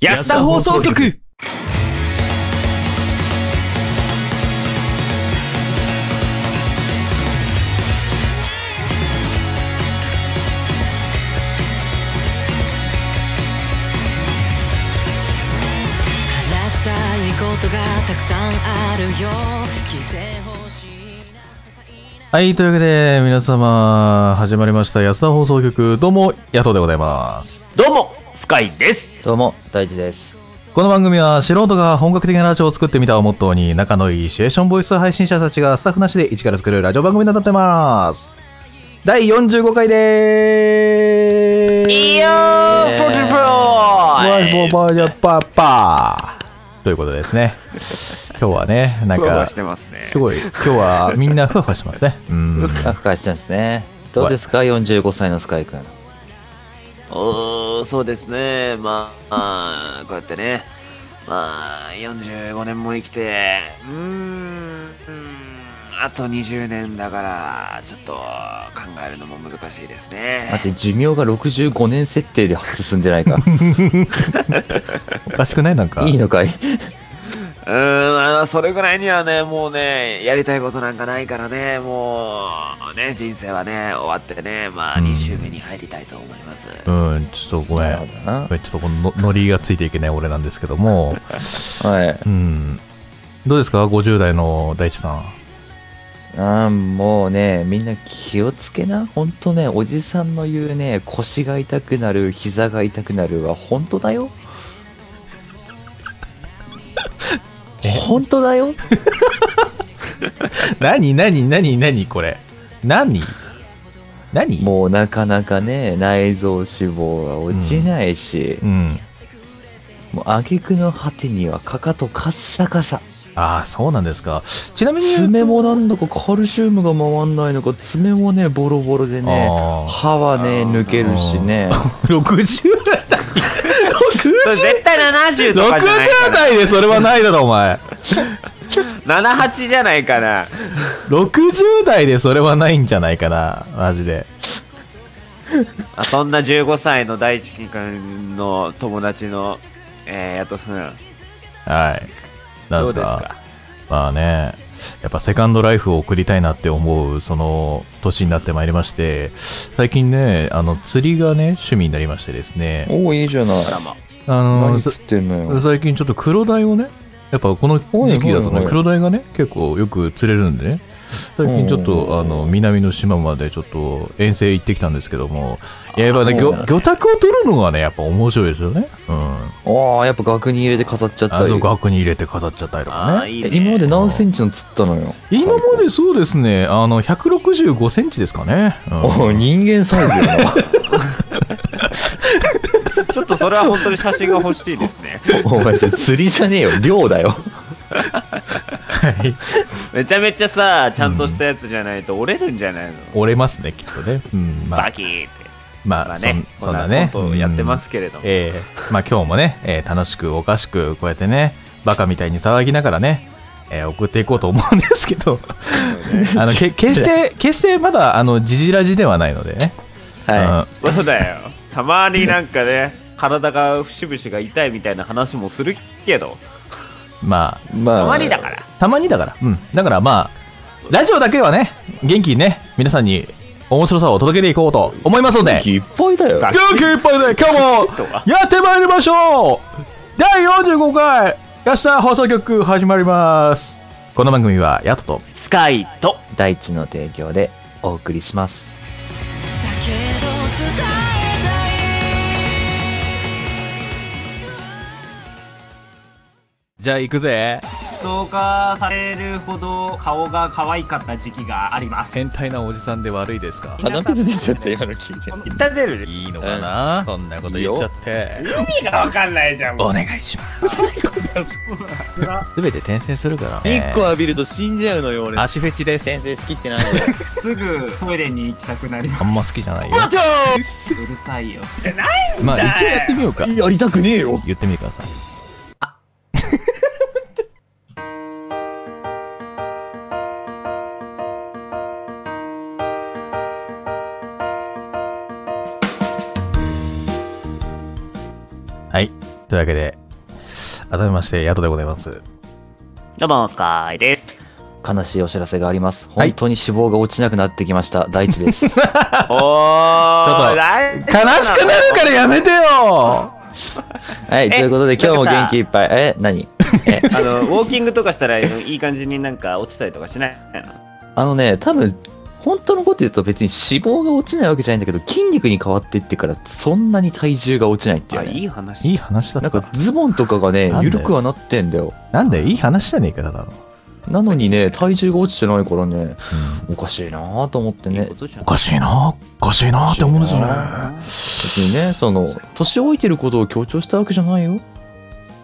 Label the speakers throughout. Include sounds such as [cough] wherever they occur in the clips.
Speaker 1: 安田放送局
Speaker 2: 話したいことがたくさんあるよ来てほしいな
Speaker 3: はい、というわけで、皆様、始まりました、安田放送局、どうも、野党でございます。
Speaker 1: どうも、スカイです。
Speaker 4: どうも、大地です。
Speaker 3: この番組は、素人が本格的なラジオを作ってみたをモットーに、仲のいいシチュエーションボイス配信者たちがスタッフなしで一から作るラジオ番組になってます。第45回でーす。いよ
Speaker 1: ポテトフライ
Speaker 3: ーバージャパーパーということですね。今日はね、なん
Speaker 1: ふわふ
Speaker 3: か
Speaker 1: わし、てますね。
Speaker 3: すごい、今日はみんなふわふわしてますね。うん。
Speaker 4: あ、返してですね。どうですか、45歳のスカイ君。
Speaker 5: おーそうですね。まあ、こうやってね。まあ、45年も生きて、うーん、うーんあと20年だから、ちょっと考えるのも難しいです
Speaker 4: だっ
Speaker 5: ね。
Speaker 4: て寿命が65年設定で進んでないか。
Speaker 3: おかしくないなんか。
Speaker 4: いいのかいう
Speaker 5: ーん、まあそれぐらいにはね、もうね、やりたいことなんかないからね、もう、ね、人生はね、終わってね、まあ、
Speaker 3: うん
Speaker 5: 2週目に入りたいと思います。
Speaker 3: うん、ちょっとごめ
Speaker 4: なんる。ほどな
Speaker 3: こ。れちょっとこのノリがついていけない俺なんですけども、
Speaker 4: はい。
Speaker 3: うん、どうですか50代の大地さん
Speaker 4: あーもうね、みんな気をつけな。ほんとね、おじさんの言うね、腰が痛くなる、膝が痛くなるは本当
Speaker 3: [laughs]
Speaker 4: だよ。本当だよ。
Speaker 3: [laughs] 何何何何これ何何
Speaker 4: もうなかなかね、内臓脂肪が落ちないし、
Speaker 3: うん
Speaker 4: もう挙句の果てにはかかとカッサカサ。
Speaker 3: ああそうなんですかちなみに
Speaker 4: 爪もなんだかカルシウムが回んないのか爪もねボロボロでね
Speaker 3: ああ
Speaker 4: 歯はね抜けるし
Speaker 3: [laughs]
Speaker 4: ね
Speaker 3: 60代だ 60, [laughs]
Speaker 5: 絶対70とかじゃない
Speaker 3: 60
Speaker 5: かな。
Speaker 3: 代でそれはないだろお [laughs] 前
Speaker 5: 78じゃないかな。
Speaker 3: 60代でそれはないんじゃないかなマジで
Speaker 5: まあ、そんな15歳の大地君の友達の、えー、やとすん。
Speaker 3: はいなん
Speaker 5: ど
Speaker 3: で
Speaker 5: うですす
Speaker 3: か
Speaker 5: か
Speaker 3: まあね、やっぱセカンドライフを送りたいなって思う、その年になってまいりまして、最近ね、あの、釣りがね、趣味になりましてですね、
Speaker 4: おおいいじゃない
Speaker 5: ドラマ。
Speaker 3: あの、
Speaker 4: 何
Speaker 3: さ
Speaker 4: 釣ってんのよ
Speaker 3: 最近ちょっと黒鯛をね、やっぱこの
Speaker 4: おい
Speaker 3: 時期だと
Speaker 4: おいお
Speaker 3: ね、
Speaker 4: い
Speaker 3: 黒鯛がね、結構よく釣れるんでね、最近ちょっ
Speaker 4: うん
Speaker 3: と、あの、南の島までちょっと遠征行ってきたんですけども、いややっぱね、
Speaker 4: あ
Speaker 3: 魚
Speaker 4: そうなんだ
Speaker 3: 魚拓を取るのがね、やっぱ面白いですよね。うん。
Speaker 4: ああやっぱ額に入れて飾っちゃった
Speaker 3: あ
Speaker 4: り
Speaker 3: そう額に入れて飾っちゃったりとか
Speaker 5: あ
Speaker 3: ね
Speaker 5: あ、。いい
Speaker 4: え
Speaker 5: ね。
Speaker 4: 今まで何センチの釣ったのよ
Speaker 3: 今までそうですね、あの、165センチですかね。うん
Speaker 4: おお人間サイズや
Speaker 3: [laughs]
Speaker 5: ちょっとそれは本当に写真が欲しいです
Speaker 3: [laughs]
Speaker 5: ね。
Speaker 4: なお前それ釣りじゃねえよ漁だよ
Speaker 5: めちゃめちゃさ、ちゃんとしたやつじゃないと折れるんじゃないの、
Speaker 3: 折れますね、きっとね。うん、ま
Speaker 5: バ
Speaker 3: あ、
Speaker 5: キーって。
Speaker 3: ま
Speaker 5: ま
Speaker 3: あ、
Speaker 5: あ
Speaker 3: そ
Speaker 5: ね
Speaker 3: ん、
Speaker 5: こ
Speaker 3: そ
Speaker 5: ん
Speaker 3: ん
Speaker 5: な
Speaker 3: な
Speaker 5: こ
Speaker 3: ね。
Speaker 5: とをやってます
Speaker 3: うん。
Speaker 5: けれども。
Speaker 3: ええまあ今日もね、えー楽しくおかしく、こうやってね、バカみたいに騒ぎながらね、えー送っていこうと思うんですけど、あの、け、決して、決してまだ、あの、じじらじではないのでね。
Speaker 4: は
Speaker 5: そうだよ。たまになんかね、体が節々が痛いみたいな話もするけど、
Speaker 3: うんまあ、
Speaker 4: いまあ
Speaker 5: たまにだから。
Speaker 3: たまにだから、うん。だからまあ、ラジオだけはね、元気にね、皆さんに面白さを届けていこうと思いますので
Speaker 4: 元、気いっぱいだよ
Speaker 3: 元気いっぱいで今日もやってまいりましょう第45回安田放送局始まりますこの番組はやっとと
Speaker 5: スカイと、
Speaker 4: 大地の提供でお送りします
Speaker 2: だけど伝えたい
Speaker 3: じゃあ行くぜ
Speaker 5: 投下されるほど顔が可愛かった時期があります。
Speaker 3: 変態なおじさんで悪いですか
Speaker 5: 鼻水
Speaker 4: 出ちゃった今の聞いて
Speaker 5: 一旦出る
Speaker 3: いいのかな、そんなこと言っちゃって
Speaker 5: 意味がわかんないじゃん。
Speaker 3: お願いします [laughs] 全て転生するから
Speaker 6: 日
Speaker 3: ね
Speaker 6: 光浴びると死んじゃうのよ、俺。
Speaker 3: 足フェチです
Speaker 6: 先生仕切ってないよ。
Speaker 5: すぐトイレに行きたくなりま
Speaker 3: あんま好きじゃないよ
Speaker 5: す。うるさいよ。
Speaker 3: まあ一応やってみようか
Speaker 6: [laughs] やりたくねえよ。
Speaker 3: 言ってみてください [laughs] はい。とというわけで、改めまして、ヤトでございます。
Speaker 1: どうも、スカイです。
Speaker 3: [laughs]
Speaker 4: 悲しいお知らせがあります。
Speaker 3: はい
Speaker 4: 本当に脂肪が落ちなくなってきました。大地です。
Speaker 5: おーちょ
Speaker 3: っと悲しくなるからやめてよ
Speaker 4: はい、ということで
Speaker 5: え
Speaker 4: 今日
Speaker 5: なん
Speaker 4: も元
Speaker 5: かさ
Speaker 4: 気いっぱい。え、何 [laughs]
Speaker 5: あの、ウォーキングとかしたら、いい感じになんか落ちたりとかしないの
Speaker 4: あのね、多分、本当のこと言うと別に脂肪が落ちないわけじゃないんだけど、筋肉に変わっていってからそんなに体重が落ちないっていう、
Speaker 5: あ、
Speaker 4: ね。
Speaker 5: いい話。
Speaker 3: いい話だ
Speaker 4: なん
Speaker 3: った
Speaker 4: か。ズボンとかがね
Speaker 3: なん、だよ
Speaker 4: 緩くはなってんだよ。
Speaker 3: なんだよ、いい話じゃねえか、ただの。
Speaker 4: なのにね、体重が落ちてないからね、おかしいなぁと思って
Speaker 5: いい
Speaker 4: ね
Speaker 5: こ。とじゃ
Speaker 3: お
Speaker 5: ん
Speaker 3: かしいなおかしいなって思うんですよね。
Speaker 4: 別にね、その、年老いてることを強調したわけじゃないよ。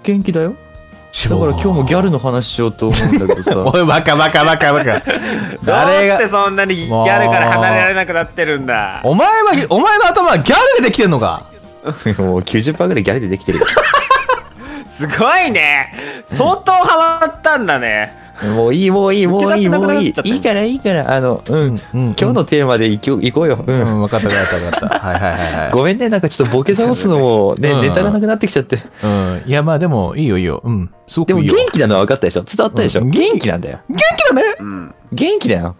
Speaker 4: 元気だよ。だから今日もギャルの話しようと思うんだけど
Speaker 5: [laughs]
Speaker 4: さ。
Speaker 3: おい、バカバカバカバカ。
Speaker 5: どう
Speaker 3: [laughs] 誰
Speaker 5: して
Speaker 3: が、
Speaker 5: そんなにギャルから離れられなくなってるんだ
Speaker 3: お前は、お前の頭はギャルでできてんのか
Speaker 4: もう90%ぐらいギャルでできてるよ。
Speaker 5: すごいね相当ハマったんだね
Speaker 4: もういい、もういい、もういい、も
Speaker 5: 抜け出せなく
Speaker 4: ういい
Speaker 5: なっちゃっ。たよ
Speaker 4: いいから、いいから、あの、うん。
Speaker 3: うん。うん
Speaker 4: 今日の、テーマでいきょいこうよ。
Speaker 3: う
Speaker 4: う。
Speaker 3: んん、分かった分かった分かった。 [laughs] はいはいはいはい。
Speaker 4: ごめんね、なんかちょっとボケ倒すのも、ね、
Speaker 3: うん
Speaker 4: ネタがなくなってきちゃって。
Speaker 3: うん。いや、まあでも、いいよいいよ。うん。すご
Speaker 4: で
Speaker 3: く
Speaker 4: も
Speaker 3: いい
Speaker 4: 元
Speaker 3: よ。
Speaker 4: 気なのは分かったでしょ伝わったでしょ
Speaker 3: うん
Speaker 4: 元気なんだよ。
Speaker 5: うん
Speaker 4: 元気だよ。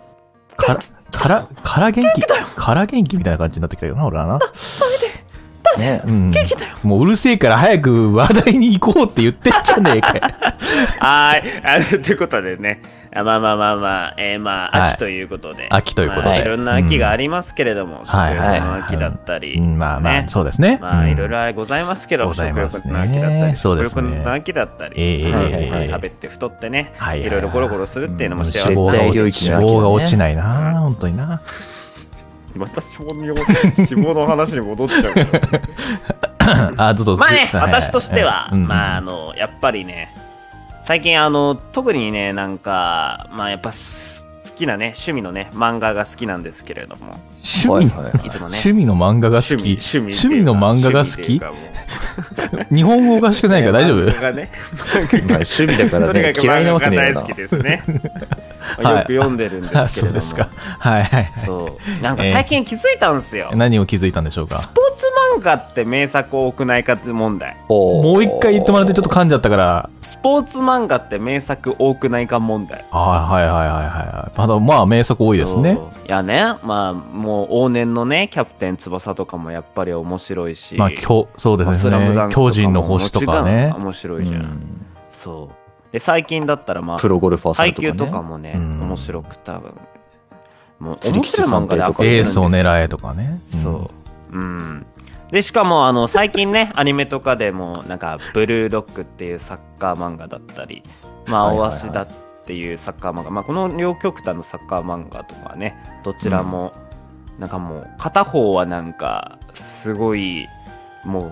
Speaker 3: から、から、から元気、から元気みたいな感じになってきたよな、俺はな。
Speaker 4: ね。
Speaker 3: うん。もううるせえから早く話題に行こうって言ってんじゃねえかよ。
Speaker 5: はーいあのということでねあまあまあまあまあえー、まあ
Speaker 3: はい
Speaker 5: 秋ということで、
Speaker 3: 秋ということで
Speaker 5: まあいろんな秋がありますけれども、
Speaker 3: はい
Speaker 5: 食欲の秋だったり、
Speaker 3: うんまあまあ、
Speaker 5: ね
Speaker 3: そうですね。
Speaker 5: ま
Speaker 3: う
Speaker 5: あ
Speaker 3: ん
Speaker 5: いろいろございますけど、
Speaker 3: ござい
Speaker 5: 食
Speaker 3: ま
Speaker 5: 欲
Speaker 3: すね
Speaker 5: の秋だったり、
Speaker 3: そ
Speaker 5: 食
Speaker 3: うですね
Speaker 5: 欲の秋だったり、
Speaker 3: ええええ
Speaker 5: はいはい
Speaker 3: ええ
Speaker 5: 食べて太ってね、
Speaker 3: はいは
Speaker 5: い
Speaker 3: いはい
Speaker 5: ろいろゴロゴロするっていうのも
Speaker 4: うん
Speaker 5: 幸せ
Speaker 3: 脂肪
Speaker 4: 絶
Speaker 3: が
Speaker 4: 対領
Speaker 3: 落
Speaker 4: 域
Speaker 3: ち
Speaker 4: の
Speaker 3: 脂
Speaker 4: 秋だね
Speaker 3: 肪が落ちないな、本当にな。
Speaker 5: また脂肪に戻脂肪の話に戻っちゃうけど
Speaker 3: あ、ずっと
Speaker 5: まあね
Speaker 3: ずっ
Speaker 5: 私としては、
Speaker 3: うん
Speaker 5: まああのやっぱりね最近あの特にねなんかまあやっぱす好きなね趣味のね漫画が好きなんですけれども
Speaker 3: 趣味、
Speaker 4: はいはい
Speaker 5: いつもね
Speaker 3: 趣味の漫画が好き。
Speaker 5: 趣味
Speaker 3: 趣味の漫画が好き
Speaker 5: き
Speaker 3: 日本語おかしくないから大丈夫
Speaker 5: 漫画が
Speaker 3: [laughs]
Speaker 5: ね
Speaker 4: まあ趣味だか
Speaker 5: [laughs] とに
Speaker 4: らね
Speaker 5: か、く
Speaker 4: 嫌い
Speaker 5: 漫
Speaker 4: な
Speaker 5: 画
Speaker 4: わけ
Speaker 5: が
Speaker 4: ね
Speaker 5: 大
Speaker 4: えよな
Speaker 5: 好き。です
Speaker 3: [laughs]
Speaker 5: ね
Speaker 3: はい
Speaker 5: よく読んでるんですけれども
Speaker 3: あ、そうですか。はいはいは
Speaker 5: そうなんか最近気づいたんですよ、
Speaker 3: い。何を気づいたんでしょう
Speaker 5: ス
Speaker 3: か。
Speaker 5: ポーツ漫画って名作多くないかって問題
Speaker 4: も
Speaker 3: もう一回言ってもらってちょっと噛んじゃったから。
Speaker 5: スポーツ漫画って名作多くないか問題
Speaker 3: あはいはいはいはい。まだまあ名作多いですね。
Speaker 5: そういやねまあもう往年のねキャプテン翼とかもやっぱり面白いし
Speaker 3: まあ、きょそうで
Speaker 5: まあ
Speaker 3: す
Speaker 5: スラムダ
Speaker 3: ね
Speaker 5: ン。クとかも
Speaker 3: 巨人の星とか
Speaker 5: も
Speaker 3: ね
Speaker 5: ちろん。面白
Speaker 4: う
Speaker 5: いじゃん、
Speaker 4: ん
Speaker 5: そうで最近だったらまあ
Speaker 4: プロゴルファーさん
Speaker 5: 配
Speaker 4: とかね。
Speaker 5: 球とかもね
Speaker 3: うん
Speaker 5: 面白く多分もう
Speaker 4: 釣
Speaker 5: 面
Speaker 4: り基地
Speaker 5: 白い
Speaker 4: さ
Speaker 5: 漫
Speaker 4: ん
Speaker 5: 画
Speaker 4: と
Speaker 5: で
Speaker 4: か
Speaker 5: 憧れてるん
Speaker 3: エー
Speaker 5: です
Speaker 3: ス
Speaker 5: よ
Speaker 3: を狙えとかね。ん
Speaker 5: そう。うん。で、しかも、あの、最近ね、 [laughs] アニメとかでも、なんか、ブルーロックっていうサッカー漫画だったり、まあ、
Speaker 4: はいは
Speaker 5: オ
Speaker 4: い
Speaker 5: アシだっていうサッカー漫画、まあ、この両極端のサッカー漫画とかね、どちらも、なんかもう、片方はなんか、すごい、も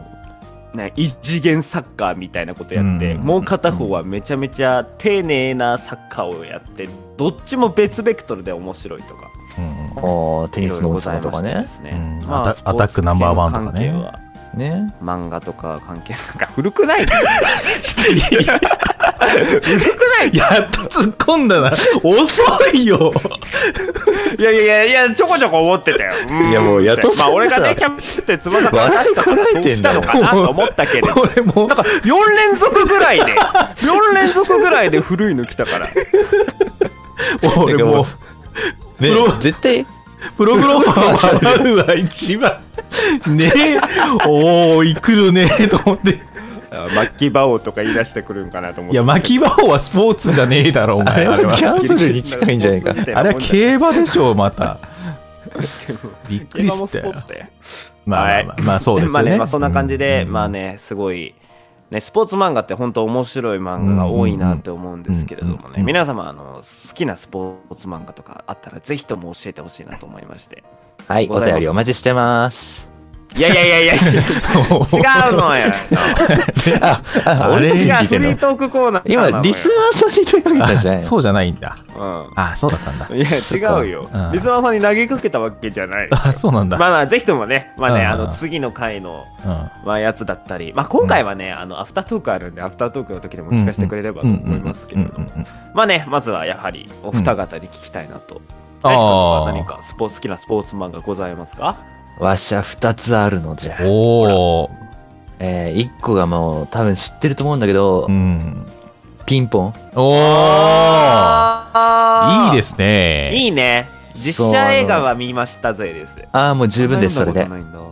Speaker 5: う、ね、異次元サッカーみたいなことやって、
Speaker 3: うん
Speaker 5: もう片方はめちゃめちゃ丁寧なサッカーをやって、どっちも別ベクトルで面白いとか。
Speaker 3: うんうん
Speaker 4: ああ、テニスの王子様とかね。
Speaker 3: うんアタアタックナンバーワンと
Speaker 5: ス
Speaker 3: かね。
Speaker 5: ポーツ系の関係は
Speaker 4: ね。
Speaker 5: 漫画とか関係なんか古く
Speaker 3: [laughs]
Speaker 5: ない古くない
Speaker 3: やっと突っ込んだな。遅いよ。
Speaker 5: いやいやいやいや、ちょこちょこ思ってたよ。ん
Speaker 4: いやもうやっと
Speaker 5: まあ俺が
Speaker 4: そんな
Speaker 5: ね、
Speaker 4: さ
Speaker 5: キャプテン翼から
Speaker 4: 笑いこらえて
Speaker 5: 来
Speaker 4: ん
Speaker 5: た
Speaker 4: だ
Speaker 5: の
Speaker 4: よ。
Speaker 5: かなと思ったけれど。
Speaker 3: [laughs] 俺もう
Speaker 5: なんか4連続ぐらいで、4連続ぐらいで古いの来たから。
Speaker 3: 俺もう
Speaker 4: ね
Speaker 3: プロ、
Speaker 4: 絶対、
Speaker 3: プログラマーは笑うわ、一番。ねえ、おーい、来るねえと思って。
Speaker 5: 巻き場王とか言い出してくるんかなと思っ
Speaker 3: い
Speaker 5: て。
Speaker 3: や、巻き場王はスポーツじゃねえだろ、お
Speaker 4: あ
Speaker 3: 前。
Speaker 4: れ
Speaker 3: あ
Speaker 4: は
Speaker 3: れ
Speaker 5: [laughs]
Speaker 4: [laughs] ギ
Speaker 3: は。
Speaker 4: ャンブルに近いんじゃないか。
Speaker 3: あれは競馬でしょ、
Speaker 5: [laughs]
Speaker 3: また。びっくり
Speaker 5: 馬も
Speaker 3: し
Speaker 5: ス
Speaker 3: た
Speaker 5: ポー
Speaker 3: よ
Speaker 5: ツ。だよ。
Speaker 3: まあまあまあ、まあそうです
Speaker 5: [laughs] ま
Speaker 3: よ
Speaker 5: あ
Speaker 3: ね。
Speaker 5: ね、まあ、そんな感じで、
Speaker 3: うん
Speaker 5: まあね、すごい、ね、スポーツ漫画って本当面白い漫画が多いなって思うんですけれどもね、
Speaker 3: うんうんうん
Speaker 5: 皆様あの、好きなスポーツ漫画とかあったら、ぜひとも教えてほしいなと思いまして。
Speaker 4: はい、お便りお待ちしてます。
Speaker 5: いやいやいやい
Speaker 3: [laughs]
Speaker 5: や、違うのよ。
Speaker 4: あ、 [laughs]
Speaker 5: [laughs]
Speaker 4: あ
Speaker 3: あれ
Speaker 4: 俺
Speaker 5: こっ
Speaker 4: たち
Speaker 5: ち
Speaker 4: に
Speaker 5: が
Speaker 4: 聞い
Speaker 5: フ
Speaker 4: てん
Speaker 5: リ
Speaker 4: の
Speaker 5: ートークコーナーなのよ。
Speaker 4: 今、リスナーさんに手がけたんじゃない
Speaker 3: [laughs]
Speaker 4: の
Speaker 3: そうじゃないんだ。 [laughs]
Speaker 5: うん
Speaker 3: あ、そうだったんだ。
Speaker 5: いや、違うよ
Speaker 3: そっかうん。
Speaker 5: リスナーさんに投げかけたわけじゃない。
Speaker 3: [laughs] あ、そうなんだ。
Speaker 5: まあまあ、ぜひともね、まあね、
Speaker 3: うん
Speaker 5: あの、次の回の、
Speaker 3: うん
Speaker 5: まあ、やつだったり、まあ、今回はね、あの、アフタートークあるんで、アフタートークの時でも聞かせてくれればと思いますけれども。
Speaker 3: うんうんうんうん
Speaker 5: まあね、まずはやはりお二方に聞きたいなと。大志君
Speaker 3: あ
Speaker 5: は
Speaker 3: あ
Speaker 5: 何かスポーツ好きなスポーツ漫画ございますか。
Speaker 4: わしゃ二つあるのじゃ。
Speaker 3: おお
Speaker 4: えー、1個がもう多分知ってると思うんだけど、
Speaker 3: うん。
Speaker 4: ピンポン。
Speaker 3: おーいいですすね。
Speaker 5: いいね。実写映画は見ましたぜです。
Speaker 4: ああ、もう十分です、それで
Speaker 5: 読。んだこと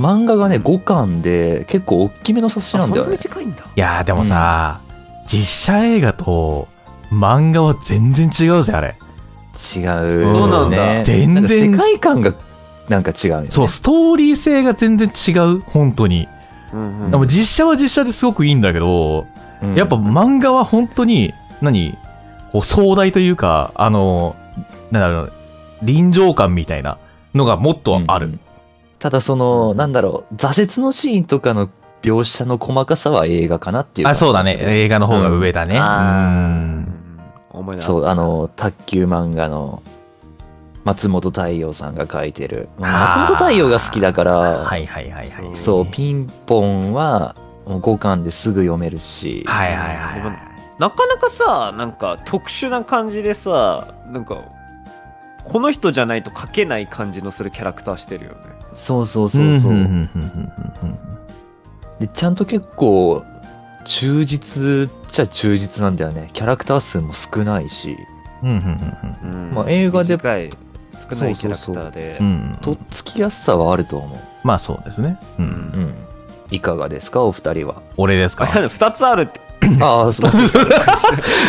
Speaker 5: ないん
Speaker 4: 漫画がね、5巻で、結構大きめの冊子
Speaker 5: だ
Speaker 4: なんだ
Speaker 5: あ
Speaker 4: よ
Speaker 5: そんな
Speaker 4: ね。
Speaker 5: 短いんだ。
Speaker 3: いやーでもさ、実写映画と漫画は全然違うぜ、あれ。
Speaker 4: 違う。
Speaker 5: そうなんだ
Speaker 4: ね
Speaker 3: 全然
Speaker 4: なんか世界観が、なんか違うよね。
Speaker 3: そう、ストーリー性が全然違う、本当に。
Speaker 5: うん
Speaker 3: でも実写は実写ですごくいいんだけど、
Speaker 4: うん
Speaker 3: やっぱ漫画は本当に、何こう壮大というか、あの、なんだろう、臨場感みたいなのがもっとある。
Speaker 4: うんただその、なんだろう、挫折のシーンとかの描写の細かさは映画かなっていう。
Speaker 3: あ、そうだね。。映画の方が上だね。う
Speaker 5: あ
Speaker 3: ん。
Speaker 5: ー思い出
Speaker 4: そう、あの、卓球漫画の、松本太陽さんが書いてる。
Speaker 3: あー
Speaker 4: 松本太陽が好きだから、
Speaker 3: はいはいはいはい。
Speaker 4: そう、ピンポンは、もう5巻ですぐ読めるし、
Speaker 3: はいはいはいはい。
Speaker 5: なかなかさなんか特殊な感じでさなんかこの人じゃないと描けない感じのするキャラクターしてるよね
Speaker 4: そうそうそうそう、
Speaker 3: んんんうんうんうん
Speaker 4: で、ちゃんと結構、忠実っちゃ忠実なんだよね。キャラクター数も少ないし、
Speaker 3: うんうんうんうん
Speaker 5: うん
Speaker 4: まあ映画で
Speaker 5: 短い少ないキャラクターで
Speaker 3: うんうん
Speaker 4: とっつきやすさはあると思う。
Speaker 3: まあそうですね。うん。
Speaker 4: うん。いかがですか、お二
Speaker 3: [laughs]
Speaker 4: 人は。
Speaker 3: 俺です
Speaker 5: [laughs]
Speaker 3: か
Speaker 5: あ2つあるって
Speaker 4: ああ、そうです。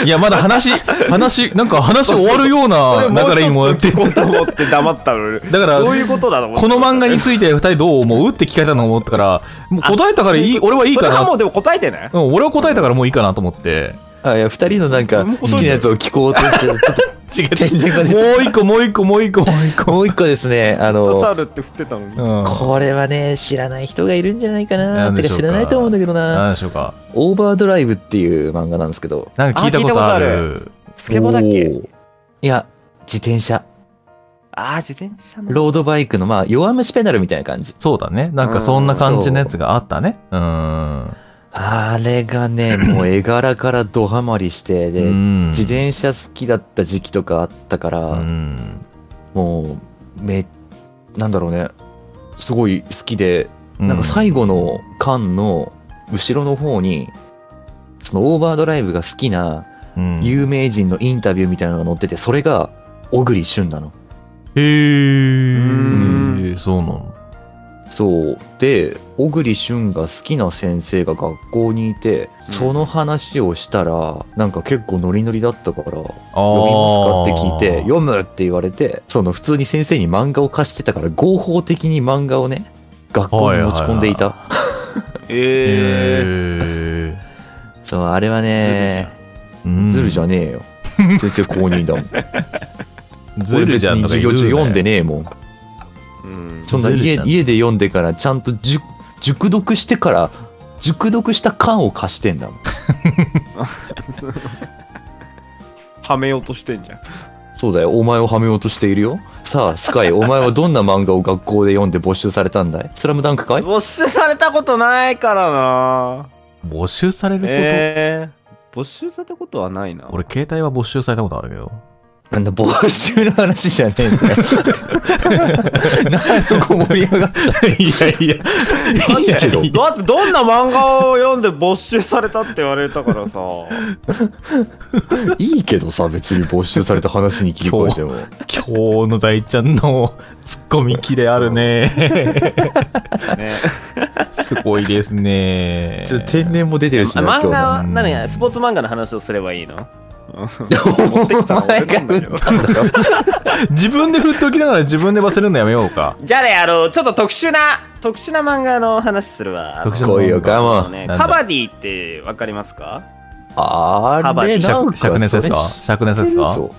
Speaker 3: いや、まだ話、話、なんか話終わるよ
Speaker 5: これ
Speaker 3: うな
Speaker 5: もう
Speaker 3: 流れにもやっ
Speaker 5: 一つ
Speaker 3: て。
Speaker 5: 聞こうと思 [laughs] って黙ったの俺
Speaker 3: だから、
Speaker 5: どういうことだろう
Speaker 3: この漫画について二人どう思うって聞かれたのを思ったから、もう答えたからいい、俺はいい
Speaker 5: そ
Speaker 3: か
Speaker 5: れは
Speaker 3: な
Speaker 5: も。うでも答えてね
Speaker 3: うん、俺は答えたからもういいかなと思って。
Speaker 4: あいや、二人のなんか、好きなやつを聞こうとして、ちょっ
Speaker 3: 違
Speaker 4: と
Speaker 3: う。
Speaker 4: 点々が出て、
Speaker 3: もう一個、もう一個、もう一個、もう一個。
Speaker 4: もう一個ですね、あ
Speaker 5: 2つあ
Speaker 4: の、
Speaker 5: るって振ってたのに
Speaker 3: うん。
Speaker 4: これはね、知らない人がいるんじゃないか
Speaker 3: な
Speaker 4: な。
Speaker 3: ん
Speaker 4: て
Speaker 3: でし
Speaker 4: か
Speaker 3: ょう
Speaker 4: 知
Speaker 3: から
Speaker 4: ないと思うんだけどな。
Speaker 3: 何でしょうか。
Speaker 4: オーバードライブっていう漫画なんですけど。
Speaker 3: なんか聞いたことある。
Speaker 5: スケボーだっけ
Speaker 4: おーいや、自転車。
Speaker 5: ああ自転車の
Speaker 4: ロードバイクの、まあ、弱虫ペダルみたいな感じ。
Speaker 3: そうだね。なんかそんな感じのやつがあったね。うん。
Speaker 4: あれがね、 [clears throat] もう絵柄からドハマりして、で、
Speaker 3: うん
Speaker 4: 自転車好きだった時期とかあったから、
Speaker 3: うん。
Speaker 4: もう、め、なんだろうね、すごい好きで、
Speaker 3: うん
Speaker 4: なんか最後の巻の後ろの方に、そのオーバードライブが好きな
Speaker 3: うん
Speaker 4: 有名人のインタビューみたいなのが載ってて、それが小栗旬なの。
Speaker 3: へ
Speaker 5: ー
Speaker 3: え、そうなの。
Speaker 4: そう。で、小栗旬が好きな先生が学校にいて、その話をしたら、なんか結構ノリノリだったから、
Speaker 3: あ
Speaker 4: 読みますかって聞いて、読むって言われて、その普通に先生に漫画を貸してたから、合法的に漫画をね、学校に持ち込んでいた。
Speaker 5: ええ
Speaker 3: へえ。
Speaker 4: そう、あれはね、ズルじゃ
Speaker 3: ね [laughs]
Speaker 4: ねえよ。先生公認だもん。
Speaker 3: ズルじゃんとか
Speaker 4: 俺別に授
Speaker 3: 言う
Speaker 4: 業
Speaker 3: なよ
Speaker 4: 中読んでねえもん。
Speaker 5: うん [laughs]
Speaker 4: そんな
Speaker 3: ズルじ
Speaker 4: 家
Speaker 3: ゃん
Speaker 4: 家で読んでから、ちゃんと熟熟読してから、熟読した缶を貸してんだもん。
Speaker 5: はめようとしてんじゃん
Speaker 4: そうだよ、お前をはめようとしているよ。さあ、ス [laughs] カイ、お前はどんな漫画を学校で読んで没収されたんだいスラムダンクかい
Speaker 5: 没収されたことないからな
Speaker 3: 没収されること、
Speaker 5: えー、没収されたことはないな
Speaker 3: 俺、携帯は没収されたことあるけど。
Speaker 4: なんだ、没収の話じゃねえんだよ。 [laughs] なんでそこ盛り上がった
Speaker 3: いや [laughs] いや。
Speaker 4: いいけど。
Speaker 5: だってどんな漫画を読んで没収されたって言われたから [laughs] さ
Speaker 4: いいけどさ、別に没収された話に切り替えても。
Speaker 3: 今日の大ちゃんのツッコミキレあるね。
Speaker 5: ね
Speaker 3: [laughs] すごいですね。
Speaker 4: ちょっと天然も出てるしな、今日
Speaker 5: 漫画
Speaker 4: な。
Speaker 5: は
Speaker 3: うん
Speaker 5: 何やスポーツ漫画の話をすればいいの持ってきたの
Speaker 4: お前
Speaker 5: 俺な
Speaker 4: が
Speaker 5: んだけど
Speaker 4: 振ったんだよ。
Speaker 3: 自分で振っておきながら自分で忘れるのやめようか。
Speaker 5: じゃあねあのちょっと特殊な特殊な漫画の話するわあの
Speaker 3: 特殊な
Speaker 4: 来いよ、
Speaker 5: あ
Speaker 4: 我
Speaker 5: の
Speaker 4: 慢。
Speaker 5: ね
Speaker 3: なんだ
Speaker 5: カバディってわかりますか
Speaker 4: あれ、なん
Speaker 3: 灼
Speaker 4: か
Speaker 3: 灼熱ですか
Speaker 4: それ
Speaker 3: 灼熱ですか
Speaker 4: そう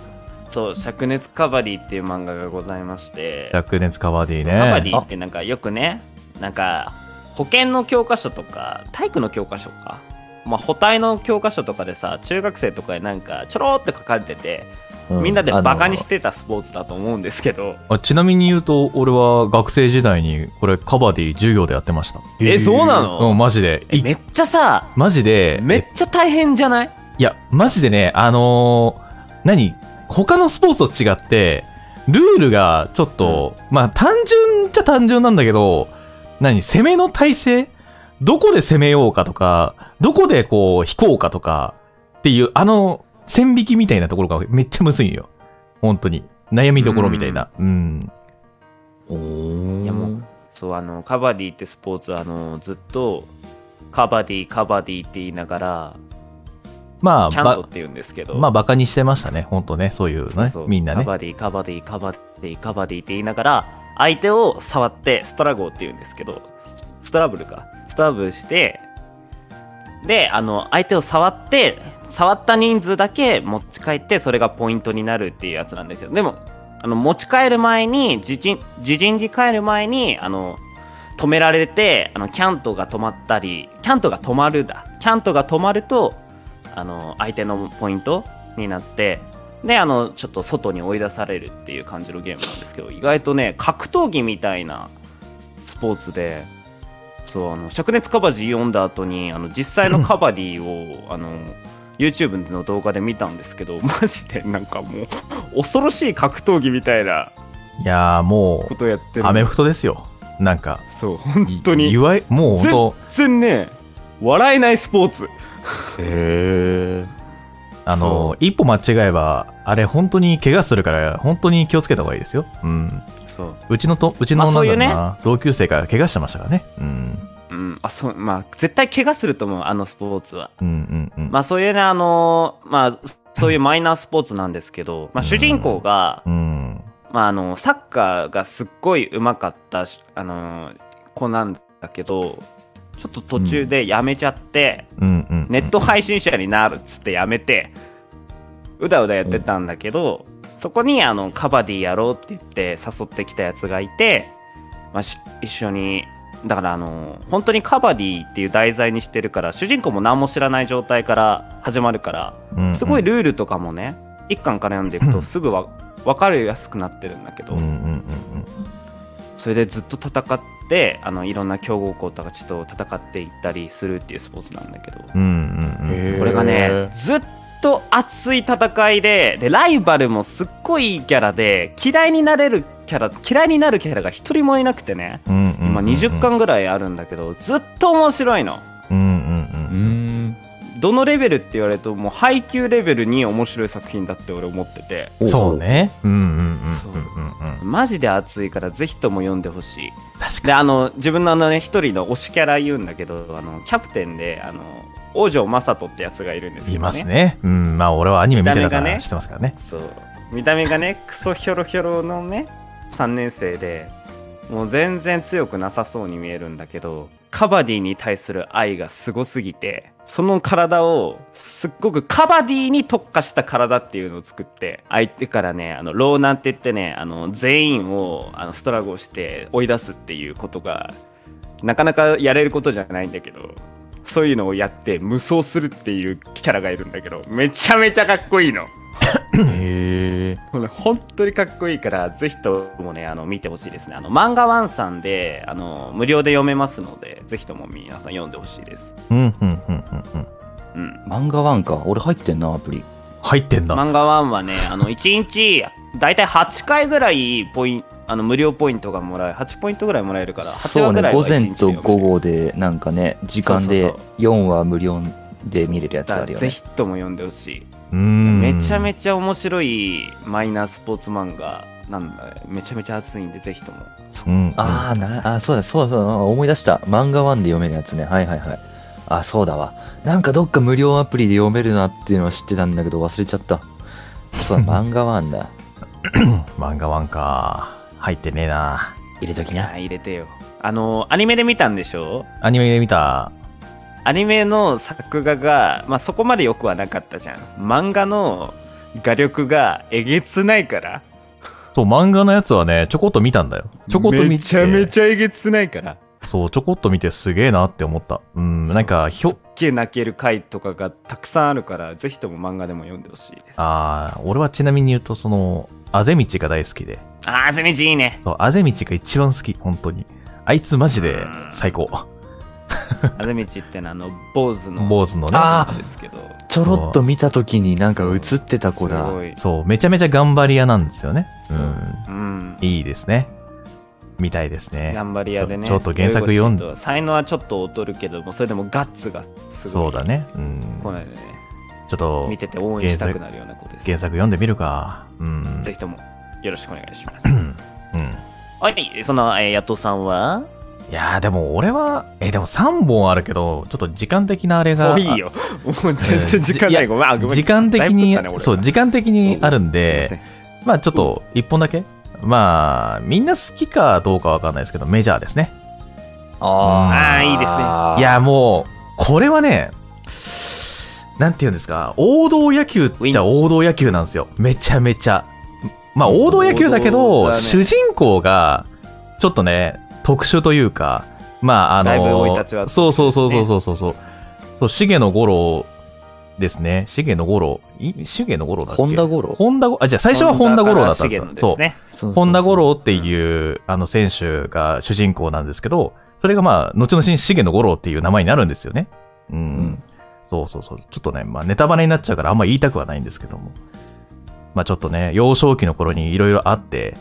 Speaker 5: そう灼熱カバディっていう漫画がございまして
Speaker 3: 灼熱カバディね。
Speaker 5: カバディってなんかよくねなんか保健の教科書とか体育の教科書か、まあ、補体の教科書とかでさ中学生とかでなんかちょろーって書かれてて、
Speaker 4: う
Speaker 5: みんなで
Speaker 4: あの
Speaker 5: バカにしてたスポーツだと思うんですけど
Speaker 3: あちなみに言うと、俺は学生時代にこれカバディ授業でやってました。
Speaker 5: えそうな
Speaker 3: うん、
Speaker 5: の、
Speaker 3: マジで。
Speaker 5: え
Speaker 3: い
Speaker 5: めっちゃさ
Speaker 3: マジで、
Speaker 5: めっちゃ大変じゃない
Speaker 3: いや、マジでね、あのー何他のスポーツと違って、ルールがちょっと、まあ単純っちゃ単純なんだけど、何攻めの体勢どこで攻めようかとか、どこでこう、引こうかとか、っていう、あの、線引きみたいなところがめっちゃむずいんよ。本当に。悩みどころみたいな。うん。
Speaker 4: おー
Speaker 5: いやもうそうあのカバディってスポーツあのずっとカバディカバディって言いながら
Speaker 3: まあ、
Speaker 5: キャントっ
Speaker 3: ば、
Speaker 5: て言うんですけど
Speaker 3: まあ、バカにしてましたね。本当ね。そういうのね。みんな
Speaker 5: カ
Speaker 3: ね。
Speaker 5: バディカバディカバディカバディって言いながら相手を触ってストラゴーって言うんですけどストラブルかストラブルしてであの相手を触って触った人数だけ持ち帰ってそれがポイントになるっていうやつなんですよでもあの持ち帰る前に自陣自陣に帰る前にあの止められてあのキャントが止まったりキャントが止まるだキャントが止まるとあの相手のポイントになってであのちょっと外に追い出されるっていう感じのゲームなんですけど意外とね格闘技みたいなスポーツでそうあの灼熱カバジ読んだ後にあの実際のカバディをあの YouTube の動画で見たんですけど [laughs] マジでなんかもう恐ろしい格闘技みたいない
Speaker 3: やーも
Speaker 5: ことやって
Speaker 3: う、
Speaker 5: る
Speaker 3: アメフトですよ。なんか。
Speaker 5: そう本当
Speaker 3: いい
Speaker 5: に
Speaker 3: わゆもう本
Speaker 5: 全
Speaker 3: 当、
Speaker 5: 然ね笑えないスポーツ
Speaker 4: へえ
Speaker 3: あの、一歩間違えば、あれ本当に怪我するから、本当に気をつけた方がいいですよ。うん。
Speaker 5: そう
Speaker 3: うちのと、うちの
Speaker 5: ま
Speaker 3: な
Speaker 5: あそうい
Speaker 3: んだろ
Speaker 5: う
Speaker 3: う
Speaker 5: ね
Speaker 3: な、同級生が怪我してましたからね。うん。
Speaker 5: うん、あそうまあ絶対怪我すると思うあのスポーツは
Speaker 3: うんうんうん。
Speaker 5: まあそういうねあのーまあそういうマイナースポーツなんですけど、まあ、主人公が、
Speaker 3: うん。
Speaker 5: まあ、あのサッカーがすっごいうまかったし、あのー子なんだけどちょっと途中でやめちゃって、
Speaker 3: うんうん。
Speaker 5: ネット配信者になるっつってやめてうだうだやってたんだけど、そこにあのカバディやろうって言って誘ってきたやつがいて、まあ、し一緒にだからあの本当にカバディっていう題材にしてるから主人公も何も知らない状態から始まるから
Speaker 3: うんうん
Speaker 5: すごいルールとかもね一巻から読んでいくとすぐわ分かりやすくなってるんだけど、
Speaker 3: うんうんうんうん。
Speaker 5: それでずっと戦ってあのいろんな強豪校たちと戦っていったりするっていうスポーツなんだけど。
Speaker 3: うんうんうん。
Speaker 5: これがねずっと熱い戦いででライバルもすっごいいいキャラで嫌いになれるキャラ嫌いになるキャラが一人もいなくてね
Speaker 3: うんうんうんうん
Speaker 5: 今20巻ぐらいあるんだけどずっと面白いの
Speaker 3: うんうん
Speaker 4: うーん
Speaker 5: どのレベルって言われるともう配給レベルに面白い作品だって俺思ってて
Speaker 3: うん。そうね。うんうんうんうんうん
Speaker 5: そう
Speaker 3: うん。
Speaker 5: マジで熱いからぜひとも読んでほしい
Speaker 3: 確か
Speaker 5: であの自分のあのね一人の推しキャラ言うんだけどあのキャプテンであの王女正人ってやつがいるんです
Speaker 3: に。
Speaker 5: け
Speaker 3: い
Speaker 5: ど、ね、
Speaker 3: ますね。うん。まあ俺はアニメ見てたか
Speaker 5: 見た目が
Speaker 3: ら
Speaker 5: ね
Speaker 3: 知ってますからね。
Speaker 5: そう見た目がねクソヒョロヒョロのね3年生でもう全然強くなさそうに見えるんだけどカバディに対する愛がすごすぎてその体をすっごくカバディに特化した体っていうのを作って相手からねあのローナって言ってねあの全員をあのストラゴーして追い出すっていうことがなかなかやれることじゃないんだけどそういうのをやって無双するっていうキャラがいるんだけどめちゃめちゃかっこいいの。
Speaker 4: へえ
Speaker 5: もうね本当にかっこいいから、ぜひともね、あの見てほしいですね。あの漫画ワンさんであの無料で読めますので、ぜひとも皆さん読んでほしいです。
Speaker 3: うんうんうんうんうん。
Speaker 5: うん、
Speaker 4: 漫画ワンか俺入ってんなアプリ
Speaker 3: 入ってんだ。
Speaker 5: 漫画ワンはね、あの1日
Speaker 4: [laughs]
Speaker 5: だいたい8回ぐらいポインあの無料ポイントがもらえ、8ポイントぐらいもらえるから、8
Speaker 4: そ
Speaker 5: 話
Speaker 4: う
Speaker 5: ぐら
Speaker 4: ね
Speaker 5: いは
Speaker 4: 午
Speaker 5: 1日で
Speaker 4: 前と
Speaker 5: 読める
Speaker 4: 午後でなんかね時間
Speaker 5: そう
Speaker 4: で
Speaker 5: そうそ
Speaker 4: 4話無料で見れるやつ
Speaker 5: だか
Speaker 4: あ
Speaker 5: ら
Speaker 4: るよ
Speaker 5: ぜ
Speaker 4: ね
Speaker 5: ひとも読んでほしい。
Speaker 3: うん。
Speaker 5: めちゃめ
Speaker 3: ち
Speaker 5: ちゃ面白いマイナースポーツ漫画なんだ、めちゃめちゃ熱いんで、ぜひとも。
Speaker 3: ゃ。うん。
Speaker 4: あーなあそうだそうだそうだ思い出した漫画ワンで読めるやつねはいはいはいあそうだわなんかどっか無料アプリで読めるなっていうのは知ってたんだけど忘れちゃった
Speaker 5: [laughs]
Speaker 4: そうだ漫画ワンだ
Speaker 3: 漫画ワンか。入ってねえな。
Speaker 4: 入れとき
Speaker 5: いや
Speaker 4: な
Speaker 5: 入れてよ。あの、アニメで見たんでしょ
Speaker 3: アニメで見た。
Speaker 5: アニメの作画が、まあ、そこまで良くはなかったじゃん漫画の画力がえげつないから
Speaker 3: そう、漫画のやつはね、ちょこっと見たんだよ。ちょこっと見て。
Speaker 5: めちゃめちゃえげつないから
Speaker 3: そう、ちょこっと見てすげえなって思った。うん、なんか、ひ
Speaker 5: ひょっ
Speaker 3: ょ、
Speaker 5: げえ泣ける回とかがたくさんあるからぜひとも漫画でも読んでほしいですあ
Speaker 3: あー、俺はちなみに言うと、その、あぜ道が大好きで。
Speaker 5: あぜみちいいね
Speaker 3: そう、あぜ道が一番好き、本当に。あいつマジで最高。
Speaker 5: [laughs] あぜみちってのはあの坊主の
Speaker 3: 坊主のね。
Speaker 5: あですけど
Speaker 4: ちょろっと見た時になんか映ってた子
Speaker 5: す
Speaker 4: だ
Speaker 5: ごい
Speaker 3: そう、めちゃめちゃ頑張り屋なんですよね。うん。
Speaker 5: うん
Speaker 3: いいですね。みたいですね。
Speaker 7: 頑張り屋でね
Speaker 3: ちょちょっと原作読ん
Speaker 7: で才能はちょっと劣るけどもそれでもガッツがすごい
Speaker 3: そうだね。うん。
Speaker 7: このよね
Speaker 3: ちょっと
Speaker 7: 見てて応援したくなるような子です
Speaker 3: 原作読んでみるか。うん。
Speaker 7: ぜひともよろしくお願いします
Speaker 3: うん。
Speaker 1: はい、その、えー、ヤトさんはい
Speaker 3: やーでも俺は、え、でも3本あるけど、ちょっと時間的なあれが。
Speaker 7: もういいよもう全然時間
Speaker 3: い
Speaker 7: な
Speaker 3: や
Speaker 7: いごめんあごめん
Speaker 3: 時間的に、
Speaker 7: だいぶ取ったね俺ら
Speaker 3: そう、時間的にあるん
Speaker 7: すい
Speaker 3: で
Speaker 7: ま、
Speaker 3: まあちょっと1本だけ。まあ、みんな好きかどうかわかんないですけど、メジャーですね。
Speaker 7: あーいいですね
Speaker 3: いや、もう、これはね、なんて言うんですか、王道野球っちゃ王道野球なんですよ。めちゃめちゃ。まあ、王道野球だけ
Speaker 7: 王道
Speaker 3: ど、
Speaker 7: だね
Speaker 3: 主人公が、ちょっとね、特殊というか、まあ、あ
Speaker 7: だいぶ生い立ち
Speaker 3: の、
Speaker 7: は
Speaker 3: そうそうそうそうそうそうそう、そう、重野五郎ですね。重野五郎。い重野五郎だっけ
Speaker 4: 本田五郎
Speaker 3: 本田五あ、じゃあ最初は本田五郎だったんですよ
Speaker 7: 本。田
Speaker 3: そう
Speaker 7: から資源の。ですね
Speaker 4: そうそうそう
Speaker 3: 本田五郎っていう、あの選手が主人公なんですけど、それがまあ、後々に重野五郎っていう名前になるんですよね。うん。
Speaker 4: ん
Speaker 3: そうそうそう。ちょっとね、まあネタバレになっちゃうからあんま言いたくはないんですけども。まあちょっとね、幼少期の頃にいろいろあって、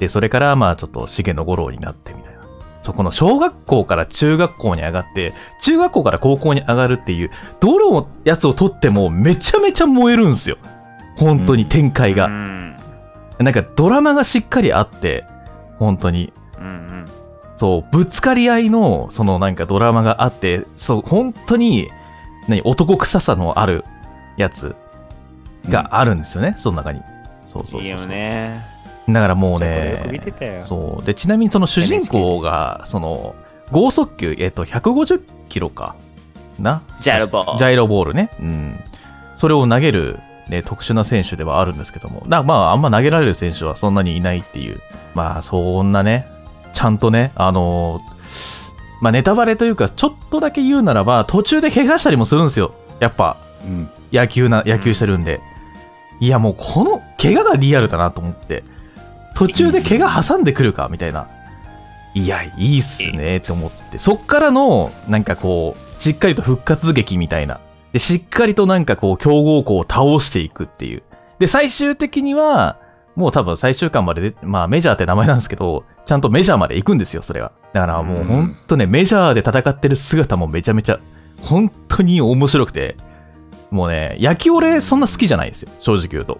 Speaker 3: で、それからまあちょっと重野五郎になってみたいな。そこの小学校から中学校に上がって、中学校から高校に上がるっていう、どのやつを取ってもめちゃめちゃ燃えるんですよ。本当に展開が。
Speaker 7: うん
Speaker 3: なんかドラマがしっかりあって、本当に。
Speaker 7: うん
Speaker 3: そう、ぶつかり合いの、そのなんかドラマがあって、そう、本当に、何、男臭さのあるやつがあるんですよね、その中に。そう
Speaker 7: う
Speaker 3: そうそうそ
Speaker 7: ん
Speaker 3: う
Speaker 7: いいよね
Speaker 3: だからもう
Speaker 7: ちょっとよく見て
Speaker 3: ね、
Speaker 7: たよ
Speaker 3: そう。で、ちなみにその主人公が、その、剛速球、えっと、150キロかな。
Speaker 1: ジャイロボール
Speaker 3: ジャイロボールね。うん。それを投げる、ね、特殊な選手ではあるんですけども。だまあ、あんま投げられる選手はそんなにいないっていう。まあ、そんなね、ちゃんとね、あのーまあ、ネタバレというか、ちょっとだけ言うならば、途中で怪我したりもするんですよ。やっぱ、
Speaker 4: うん
Speaker 3: 野球な、野球してるんで。いや、もうこの、怪我がリアルだなと思って。途中で怪我挟んでくるか、みたいな。いや、いいっすね、と思って。そっからの、なんかこう、しっかりと復活劇みたいな。で、しっかりとなんかこう、強豪校を倒していくっていう。で、最終的には、もう多分最終巻までで、まあメジャーって名前なんですけど、ちゃんとメジャーまで行くんですよ、それは。だからもうほんとね、メジャーで戦ってる姿もめちゃめちゃ、本当に面白くて、もうね、野球俺そんな好きじゃないんですよ、正直言うと。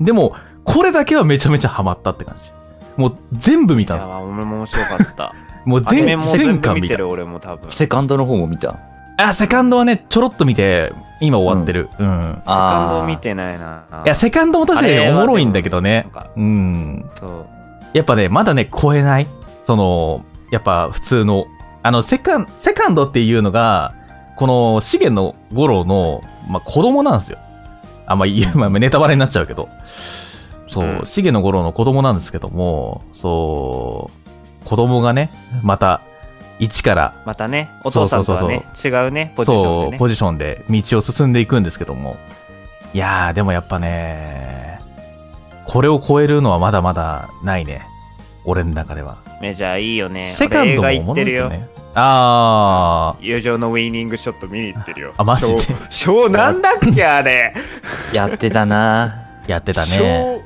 Speaker 3: でも、これだけはめちゃめちゃハマったって感じ。もう全部見
Speaker 7: じ
Speaker 3: たん
Speaker 7: ゃ
Speaker 3: です。
Speaker 7: あ俺も面白かった
Speaker 3: もう
Speaker 7: アニメ
Speaker 3: [laughs] 全
Speaker 7: も
Speaker 3: 全
Speaker 7: 全部
Speaker 3: 巻見
Speaker 7: 見て
Speaker 3: た。
Speaker 7: る俺も多分セ
Speaker 4: セカンドの方も見た
Speaker 3: あ、セカンドはね、ちょろっと見て、今終わってる。うん。
Speaker 7: カンド見
Speaker 4: て
Speaker 7: てないない
Speaker 3: いや、セカンドも確かに
Speaker 7: あれは
Speaker 3: ねお
Speaker 7: でも
Speaker 3: もろいんだけどね
Speaker 7: なんか。
Speaker 3: うん。
Speaker 7: そう
Speaker 3: やっぱね、まだね、超えない。その、やっぱ普通の、あの、セカン、セカンドっていうのが、この、重野五郎の、まあ、子供なんですよ。あんま言う、まあ、ネタバレになっちゃうけど。そう、
Speaker 7: うん
Speaker 3: 重野五郎の子供なんですけども、そう、子供がね、また、一から、
Speaker 7: またねお父さんとはね違うねポジショ
Speaker 3: そ
Speaker 7: ンで
Speaker 3: う、
Speaker 7: ね
Speaker 3: ポジションで道を進んでいくんですけども。いやー、でもやっぱね、これを超えるのはまだまだないね。俺の中では。
Speaker 7: メジャーいいよね
Speaker 3: セカンドも
Speaker 7: 俺
Speaker 3: お
Speaker 7: 映画行
Speaker 3: も
Speaker 7: っ
Speaker 3: ろ
Speaker 7: て
Speaker 3: い
Speaker 7: る
Speaker 3: けど
Speaker 7: よ
Speaker 3: ね。あ
Speaker 7: 友情のウィーニングショット見に行ってるよ。
Speaker 3: あマジで
Speaker 7: ショーショーなんだっけあれ。
Speaker 4: やってたな
Speaker 3: ー、やってたね。。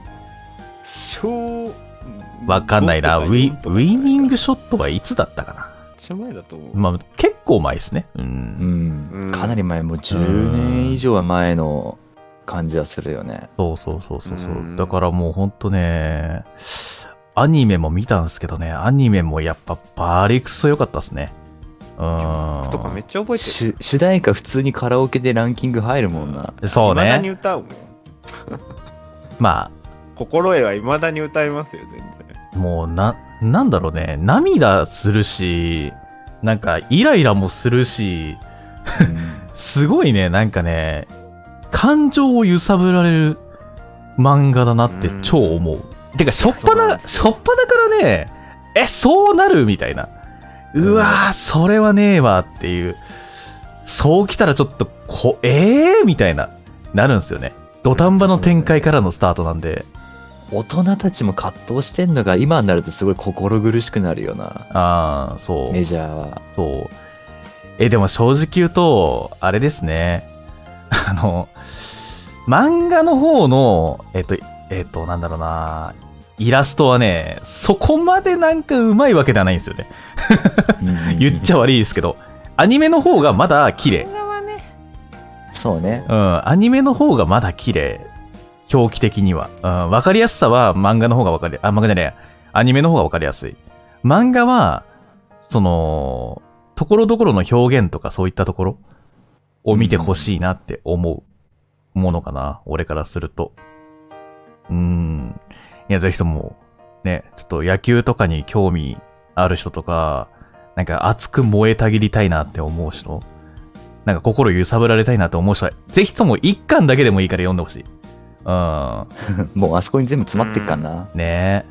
Speaker 7: ショー。
Speaker 3: わかんないな。ウィ、ウィニン
Speaker 7: グ。
Speaker 3: グショットはいつだったかな。
Speaker 7: めっちゃ前だと思う。
Speaker 3: まあ、結構前ですね。う。
Speaker 4: うんん、
Speaker 7: うん
Speaker 4: かなり前もう10年以上は前の感じはするよね
Speaker 3: そうそうそうそうそうう。
Speaker 7: ん
Speaker 3: だからもうほんとね、アニメも見たんですけどね、アニメもやっぱバリクソ良かったですね。うん。
Speaker 7: とかめっちゃ覚えてる。
Speaker 4: 主主題歌普通にカラオケでランキング入るもんな
Speaker 3: そう
Speaker 7: 未だに
Speaker 3: ね。
Speaker 7: 歌うもん。
Speaker 3: ま
Speaker 7: 心得はいまだに歌いますよ、全然。
Speaker 3: あ、もうな、なんだろうね。涙するし、なんかイライラもするし、すごいね、なんかね、感情を揺さぶられる漫画だなって超思う。てか、しょっぱ
Speaker 7: そうなん
Speaker 3: な、
Speaker 7: です
Speaker 3: しょっぱなからね、え、そうなるみたいな。うわー、それはねえわっていう。そう来たらちょっと、こ、えーみたいな、なるんですよね。土壇場の展開からのスタートなんで。
Speaker 4: 大人たちも葛藤してんのが今になるとすごい心苦しくなるよな
Speaker 3: ああ、そう。
Speaker 4: メジャ
Speaker 3: [laughs]
Speaker 4: ーは
Speaker 3: そう。え、でも正直言うと、あれですね。 [laughs] あの、漫画の方の、えっと、えっと、なんだろうな、イラストはね、そこまでなんかうまいわけではないんですよね。言っち
Speaker 4: ゃ
Speaker 3: ゃ悪いですけど、アニメの方がまだ綺麗。
Speaker 4: そうね。
Speaker 3: うん、アニメの方がまだ綺麗。表記的には。うん、わかりやすさは漫画の方がわかり、あ、漫画じゃないや。アニメの方がわかりやすい。漫画は、その、ところどころの表現とかそういったところを見てほしいなって思うものかな。俺からすると。うーん。いや、ぜひとも、ね、ちょっと野球とかに興味ある人とか、なんか熱く燃えたぎりたいなって思う人なんか心揺さぶられたいなと思う人は、ぜひとも一巻だけでもいいから読んでほしい。う
Speaker 4: もうあそこに全部詰まってっからな。
Speaker 3: ん。ね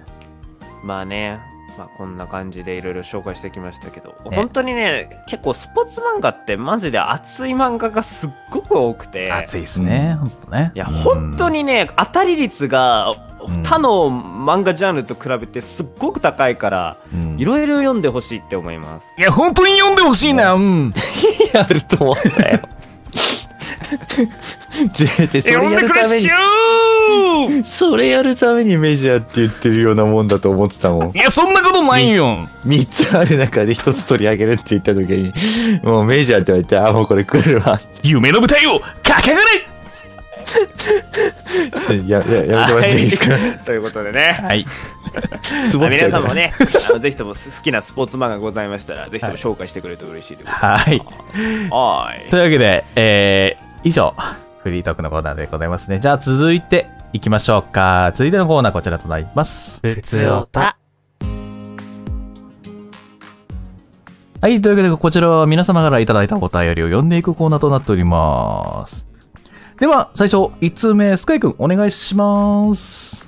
Speaker 5: まあね、まあ、こんな感じでいろいろ紹介してきましたけど、
Speaker 3: ね
Speaker 5: 本当にね、結構スポーツ漫画ってマジで熱い漫画がすっごく多くて、
Speaker 3: え。熱いですね。ほんとね。
Speaker 5: いや、本当にね、当たり率が
Speaker 3: うん
Speaker 5: 他の漫画ジャンルと比べてすっごく高いから、
Speaker 3: うん、
Speaker 5: いろいろ読んでほしいって思います。
Speaker 3: いや、本当に読んでほしいな。うん。
Speaker 4: やると思った
Speaker 3: [laughs]
Speaker 4: よ。絶対それやるために、それやるためにメジャーって言ってるようなもんだと思ってたもん。
Speaker 3: いや、そんなことないよ。
Speaker 4: 3つある中で1つ取り上げるって言った時に、もうメジャーって言われて、あ、もうこれ来るわって
Speaker 3: 夢の舞台を駆け上がれ
Speaker 4: やややめてもらっていいですか。
Speaker 5: ということでね。
Speaker 3: はい。
Speaker 4: つぼっち
Speaker 5: 皆
Speaker 4: ゃうか
Speaker 5: さん
Speaker 4: ら
Speaker 5: もね、
Speaker 8: [laughs]
Speaker 5: あのぜひとも好きなスポーツ漫画ございましたら、ぜひとも紹介してくれると嬉しいです。
Speaker 3: はい。
Speaker 5: はーい。
Speaker 3: というわけで、えー、以上、フリートークのコーナーでございますね。じゃあ、続いていきましょうか。続いてのコーナーこちらとなります。はい、というわけで、こちらは皆様からいただいたお便りを読んでいくコーナーとなっております。では、最初、1通目、スカイくん、お願いします。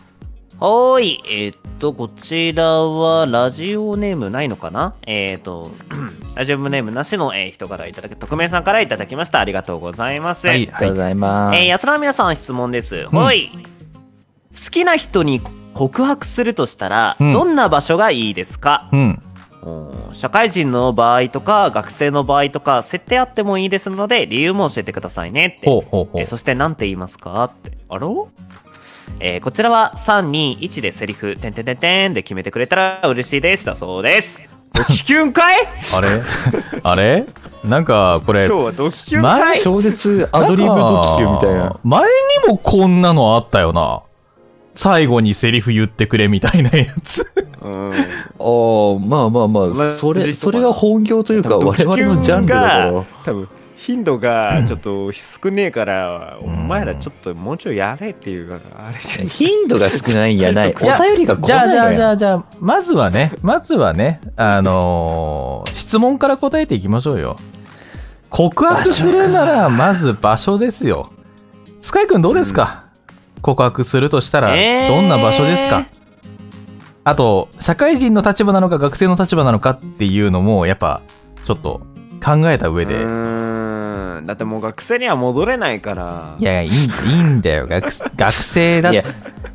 Speaker 8: はーい。えーっと、こちらは、ラジオネームないのかなえーっと、 [clears throat] ラジオネームなしの、えー人からいただき、匿名さんからいただきました。ありがとうございます。
Speaker 3: はい、
Speaker 4: ありがと
Speaker 3: は
Speaker 4: うご
Speaker 3: い。
Speaker 4: ざいま
Speaker 8: え
Speaker 4: す。
Speaker 8: ー、安田の皆さん質問です。は、い。好きな人に告白するとしたら、
Speaker 3: うん
Speaker 8: どんな場所がいいですか、
Speaker 3: うん。
Speaker 8: うん社会人の場合とか、学生の場合とか、設定あってもいいですので、理由も教えてくださいねって。
Speaker 3: ほうほうほ
Speaker 8: え
Speaker 3: う
Speaker 8: ー。そして何て言いますかって。あろえーこちらは321でセリフ「てんてんてんてん」で決めてくれたら嬉しいですだそうですお聞きゅんかい
Speaker 3: あれ [laughs] あれなんか、これ、
Speaker 5: 今日はドキキュン
Speaker 3: 前、
Speaker 4: 超絶アドリブ特急みたい
Speaker 3: ん
Speaker 4: な
Speaker 3: か。前にもこんなのあったよな。最後にセリフ言ってくれみたいなやつ。
Speaker 5: うん
Speaker 4: ああ、まあまあまあ、
Speaker 5: まあ同
Speaker 4: それ、
Speaker 5: じ人
Speaker 4: それが本業というか、
Speaker 5: 多分
Speaker 4: 我々のジャンルだから。
Speaker 5: 多分頻度がちょっと少ねえから、
Speaker 3: ん
Speaker 5: お前らちょっともうちょいやれっていうあれじゃん
Speaker 4: 頻度が少ないんやない。お
Speaker 3: いや
Speaker 4: 便り [laughs] が来
Speaker 3: じゃ
Speaker 4: ない
Speaker 3: あじ
Speaker 4: の
Speaker 3: ゃあ
Speaker 4: や
Speaker 3: じゃあじゃあ、まずはね、まずはね、あのー質問から答えていきましょうよ。告白するなら、まず場所ですよ。スカイくんどうですか、告白するとしたら、
Speaker 8: えー
Speaker 3: どんな場所ですか、あと、社会人の立場なのか学生の立場なのかっていうのも、やっぱ、ちょっと考えた上
Speaker 5: う
Speaker 3: で、
Speaker 5: ーんだってもう学生には戻れないから
Speaker 3: いやいや、いいいいんだよ。学学生だ
Speaker 4: いや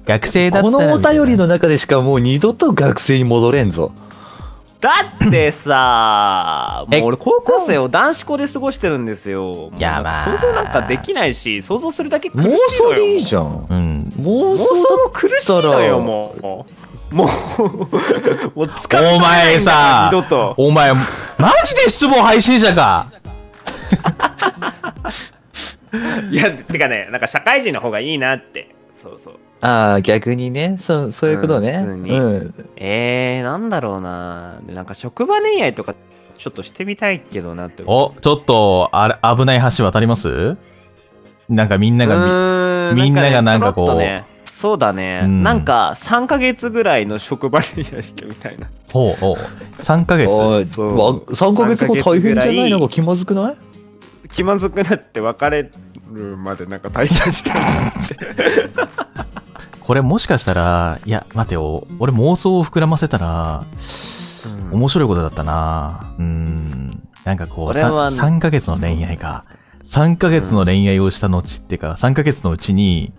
Speaker 3: 学生だった
Speaker 4: こ
Speaker 3: ら
Speaker 4: のお
Speaker 3: みたいな
Speaker 4: 便りの中でしかもう二度と学生に戻れんぞ。
Speaker 5: だってさも
Speaker 3: え
Speaker 5: う俺高校生を男子校で過ごしてるんですよ
Speaker 3: いや
Speaker 5: もう
Speaker 3: まあ
Speaker 5: 想像なんかできないし想像するだけ苦しい
Speaker 4: 妄
Speaker 5: の
Speaker 4: 想でいい
Speaker 5: よ
Speaker 4: じゃん。
Speaker 3: うん。
Speaker 4: 妄
Speaker 5: 妄
Speaker 4: 想
Speaker 5: 想も
Speaker 4: だ
Speaker 5: 苦しいのよ
Speaker 4: だ
Speaker 5: もうもう [laughs] もう使ってない
Speaker 3: お
Speaker 5: んだ
Speaker 3: 前さ
Speaker 5: 二度と
Speaker 3: お前、マジで失望配信者か
Speaker 5: いやてかねなんか社会人の方がいいなってそうそう
Speaker 4: ああ、逆にね。そう、そういうことね。
Speaker 5: うん普通に
Speaker 4: うん。
Speaker 5: えー、なんだろうな。でなんか職場恋愛とかちょっとしてみたいけどなって。
Speaker 3: お、ちょっと、あれ、危ない橋渡りますなんかみんながみ、
Speaker 5: うー
Speaker 3: みんながなんかこう
Speaker 5: ちょろっとねそうだね、
Speaker 3: うん
Speaker 5: なんか3ヶ月ぐらいの職場恋愛してみたいな。 [laughs]
Speaker 3: ほうほう。3ヶ月。
Speaker 4: おい、
Speaker 5: そう
Speaker 4: わ3ヶ月後大変じ
Speaker 5: 三ヶ月ぐ
Speaker 4: ゃ
Speaker 5: ら
Speaker 4: ない
Speaker 5: い
Speaker 4: なんか気まずくない
Speaker 5: 気まずくなって別れるまでなんか体験したい
Speaker 3: これもしかしたら、いや、待てよ。俺妄想を膨らませたら、面白いことだったなうん。なんかこう、
Speaker 8: 俺は
Speaker 3: 3, ヶ月の恋愛か。3ヶ月の恋愛をした後っていうか、3ヶ月のうちに、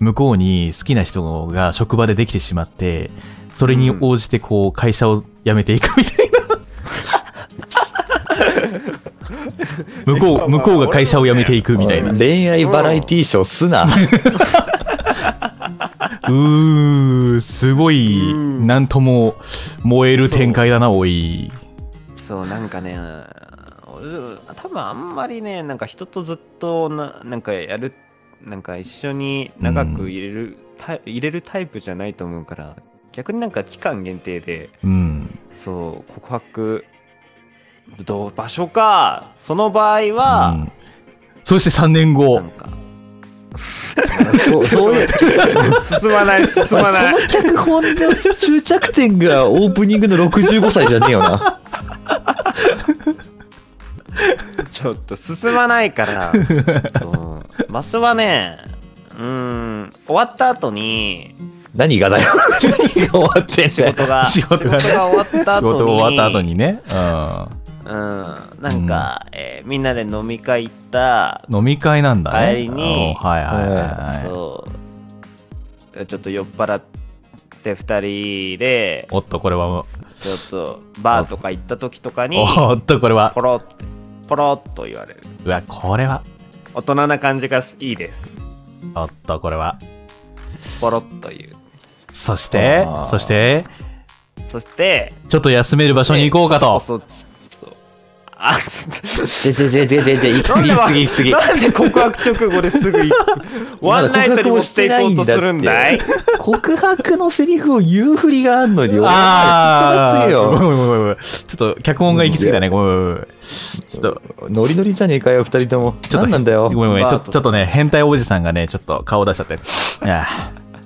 Speaker 3: 向こうに好きな人が職場でできてしまって、それに応じてこう、会社を辞めていくみたい
Speaker 5: [laughs]
Speaker 3: な。向こう、向こうが会社を辞めていくみたいな。
Speaker 4: 恋愛バラエティーショーすな。
Speaker 3: うー、すごい、
Speaker 5: うん
Speaker 3: なんとも燃える展開だな、おい。
Speaker 5: そうなんかね俺多分あんまりねなんか人とずっとななんかやるなんか一緒に長く入れる、タイ入れるタイプじゃないと思うから逆になんか期間限定で
Speaker 3: うん。
Speaker 5: そう告白どう場所かその場合
Speaker 3: う
Speaker 5: は、
Speaker 3: んそして3年
Speaker 5: な
Speaker 3: 後
Speaker 5: ん。か
Speaker 4: そう
Speaker 5: [laughs]
Speaker 4: そういう、
Speaker 5: 進まない進まない
Speaker 4: その脚本の終着点がオープニングの65歳じゃねえよな。
Speaker 5: [laughs] ちょっと進まないから、そう場所はね、うーん、終わった後に、
Speaker 4: 何がだよ。何が終わってん
Speaker 5: 仕
Speaker 4: だよ。
Speaker 5: 事が、
Speaker 3: [laughs] 仕事がね
Speaker 5: 終わった
Speaker 3: 仕
Speaker 5: 後に、
Speaker 3: 事終わった後にね。うん。
Speaker 5: うん、なんか、えーみんなで飲み会行った、
Speaker 3: 飲み会なんだね。
Speaker 5: 帰りに
Speaker 3: うんはいはいはいはい。
Speaker 5: そう、ちょっと酔っ払って2人で、
Speaker 3: おっと、これは、
Speaker 5: ちょっとバーとか行った時とかに、
Speaker 3: おっと、これは
Speaker 5: ポ、ロって、ポロっと言われる。
Speaker 3: うわ、これは、
Speaker 5: 大人な感じがいいです。
Speaker 3: おっと、これは。
Speaker 5: ポロっと言う。
Speaker 3: そして
Speaker 4: あー、
Speaker 3: そして、
Speaker 5: そして、
Speaker 3: ちょっと休める場所に行こうかと。
Speaker 5: そうそう
Speaker 3: [laughs]
Speaker 5: あちょっ
Speaker 4: じゃじゃじゃじゃじゃじゃ、行き過ぎ行き過ぎ行き過ぎ
Speaker 5: と。なんで告白直後です
Speaker 3: [laughs]
Speaker 5: ぐ行くワンナイトに持っていこうとするんだい
Speaker 4: 告白のセリフを言う振りがあんのに、
Speaker 3: あ
Speaker 4: お前すっ
Speaker 3: ー、
Speaker 4: 飛ばしすぎ
Speaker 3: ご
Speaker 4: よ。
Speaker 3: めんごめんごめんごめん。ちょっと、脚本が行き過ぎたね。ごめんごめんごめん。ちょっと、
Speaker 4: ノリノリじゃねえかよ、二人とも。
Speaker 3: ちょっと
Speaker 4: 何なんだよ。
Speaker 3: ごめんごめん。
Speaker 5: バ
Speaker 3: ちょ
Speaker 5: ー
Speaker 3: ちょっとね、変態おじさんがね、ちょっと顔出しちゃって。いや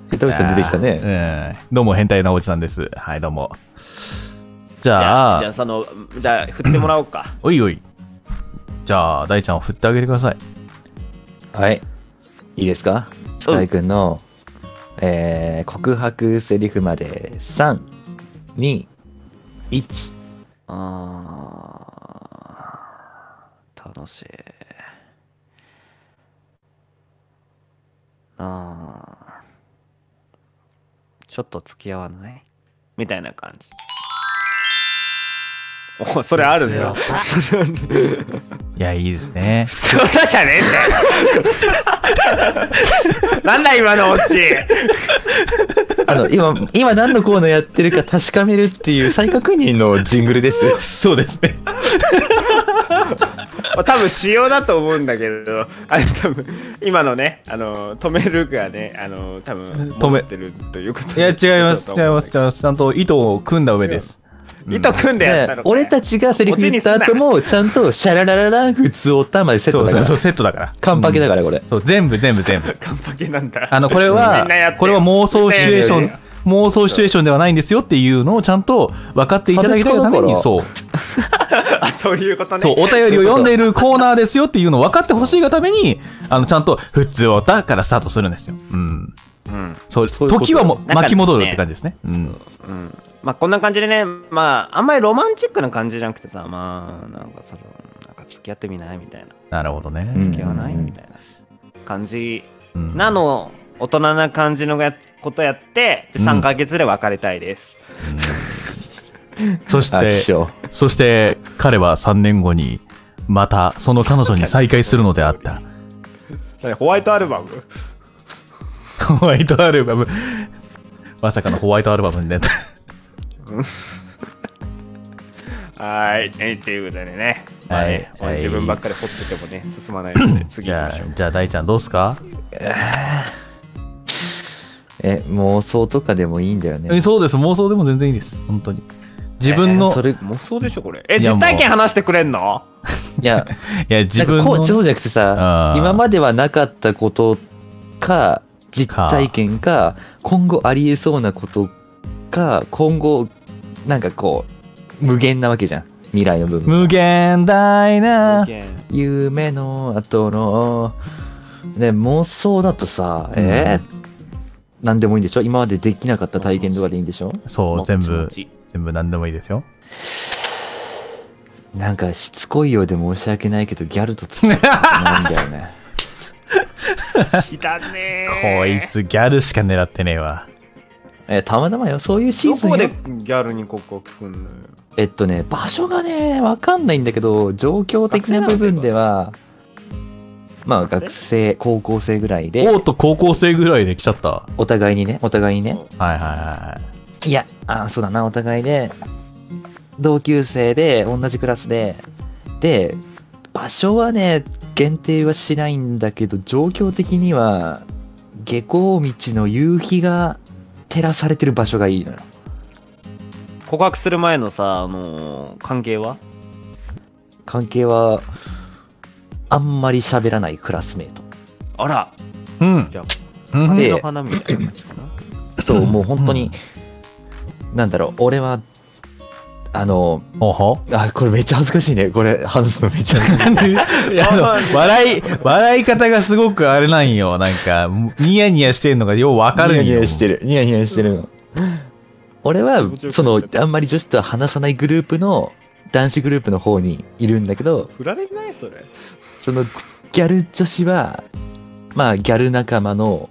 Speaker 3: ー
Speaker 4: ヘタウさん出てきたね。
Speaker 3: うん。どうも、変態なおじさんです。はい、どうも。じ
Speaker 5: じゃ
Speaker 3: ゃ
Speaker 5: あ
Speaker 3: あ、
Speaker 5: じゃあそのじゃあ振ってもらおうか
Speaker 3: おいおい。じゃあ、大ちゃんを振ってあげてください。
Speaker 4: はい。いいですか大君の、えー、告白セリフまで、3、2、1。
Speaker 5: あー楽しいあーちょっと付き合わないみたいな感じおそれあるんだよ
Speaker 3: いや、いいですね。
Speaker 5: そうだじゃねえんだよなんだ今のオチ
Speaker 4: あの、今、今何のコーナーやってるか確かめるっていう再確認のジングルです。
Speaker 3: そうですね。
Speaker 5: 多分仕様だと思うんだけどあれ多分今のねあの止めるがねあの多分
Speaker 3: 止め
Speaker 5: 戻ってるということ
Speaker 3: いや、違います、違います、違
Speaker 5: う
Speaker 3: います。ちゃんと糸を組んだ上です。
Speaker 5: 糸組んでやった
Speaker 4: ね
Speaker 5: のこれ
Speaker 4: 俺たちがセリフ言った後も、ちゃんと、シャララララン、普通おたまでセッ
Speaker 3: そ
Speaker 4: ト
Speaker 3: う
Speaker 4: だ
Speaker 3: そ
Speaker 4: か
Speaker 3: うそう、
Speaker 4: ら。
Speaker 3: セットだから。
Speaker 4: 完パケだから、これ。
Speaker 3: そう、全部、全部、全部。
Speaker 5: 完パケなんだ
Speaker 3: あの、これ [laughs]
Speaker 5: みんなやって
Speaker 3: は
Speaker 5: よ、
Speaker 3: これは妄想シチュエーショ
Speaker 5: みんな
Speaker 3: ン、妄想シチュエーションではないんですよっていうのをちゃんと分かっていただきたいがために、
Speaker 4: 差別
Speaker 3: そう、
Speaker 5: あ [laughs] そういうことね
Speaker 3: そう、お便りを読んでいるコーナーですよっていうのを分かってほしいがために、あの、ちゃんと、普通おたからスタートするんですよ。うん。
Speaker 5: うん
Speaker 3: そう、
Speaker 4: そういうこと
Speaker 3: 時はもう
Speaker 5: なんかね
Speaker 3: 巻き戻るって感じですね。うん。
Speaker 5: うんまあこんな感じでねまああんまりロマンチックな感じじゃなくてさまあなんかそのなんか付き合ってみないみたいな
Speaker 3: なるほどね。
Speaker 4: うん
Speaker 5: 付き合わないみたいな感じ
Speaker 3: うん
Speaker 5: なの大人な感じのやことやってで
Speaker 3: うん
Speaker 5: 3ヶ月で別れたいです、
Speaker 3: そ [laughs] し
Speaker 4: 飽き
Speaker 3: て、
Speaker 4: 性。
Speaker 3: そして彼は3年後に、またその彼女に再会するのであった。
Speaker 5: ホワイトアルバム
Speaker 3: ホワイトアルバム。まさかのホワイトアルバムにね。
Speaker 5: はーいえーということでね、まあね
Speaker 3: は
Speaker 5: 俺
Speaker 3: い
Speaker 5: 自分ばっかり掘っててもね進まないの
Speaker 3: [coughs]
Speaker 5: で次
Speaker 3: じ
Speaker 5: 行
Speaker 3: ゃ
Speaker 5: きましょう
Speaker 3: あ、じゃあ大ちゃんどうすか、
Speaker 4: え、妄想とかでもいいんだよ
Speaker 3: え
Speaker 4: ね。
Speaker 3: そうです。妄想でも全然いいです。本当に。自分の、
Speaker 4: それ、い
Speaker 5: 妄想でしょこれえ
Speaker 3: いや
Speaker 5: 実体験話してくれんの
Speaker 4: や、
Speaker 3: いや、
Speaker 4: な
Speaker 3: [laughs] 自
Speaker 4: んか
Speaker 3: 分
Speaker 4: こ
Speaker 3: の、
Speaker 4: う、そうじゃなくてさ
Speaker 3: あ、ー
Speaker 4: 今まではなかったことか、実体験か、今後ありえそうなことか、今後、なんかこう、無限なわけじゃん。未来の部分。
Speaker 3: 無限大な、
Speaker 4: 夢の後の、ね、妄想だとさ、
Speaker 3: うん
Speaker 4: えー何でもいいんでしょ今までできなかった体験とかでいいんでしょ
Speaker 3: そう、全部
Speaker 5: も
Speaker 3: [laughs]
Speaker 5: ち、も
Speaker 3: 全部何でもいいですよ。
Speaker 4: なんかしつこいようで申し訳ないけどギャルと付き合ってないんだよね
Speaker 5: ち来たねー
Speaker 3: こいつギャルしか狙ってねえわ。
Speaker 4: えたまたまよそういうシー
Speaker 5: ど
Speaker 4: ズン
Speaker 5: こ
Speaker 4: よ
Speaker 5: でギャルに告白すんのよ
Speaker 4: えっとね場所がねわかんないんだけど状況的な部分ではまあ学生、高校生ぐらいで、
Speaker 3: おっと、高校生ぐらいで来ちゃった。は
Speaker 4: お互いにね、お互いにね、
Speaker 3: いはいはい。
Speaker 4: いや、あーそうだな、お互いで、同級生で、同じクラスで、で、場所はね、限定はしないんだけど、状況的には、下校道の夕日が照らされてる場所がいいのよ。
Speaker 1: 告白する前のさ、あのー関係は
Speaker 4: 関係は、あんまり喋らないクラスメート。
Speaker 1: あら、
Speaker 3: うん
Speaker 1: じゃあ。
Speaker 3: うん
Speaker 1: 手
Speaker 4: で
Speaker 1: の花みたいな感じか
Speaker 5: [laughs]
Speaker 1: な。
Speaker 4: そう、もう本当に、なんだろう、俺は、あの、
Speaker 3: おは
Speaker 4: あ、これめっちゃ恥ずかしいね。これ話すのめっちゃ恥ずかしい。 [laughs]
Speaker 3: いや、あの笑い、笑い方がすごくあれなんよ。なんか、ニヤニヤしてんのがようわかるんよ。
Speaker 4: ニヤニヤしてる。ニヤニヤしてるの。俺は、その、あんまり女子とは話さないグループの、男子グループの方にいるんだけど、
Speaker 7: 振られないそれ。
Speaker 4: その、ギャル女子は、まあ、ギャル仲間の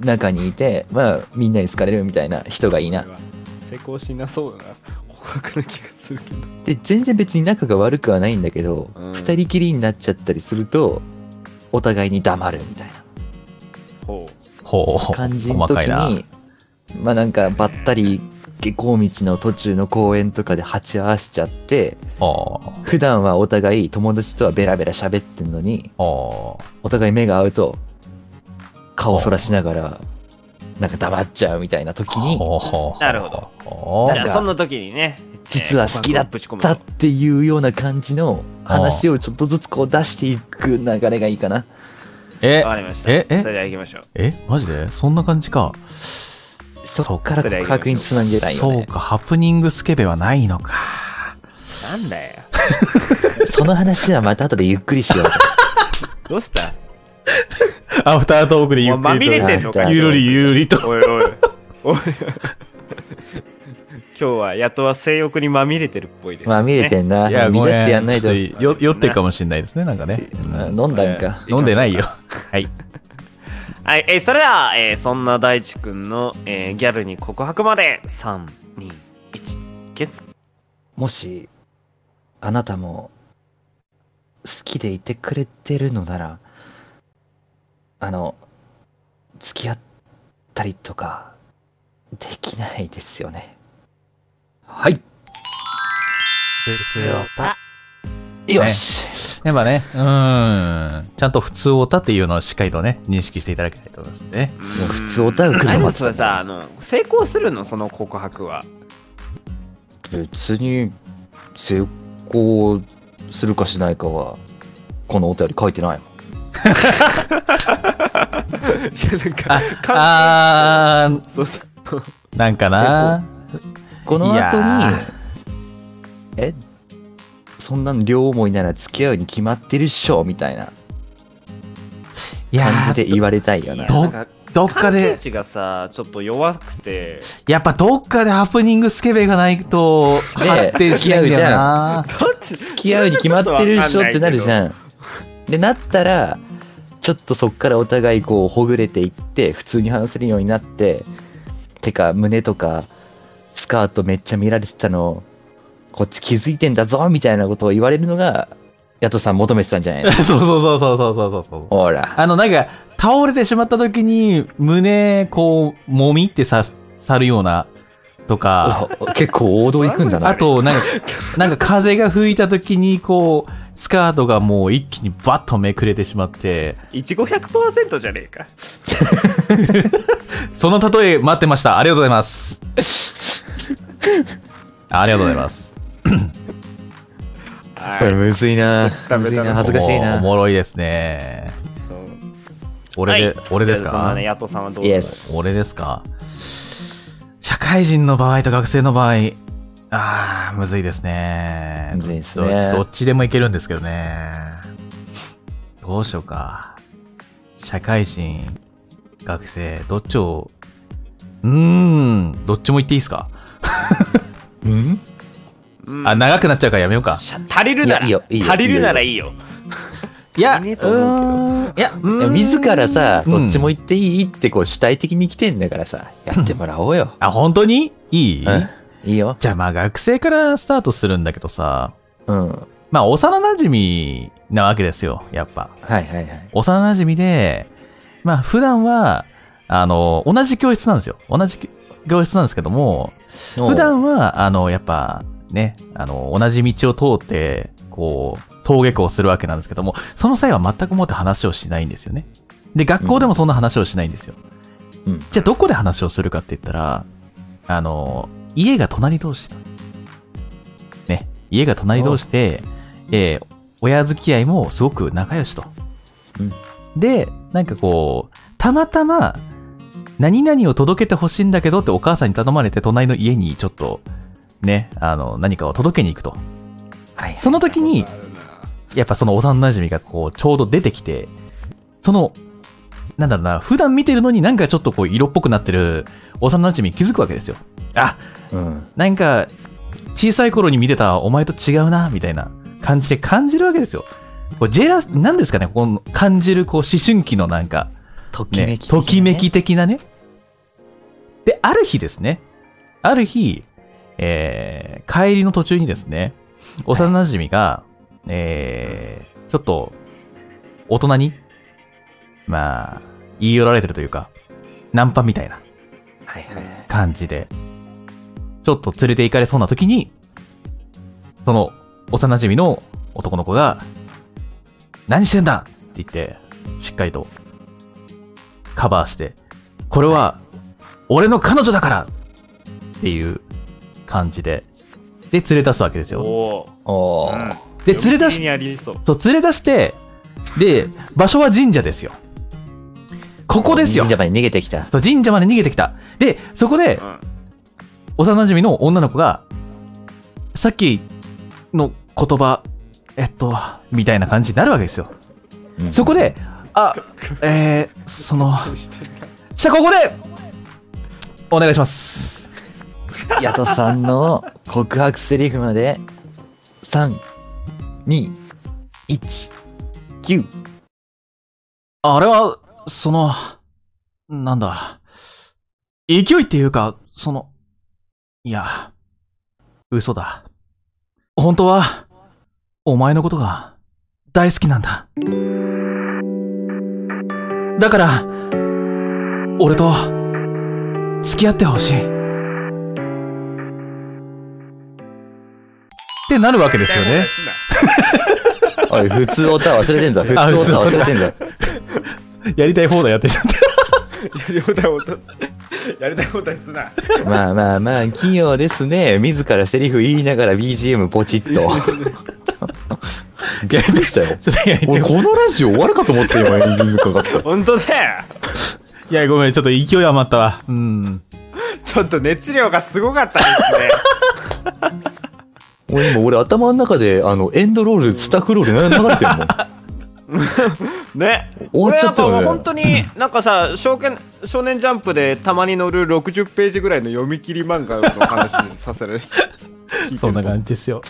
Speaker 4: 中にいて、まあ、みんなに好かれるみたいな人がいいな
Speaker 7: これ。は成功しなそうだな。告白な気がするけど。
Speaker 4: で、全然別に仲が悪くはないんだけど、
Speaker 7: うん
Speaker 4: 二人きりになっちゃったりすると、お互いに黙るみたいな。
Speaker 7: ほ
Speaker 3: ほう。
Speaker 4: 感じの
Speaker 3: 細
Speaker 4: 時
Speaker 3: かいな。
Speaker 4: にまあなんかばったり下校道の途中の公園とかで鉢合わせちゃって
Speaker 3: お
Speaker 4: 普段はお互い友達とはベラベラ喋ってんのに
Speaker 3: ーおー
Speaker 4: お互い目が合うと顔をそらしながらなんか黙っちゃうみたいな時に
Speaker 3: ほうほう。
Speaker 1: なるほど
Speaker 3: ほう。
Speaker 1: じゃあ、そんな時にね、
Speaker 4: 実は好きだっ
Speaker 1: ぶち込む
Speaker 4: た
Speaker 1: と
Speaker 4: っ。ていうような感じの話をちょっとずつこう出していく流れがいいかな。
Speaker 3: え
Speaker 1: わ、かりました。
Speaker 3: ええ
Speaker 1: それでは行きましょう。
Speaker 3: えマジでそんな感じか。
Speaker 4: そっから告白につなげないよ
Speaker 3: そう
Speaker 4: ね。
Speaker 3: か、ハプニングスケベはないのか。
Speaker 1: なんだよ。
Speaker 4: その話はまた後でゆっくりしよう。
Speaker 3: [laughs]
Speaker 1: どうした
Speaker 3: アフタートークでゆっ
Speaker 1: お前ま
Speaker 3: く
Speaker 1: み
Speaker 3: り
Speaker 1: れ
Speaker 3: と。
Speaker 1: てんのかよ。
Speaker 3: ゆるりゆるりと。
Speaker 1: おい [laughs] おい。おい。今日はやっとは性欲にまみれてるっぽいです、ね。
Speaker 4: まあ見れてんな。
Speaker 3: いや、
Speaker 4: 乱
Speaker 3: ごめん。
Speaker 4: してやんない
Speaker 3: ちょ。
Speaker 4: と
Speaker 3: っとよ酔ってるかもしれないですね、なんかね。
Speaker 4: あ飲んだんか。
Speaker 3: 飲んでないよ。はい。
Speaker 1: はい、えーそれでは、えーそんな大地くんの、えーギャルに告白まで、3、2、1。
Speaker 4: もし、あなたも、好きでいてくれてるのなら、あの、付き合ったりとか、できないですよね。はい。よし。
Speaker 3: やっぱね、うーん。ちゃんと普通オタっていうのをしっかりとね、認識していただきたいと思いますね。
Speaker 4: もう普通おたうく
Speaker 1: あ
Speaker 4: の
Speaker 1: でも
Speaker 4: 待つ
Speaker 1: それさ、あの、成功するのその告白は。
Speaker 4: 別に、成功するかしないかは、このお便り書いてないもん。
Speaker 3: あー、
Speaker 1: そうそう。
Speaker 3: なんかな。
Speaker 4: この
Speaker 3: いや
Speaker 4: 後に
Speaker 3: ー、
Speaker 4: え、そんなの両思いなら付き合うに決まってるっしょみたいない
Speaker 3: やー
Speaker 4: 感じで言われたいよな。
Speaker 3: ど
Speaker 1: なんか
Speaker 3: どっか
Speaker 1: 関係
Speaker 3: で、
Speaker 1: 値がさ、ちょっと弱くて、
Speaker 3: やっぱどっかでハプニングスケベがないと、
Speaker 4: ね
Speaker 3: 発展しないんだよな。
Speaker 4: 付き合うに決まってるっしょってなるじゃん。で、なったら、ちょっとそっからお互いこうほぐれていって、普通に話せるようになって、てか胸とかスカートめっちゃ見られてたの、こっち気づいてんだぞみたいなことを言われるのが、ヤトさん求めてたんじゃ [laughs] ないの
Speaker 3: そうそうそうそうそうそうそうそう。
Speaker 4: ほら。
Speaker 3: あの、なんか、倒れてしまった時に、胸、こう、もみってさ、さるような、とか、
Speaker 4: お結構王道行くんだな。
Speaker 3: あと、なんか、なんか風が吹いた時に、こう、スカートがもう一気にバッとめくれてしまって、
Speaker 1: いちご100%じゃねえか。
Speaker 3: その例え待ってました。ありがとうござい
Speaker 4: [laughs]
Speaker 3: ます。ありがとうございます。
Speaker 4: これむずいな
Speaker 1: ダメ
Speaker 4: むずい
Speaker 1: ダ
Speaker 4: な
Speaker 1: メ
Speaker 4: 恥ずかしい
Speaker 3: おお
Speaker 4: な
Speaker 3: もろいですね。俺で、俺です
Speaker 1: そんな
Speaker 3: か
Speaker 1: ね、ヤトさんはどう
Speaker 4: イエス
Speaker 3: 俺ですか社会人の場合と学生の場合、あー、むずいですね。
Speaker 4: むずいですね
Speaker 3: どどっちでもいけるんですけどね。どうしようか。社会人、学生、どっちを、うーん、どっちも言っていいですか、
Speaker 4: うん
Speaker 1: うん
Speaker 3: あ、長くなっちゃうからやめようか。
Speaker 1: しゃ足りるなら
Speaker 4: いやいいよいいよ
Speaker 1: 足りるならいいよ。
Speaker 3: いや、う
Speaker 1: ねえと思
Speaker 3: ーん、いや、うーん
Speaker 4: 自らさ
Speaker 3: うん
Speaker 4: どっちも言っていいってこう主体的に来てんだからさやってもらおうよ
Speaker 3: あ、本当にいい
Speaker 4: うんいいよ
Speaker 3: じゃあまあ学生からスタートするんだけどさ、
Speaker 4: うん
Speaker 3: まあ、幼馴染なわけですよ、やっぱ。
Speaker 4: はいはいはい。
Speaker 3: 幼馴染で、まあ、普段は、あの、同じ教室なんですよ。同じ教室なんですけども、普段は、あの、やっぱ、ね、あの、同じ道を通って、こう、登下校するわけなんですけども、その際は全くもって話をしないんですよね。で、学校でもそんな話をしないんですよ。
Speaker 4: うん
Speaker 3: じゃあ、どこで話をするかって言ったら、あの、家が隣同士だね、家が隣同士で、えー親付き合いもすごく仲良しと。
Speaker 4: うん
Speaker 3: で、なんかこう、たまたま、何々を届けてほしいんだけどってお母さんに頼まれて隣の家にちょっとね、あの、何かを届けに行くと。
Speaker 4: はい。
Speaker 3: その時に、やっぱその幼馴染がこう、ちょうど出てきて、その、なんだろうな、普段見てるのになんかちょっとこう、色っぽくなってる幼馴染に気づくわけですよ。あ、
Speaker 4: うん。
Speaker 3: なんか、小さい頃に見てたお前と違うな、みたいな感じで感じるわけですよ。こうジェラス、なんですかね、この感じるこう、思春期のなんか、
Speaker 4: ときめ
Speaker 3: ね、
Speaker 4: き。
Speaker 3: ときめき。的なね。で、ある日ですね。ある日、えー、帰りの途中にですね、幼馴染みが、えー、ちょっと、大人に、まあ、言い寄られてるというか、ナンパみたいな
Speaker 4: はいはいはい。
Speaker 3: 感じで、ちょっと連れて行かれそうな時に、その、幼馴染みの男の子が、何してんだって言って、しっかりと、カバーして、これは、俺の彼女だからっていう感じで、で、連れ出すわけですよ。
Speaker 7: おお。
Speaker 4: おー。
Speaker 3: で、連れ出し
Speaker 7: しにありそう。
Speaker 3: そう、連れ出して、で、場所は神社ですよ。ここですよ
Speaker 4: 神。社まで逃げてきた。
Speaker 3: そう、神社まで逃げてきた。で、そこで、
Speaker 7: ん
Speaker 3: 幼馴染の女の子が、さっきの言葉、えっと、みたいな感じになるわけですよ。
Speaker 4: うん
Speaker 3: そこで、あ、えー、その、さあ、ここで、お願いします。
Speaker 4: ヤトさんの告白セリフまで、3、2、1、9。
Speaker 3: あれは、その、なんだ、勢いっていうか、その、いや、嘘だ。本当は、お前のことが、大好きなんだ。だから、俺と、付き合ってほしい。ってなるわけですよね。
Speaker 4: おい、普通オタ忘れ [laughs] てんぞ。普
Speaker 3: あ
Speaker 4: 通オタ忘れてんぞ。
Speaker 3: やりたい放題やって [laughs] ちゃった。
Speaker 7: やり放題おた、やりたい放題すな。
Speaker 4: まあまあまあ、器用ですね。自らセリフ言いながら BGM ポチッと。びっくりしたよ。
Speaker 3: ちょっとやりたい放題
Speaker 4: 俺、このラジオ終わるかと思って今エンディングかかった。
Speaker 7: 本当だよ。
Speaker 3: いや、ごめん、ちょっと勢い余ったわ。うん。
Speaker 7: ちょっと熱量がすごかったですね。
Speaker 4: 俺今、俺頭の中で、あの、エンドロール、スタッフロールな流れてるもん。
Speaker 7: ね、
Speaker 4: 終わっちゃったよね
Speaker 7: 俺なんかもう本当になんかさ少年「少年ジャンプ」でたまに載る60ページぐらいの読み切り漫画の話させられる
Speaker 3: [laughs] そんな感じですよ。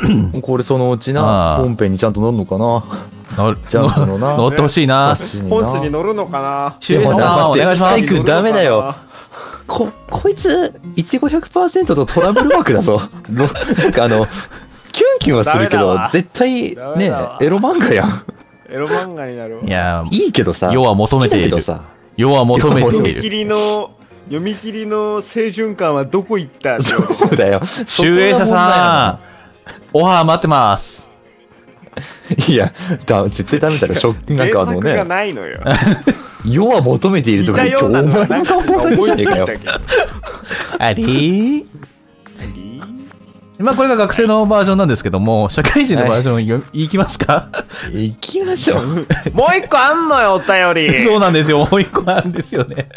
Speaker 7: [laughs]
Speaker 4: これそのうち
Speaker 3: あ
Speaker 4: な、
Speaker 3: ー
Speaker 4: 本編にちゃんと乗るのかな。
Speaker 3: 乗る
Speaker 4: ジャンプのな
Speaker 3: 乗ってほしいな。
Speaker 4: 冊子に
Speaker 7: 本誌に
Speaker 4: な。
Speaker 7: 載るのかな
Speaker 3: 注文
Speaker 4: だ
Speaker 3: お
Speaker 4: って
Speaker 3: 願いしま
Speaker 4: ステイ
Speaker 3: す
Speaker 4: 君。ダメだよこ、こいつ、いちご100%とトラブル枠だぞ。 [laughs] ろなんかあの、キュンキュンはするけど
Speaker 7: ダメだわ、
Speaker 4: 絶対
Speaker 7: ダメ
Speaker 4: ね
Speaker 7: だわ、
Speaker 4: エロ漫画や
Speaker 7: [laughs]
Speaker 4: ん。
Speaker 7: エロ漫画になるわ
Speaker 3: いや、
Speaker 4: いいけどさ。
Speaker 3: 世は求めている
Speaker 4: 好きだけどさ。
Speaker 3: 世は求めて
Speaker 7: 読
Speaker 3: い
Speaker 7: み
Speaker 3: る。
Speaker 7: 切りの読み切りの青春感はどこ行った
Speaker 4: そうだよ。
Speaker 3: 集英者さん、オファー待ってます。
Speaker 4: ん。いや、だ絶対ダメ
Speaker 7: [laughs]
Speaker 4: だろ。ショックなんかあ
Speaker 7: 原
Speaker 4: の
Speaker 7: 作が
Speaker 4: ね、
Speaker 7: ないのよ。
Speaker 4: 世は求めている
Speaker 7: 似
Speaker 4: とか
Speaker 7: た
Speaker 4: 言って、
Speaker 7: よう
Speaker 4: お
Speaker 7: な
Speaker 4: 前
Speaker 7: の
Speaker 3: [laughs]
Speaker 7: はな
Speaker 4: の
Speaker 7: んか
Speaker 4: 顔
Speaker 7: 思
Speaker 4: され
Speaker 7: い
Speaker 4: て
Speaker 7: つ
Speaker 4: ねえ
Speaker 7: い
Speaker 4: か
Speaker 7: た
Speaker 4: よ。
Speaker 7: けど。
Speaker 3: ありーまあこれが学生のバージョンなんですけども、社会人のバージョンよ、い、きますか
Speaker 4: 行きましょう。
Speaker 7: もう一個あんのよお便り。
Speaker 3: そうなんですよ。もう一個なんですよね。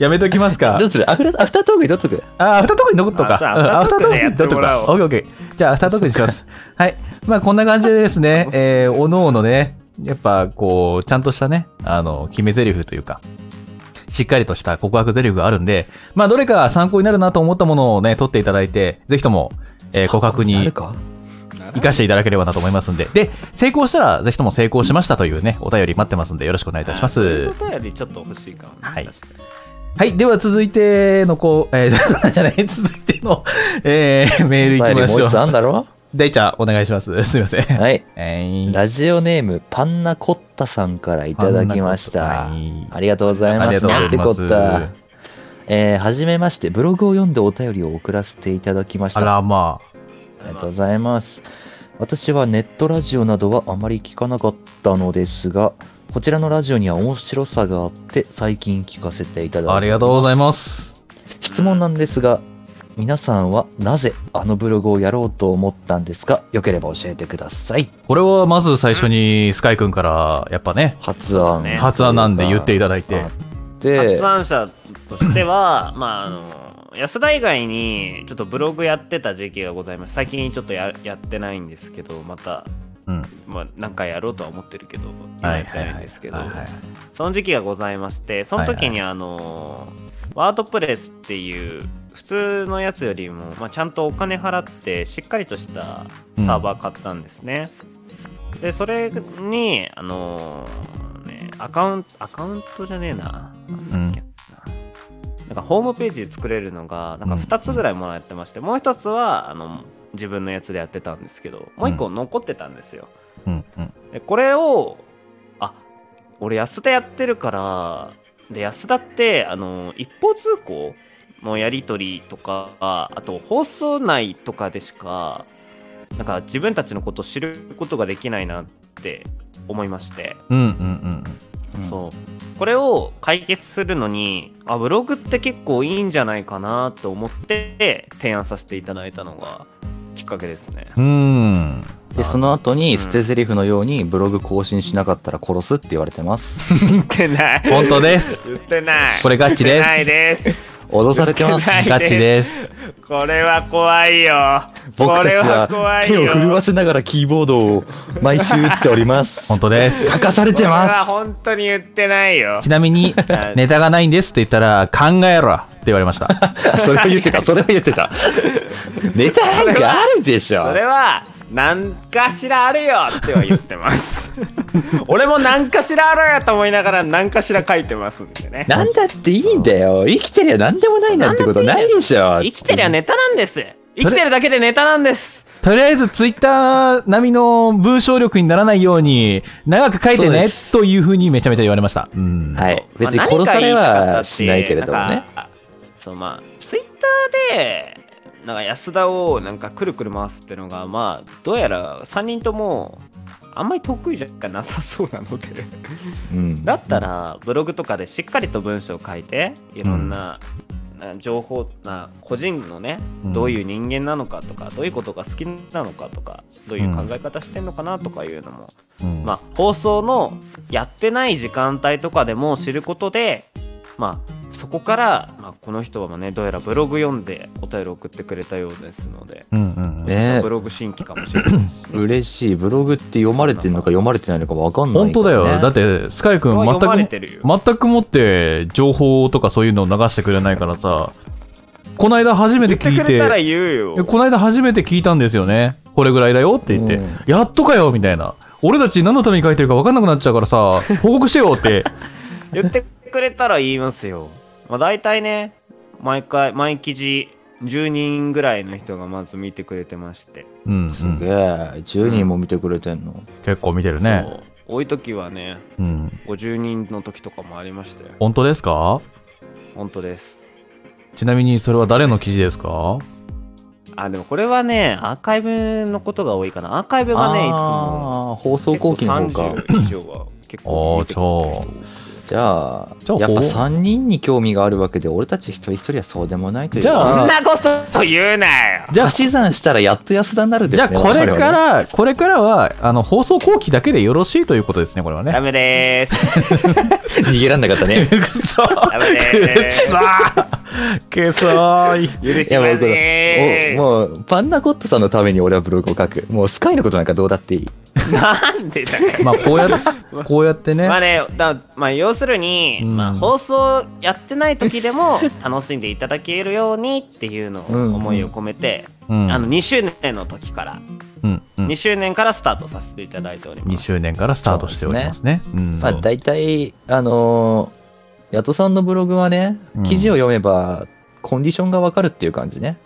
Speaker 3: やめときますか
Speaker 4: ど。うするアフターアフタートークに撮っとく。
Speaker 3: あ、アフタートークに残っとくか。
Speaker 7: あ
Speaker 3: う
Speaker 7: そ
Speaker 3: ん
Speaker 7: う
Speaker 3: アフ
Speaker 7: アフ
Speaker 3: タート
Speaker 7: タート
Speaker 3: ークに乗
Speaker 7: ークでや
Speaker 3: っ
Speaker 7: っ
Speaker 3: と
Speaker 7: て
Speaker 3: くか
Speaker 7: も
Speaker 3: オ
Speaker 7: ら。
Speaker 3: ッケーオッケー。じゃあ、アフタートークにします。はい。まあ、こんな感じでです [laughs] ね、えー、おのおのね、やっぱ、こう、ちゃんとしたね、あの、決め台詞というか、しっかりとした告白台詞があるんで、まあ、どれか参考になるなと思ったものをね、取っていただいて、ぜひとも、えー、告白
Speaker 4: あ
Speaker 3: に
Speaker 4: るか
Speaker 3: 生かしていただければなと思いますんで、で、成功したら、ぜひとも成功しましたというね、お便り待ってますんで、よろしくお願いいたします。
Speaker 7: お便りちょっと欲しいかもね。
Speaker 3: はいはい。では、続いてのこう、えー、じゃない、続いての、えー、メールいきましょう。 [laughs]
Speaker 4: あんだろ
Speaker 3: 大ちゃん、お願いします。すいません。
Speaker 4: はい。
Speaker 3: えー
Speaker 4: ラジオネーム、パンナコッタさんからいただきました。
Speaker 3: はい
Speaker 4: ありがとうございま
Speaker 3: あ
Speaker 4: す。
Speaker 3: りがとうございます
Speaker 4: ナコッタえー、はじめまして、ブログを読んでお便りを送らせていただきました。
Speaker 3: あら、まあ。
Speaker 4: ありがとうございます。私はネットラジオなどはあまり聞かなかったのですが、こちらのラジオには面白さがあって、最近聞かせていただいてます
Speaker 3: ありがとうございます。
Speaker 4: 質問なんですが、皆さんはなぜあのブログをやろうと思ったんですかよければ教えてください。
Speaker 3: これはまず最初に、スカイくんから、やっぱね、
Speaker 4: 発案。
Speaker 5: ね
Speaker 3: 発案なんで言っていただいて
Speaker 4: あ。で、
Speaker 5: 発案者としては、 [laughs] まあ、あの安田以外にちょっとブログやってた時期がございます最近ちょっとややってないんですけどまた、
Speaker 3: うん
Speaker 5: まあ、なんかやろうとは思ってるけど今
Speaker 3: は
Speaker 5: や
Speaker 3: い
Speaker 5: って
Speaker 3: はい
Speaker 5: ないん
Speaker 3: はい
Speaker 5: ですけど、
Speaker 3: はいはい
Speaker 5: その時期がございましてその時にあの、ワードプレスっていう普通のやつよりも、まあ、ちゃんとお金払ってしっかりとしたサーバー買ったんですね、でそれにあのねアカウントアカウントじゃねえななんだっけなんかホームページ作れるのがなんか
Speaker 3: うん
Speaker 5: 2つぐらいもらってまして、もう1つはあの自分のやつでやってたんですけどもう1個残ってたんですよ、
Speaker 3: うんうん
Speaker 5: でこれをあ俺安田やってるからで安田ってあの一方通行のやり取りとかあと放送内とかでしかなんか自分たちのことを知ることができないなって思いまして、
Speaker 3: うんうんうん
Speaker 5: そうこれを解決するのにあブログって結構いいんじゃないかなと思って提案させていただいたのがきっかけです
Speaker 4: [laughs]
Speaker 5: ね
Speaker 3: うん。う
Speaker 4: でその後に捨て台詞のようにブログ更新しなかったら殺すって言われてます。
Speaker 5: 言ってない
Speaker 3: ーん。本当です。
Speaker 5: 言ってない
Speaker 3: これガチで
Speaker 5: ない
Speaker 3: す。
Speaker 5: です
Speaker 4: 脅されてます。
Speaker 5: ないです
Speaker 3: ガチです。
Speaker 5: これは怖いよ
Speaker 4: 僕たち
Speaker 5: [laughs] これは
Speaker 4: は
Speaker 5: 怖い
Speaker 4: 手
Speaker 5: よ
Speaker 4: を震わせながらキーボードを毎週打っておりま
Speaker 5: [laughs]
Speaker 4: す
Speaker 3: 本。当です。
Speaker 4: 書かされ
Speaker 5: こ
Speaker 4: て
Speaker 5: れは
Speaker 4: ます。
Speaker 5: 本当に言ってないよ
Speaker 3: ちなみに、ネタがないんですって言ったら、考えろって言われました。
Speaker 4: [laughs] それは言ってた、それは言って
Speaker 5: [laughs]
Speaker 4: た。ネタなんかあるでしょ。
Speaker 5: それは何かしらあるよっては言ってます
Speaker 4: [laughs]
Speaker 5: 俺も何かしらあるよと思いながら何かしら書いてますんでね
Speaker 4: なんだっていいんだよ。生きてりゃ何でもないなんてことないでしょ。
Speaker 5: 生きてりゃネタなんです生きてるだけでネタなんです
Speaker 3: とりあえず、ツイッター並みの文章力にならないように、長く書いて
Speaker 4: そう
Speaker 3: ね
Speaker 4: で、す
Speaker 3: というふうにめちゃめちゃ言われました。うん。
Speaker 4: はい。
Speaker 5: ま
Speaker 4: 別に
Speaker 5: あ
Speaker 4: 殺さ
Speaker 5: 何が言い
Speaker 4: れ
Speaker 5: たかったっ
Speaker 4: は
Speaker 5: て
Speaker 4: しないけれども
Speaker 5: なん
Speaker 4: ね。
Speaker 5: かそうまあツイッターでなんか安田をなんかくるくる回すってのがまあどうやら3人ともあんまり得意じゃなさそうなので [laughs]
Speaker 4: うん
Speaker 5: だったらブログとかでしっかりと文章を書いていろんな、な情報な個人のね
Speaker 3: うん
Speaker 5: どういう人間なのかとか、どういうことが好きなのかとかどういう考え方してんのかなとかいうのも
Speaker 3: うん
Speaker 5: まあ、放送のやってない時間帯とかでも知ることで、まあ、そこから、まあ、この人はねどうやらブログ読んでお便り送ってくれたようですので、
Speaker 3: うんうんうん。
Speaker 4: ね
Speaker 5: ブログ新規かもしれないですし
Speaker 4: 嬉しい。ブログって読まれてるのか読まれてないのかわかんない、
Speaker 3: 本当だよ。だ
Speaker 4: っ
Speaker 3: って、スカイ君
Speaker 5: これは
Speaker 3: 全
Speaker 5: 読まれ
Speaker 3: く、
Speaker 5: てるよ、
Speaker 3: 全くもって情報とかそういうのを流してくれないからさ、この間初めて聞
Speaker 5: 言
Speaker 3: い
Speaker 5: ってく
Speaker 3: て、
Speaker 5: れたら言うよ
Speaker 3: えこの間初めて聞いたんですよね。これぐらいだよって言って、
Speaker 4: うん
Speaker 3: やっとかよみたいな。俺たち何のために書いてるか分かんなくなっちゃうからさ、報告してよって。
Speaker 5: 言ってくれたら言いますよ、まあ、大体ね毎回毎記事10人ぐらいの人がまず見てくれてまして、
Speaker 3: うん、うん。
Speaker 4: すげえ。10人も見てくれてんの。
Speaker 3: 結構見てるね。
Speaker 5: そう多い時はね
Speaker 3: うん。
Speaker 5: 50人の時とかもありましたよ
Speaker 3: 本当ですか
Speaker 5: 本当です
Speaker 3: ちなみにそれは誰の記事ですか
Speaker 5: あ、でもこれはね、アーカイブのことが多いかな。アーカイブがね、いつも。
Speaker 4: あー放送後期の方か。
Speaker 5: 結構30以上は結構見てくれてる
Speaker 4: じゃあ
Speaker 3: じゃあ、
Speaker 4: やっ
Speaker 3: ほう
Speaker 4: ぱ3人に興味があるわけで、俺たち一人一人はそうでもないという。
Speaker 3: じ
Speaker 5: 人そ
Speaker 3: ゃ
Speaker 5: ん
Speaker 3: あ、
Speaker 5: なこと言うなよ
Speaker 4: じゃあ、足し算したらやっと安田になる
Speaker 3: じ
Speaker 4: です
Speaker 3: ゃあ
Speaker 4: ね。
Speaker 3: これ
Speaker 4: 我
Speaker 3: か
Speaker 4: 々はね。
Speaker 3: ら、これからは、あの、放送後期だけでよろしいということですね、これはね
Speaker 5: ダ。メでーす。
Speaker 3: [laughs]
Speaker 4: 逃げらんなかったね。
Speaker 3: くそ
Speaker 5: ダメでーす。
Speaker 3: くそーい。
Speaker 5: 許
Speaker 4: い
Speaker 5: し
Speaker 4: や
Speaker 5: ま
Speaker 4: も
Speaker 5: せ
Speaker 4: うこれ
Speaker 5: ん。
Speaker 4: おもうパンナコットさんのために俺はブログを書くもうスカイのことなんかどうだっていい
Speaker 5: なんでだよ。
Speaker 3: まあ、こうやって、こうやってね
Speaker 5: ま。あね、だまあ要するに、
Speaker 3: うん
Speaker 5: まあ、放送やってない時でも [laughs] 楽しんでいただけるようにっていうのを
Speaker 4: うん
Speaker 5: 思いを込めて、
Speaker 3: うん。
Speaker 5: あの2周年の時から、
Speaker 3: うん。うん
Speaker 5: 2周年からスタートさせていただいておりま
Speaker 3: 2
Speaker 5: す。
Speaker 3: 周年からスタートしておりますね。うん
Speaker 4: まあ大体あのー、ヤトさんのブログはね
Speaker 3: うん
Speaker 4: 記事を読めばコンディションがわかるっていう感じね、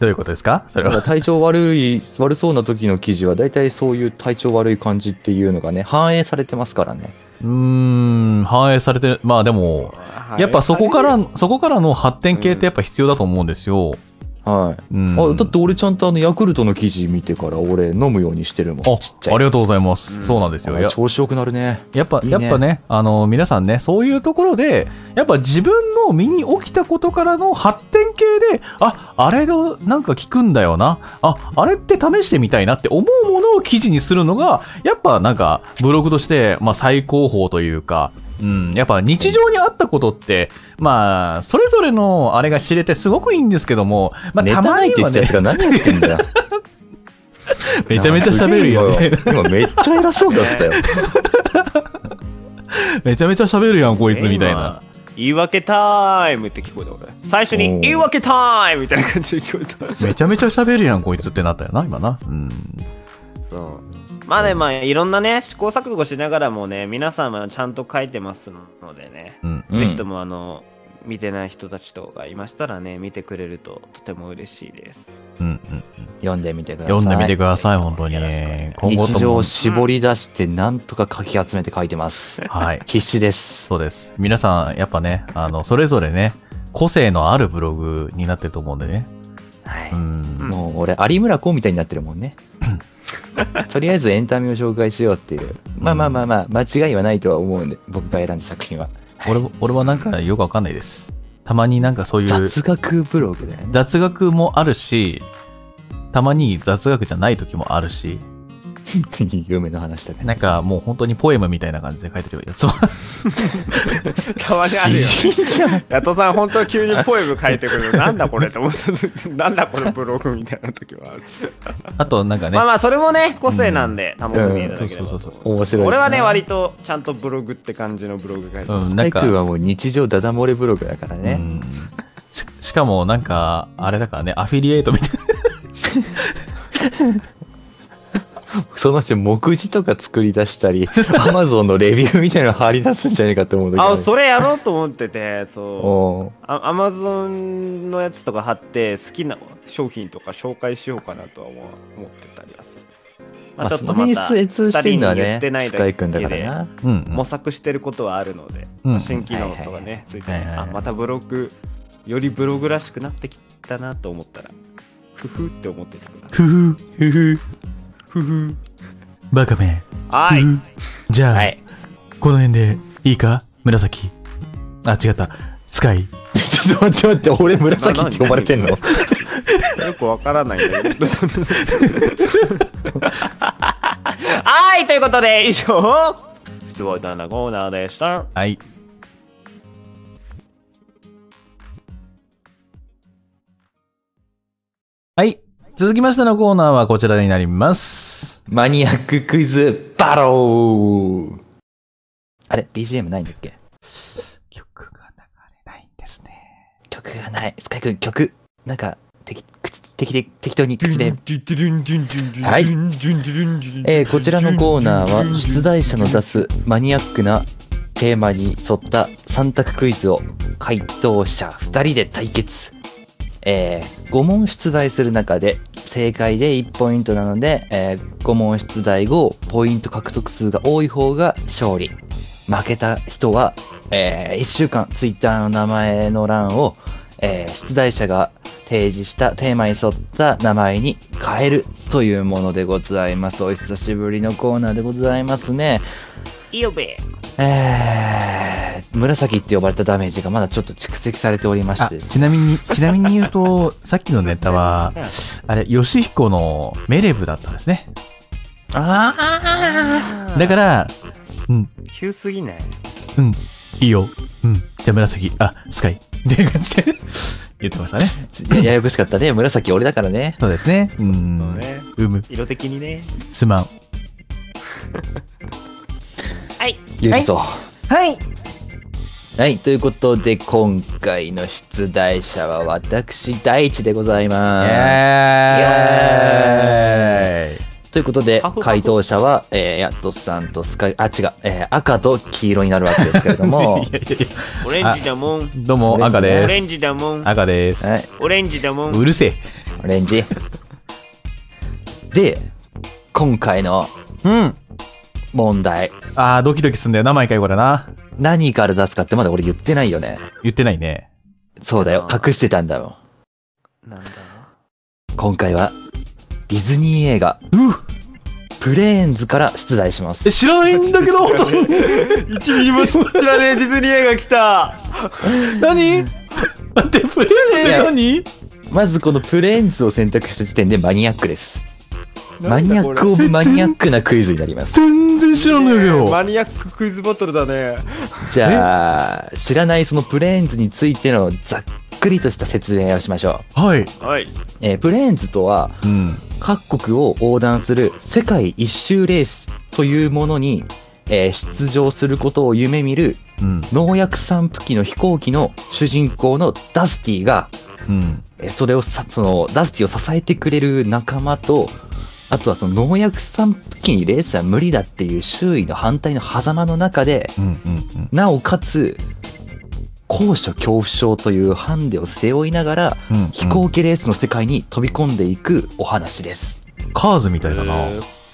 Speaker 3: どういうことですかそれ
Speaker 4: だか
Speaker 3: は。
Speaker 4: ら体調悪い、悪そうな時の記事は、大体そういう体調悪い感じっていうのがね、反映されてますからね。
Speaker 3: うーん、反映されてる。まあでも、やっぱそこから、そこからの発展系ってやっぱ必要だと思うんですよ。
Speaker 4: はい。
Speaker 3: うん。
Speaker 4: あだって俺ちゃんとあのヤクルトの記事見てから俺飲むようにしてるもん。ちっちゃ
Speaker 3: あ、
Speaker 4: い。
Speaker 3: ありがとうございます。そうなんですよ。
Speaker 4: あ
Speaker 3: いや
Speaker 4: 調子よくなるね。
Speaker 3: やっぱ、
Speaker 4: いい
Speaker 3: やっ
Speaker 4: ね
Speaker 3: ぱね、あの、皆さんね、そういうところで、やっぱ自分の身に起きたことからの発展系で、あ、あれのなんか聞くんだよな。あ、あれって試してみたいなって思うものを記事にするのが、やっぱなんか、ブログとして、まあ最高峰というか、うん、やっぱ日常にあったことって、まあ、それぞれのあれが知れてすごくいいんですけども、まあ
Speaker 4: ネ
Speaker 3: た
Speaker 4: タ
Speaker 3: ま
Speaker 4: ないっ
Speaker 3: に
Speaker 4: て言
Speaker 3: は
Speaker 4: ってた
Speaker 3: ね
Speaker 4: やつ、が何言ってんだよ。
Speaker 3: [laughs] めちゃめちゃ喋るよ、みた
Speaker 4: [laughs]
Speaker 3: いな。
Speaker 4: 今めっちゃ偉そうだったよ。
Speaker 3: [laughs] めちゃめちゃ喋るやん、こいつ、みたいな。
Speaker 5: 今言い訳タイムって聞こえた俺最初
Speaker 4: おー
Speaker 5: に言い訳タイムみたいな感じで聞こえ
Speaker 3: めちゃめちゃ喋るやん、こいつってなったよな、今な。うん。
Speaker 5: たそうまあでもまあいろんなね試行錯誤しながらもね皆さんはちゃんと書いてますのでね、
Speaker 3: うん。
Speaker 4: うん
Speaker 5: ぜひともあの見てない人たちとかいましたらね見てくれるととても嬉しいです
Speaker 3: うん。うん。
Speaker 4: [laughs] 読んでみてください。
Speaker 3: 読んでみてください、本当に。今後
Speaker 4: 日
Speaker 3: と
Speaker 4: 常
Speaker 3: も
Speaker 4: を。絞り出して、なんとかかき集めて書いてます。
Speaker 3: はい。
Speaker 4: 必死です。
Speaker 3: そうです。皆さん、やっぱね、あの、それぞれね、個性のあるブログになってると思うんでね。
Speaker 4: はい。
Speaker 3: うん。
Speaker 4: もう俺、有村コみたいになってるも
Speaker 3: [laughs]
Speaker 4: んね。とりあえずエンタメを紹介しようっていう。まあまあまあまあ、間違いはないとは思うんで、僕が選んだ作品は。
Speaker 3: 俺も、俺はなんかよくわかんないです。たまになんかそういう
Speaker 4: 雑学ブログだよね。
Speaker 3: 雑学もあるし、たまに雑学じゃない時もあるし、
Speaker 4: 夢の話だから。
Speaker 3: なんかもう本当にポエムみたいな感じで書いてるやつも。 [laughs]
Speaker 5: たまにあるよ
Speaker 4: 詩人じゃん。
Speaker 5: ヤトさん本当に急にポエム書いてくるなんだこれって思った時なんだこのブログみたいな時はある
Speaker 3: あとなんかね
Speaker 5: まあ、まあそれもね個性なんで楽しんでいただければと思います
Speaker 3: そうそう
Speaker 4: 面白いですね
Speaker 5: 俺はね割とちゃんとブログって感じのブログ書いてます、
Speaker 3: うん、な
Speaker 4: タ
Speaker 3: ん
Speaker 4: イ
Speaker 3: か。
Speaker 4: クはもう日常ダダ漏れブログだからね。
Speaker 3: うんししかもなんかあれだからねアフィリエイトみたいな
Speaker 4: その人、目次とか作り出した [laughs] り、アマゾンのレビューみたいなの貼り出すんじゃないかと思う時
Speaker 5: あ
Speaker 4: う
Speaker 5: それやろうと思っててそう
Speaker 4: お
Speaker 5: アマゾンのやつとか貼って好きな商品とか紹介しようかなとは思思ってたりはする、
Speaker 4: まあ、その辺に精通してんのはね、スカイ君だからな。
Speaker 3: うん、うん
Speaker 5: 模索してることはあるので、
Speaker 3: うん
Speaker 5: まあ新機能とかね、ついてね、
Speaker 3: はいはいはい
Speaker 5: あまたブログよりブログらしくなってきたなと思ったらふふって思っててください
Speaker 3: ふふふふ
Speaker 5: ふふ
Speaker 3: バカめ
Speaker 5: はい
Speaker 3: ふふじゃあ、
Speaker 4: はい。
Speaker 3: この辺でいいか紫あ違ったスカイ
Speaker 4: ちょっと待って待って、俺紫って呼ばれてんの
Speaker 5: なよくわからないんだけどはいということで以上「質問いただコーナー」でした
Speaker 3: はいはい続きましてのコーナーはこちらになります
Speaker 4: マニアッククイズバローあれ ?BGM ないんだっけ
Speaker 3: 曲が流れないんですね
Speaker 4: 曲がない。スカイ君、曲。なんか、適、口適で、適当に口で。はい。えーこちらのコーナーは、出題者の出すマニアックなテーマに沿った3択クイズを回答者2人で対決。え5問出題する中で、正解で1ポイントなので、え5問出題後、ポイント獲得数が多い方が勝利。負けた人は、え1週間、ツイッターの名前の欄を、えー出題者が提示したテーマに沿った名前に変えるというものでございます。お久しぶりのコーナーでございますね。
Speaker 9: いいよべ
Speaker 4: えー、紫って呼ばれたダメージがまだちょっと蓄積されておりまし
Speaker 3: あ
Speaker 4: てです
Speaker 3: ちなみに、ちなみに言うと、 [laughs] さっきのネタは、あれ、ヨシヒコのメレブだったんですね。ああだから、うん、
Speaker 5: 急すぎない
Speaker 3: うん、いいよ。うん、じゃあ紫、あ、スカイ。っていう感じで [laughs] 言ってましたね。
Speaker 4: ね。ややこしかったね。紫俺だからね。
Speaker 3: そうですね。う。
Speaker 5: そうんね
Speaker 3: うむ、
Speaker 5: 色的にね
Speaker 3: すまん。
Speaker 4: ゆりそう。はい。はい、ということで、今回の出題者は私、大地でございます。
Speaker 3: エーイ
Speaker 4: とということで
Speaker 1: ハフハ、フ
Speaker 4: 回答者は、えー、ヤットスさんとスカイ、あ、違う、えー、赤と黄色になるわけですけれども、
Speaker 1: オレンジだもん。
Speaker 3: どうも、赤
Speaker 1: オ
Speaker 3: で
Speaker 1: レ
Speaker 3: す。
Speaker 1: ンジだもん。
Speaker 3: 赤です。
Speaker 4: はいう
Speaker 1: オレンジだもん。
Speaker 3: うるせえ。
Speaker 4: オレンジ。で、今回の
Speaker 3: うん。
Speaker 4: 問題、
Speaker 3: あー、ドキドキすんだよな、毎回これな。
Speaker 4: 何から出すかってまだ俺言ってないよね。
Speaker 3: 言ってないね。
Speaker 4: そうだよ、隠してたんだよ。
Speaker 1: なんだ
Speaker 4: 今回は、ディズニー映画、
Speaker 3: うっ
Speaker 4: プレーンズから出題します
Speaker 3: え、。知らないんだけど、本当に。
Speaker 1: 一ミリも知らねえディズニー映画来た
Speaker 3: 何待って、プレイ
Speaker 4: い
Speaker 3: で
Speaker 4: や
Speaker 3: 何
Speaker 4: まずこのプレーンズを選択した時点でマニアックです。マニアックオブマニアックなクイズになります。
Speaker 3: 全然知らないけど。
Speaker 7: マニアッククイズバトルだね。
Speaker 4: じゃあ、知らないそのプレーンズについてのざっくりとした説明をしましょ
Speaker 3: はい。
Speaker 1: はい。
Speaker 4: う。えープレーンズとは、
Speaker 3: うん。
Speaker 4: 各国を横断する世界一周レースというものに、えー出場することを夢見る
Speaker 3: うん。
Speaker 4: 農薬散布機の飛行機の主人公のダスティが、
Speaker 3: うん。
Speaker 4: えーそれをさ、その、ダスティを支えてくれる仲間と、あとはその農薬散布機にレースは無理だっていう周囲の反対の狭間の中で、
Speaker 3: うん。うん。
Speaker 4: なおかつ、高所恐怖症というハンデを背負いながら、
Speaker 3: うん。
Speaker 4: 飛行機レースの世界に飛び込んでいくお話です。
Speaker 3: カーズみたいだな。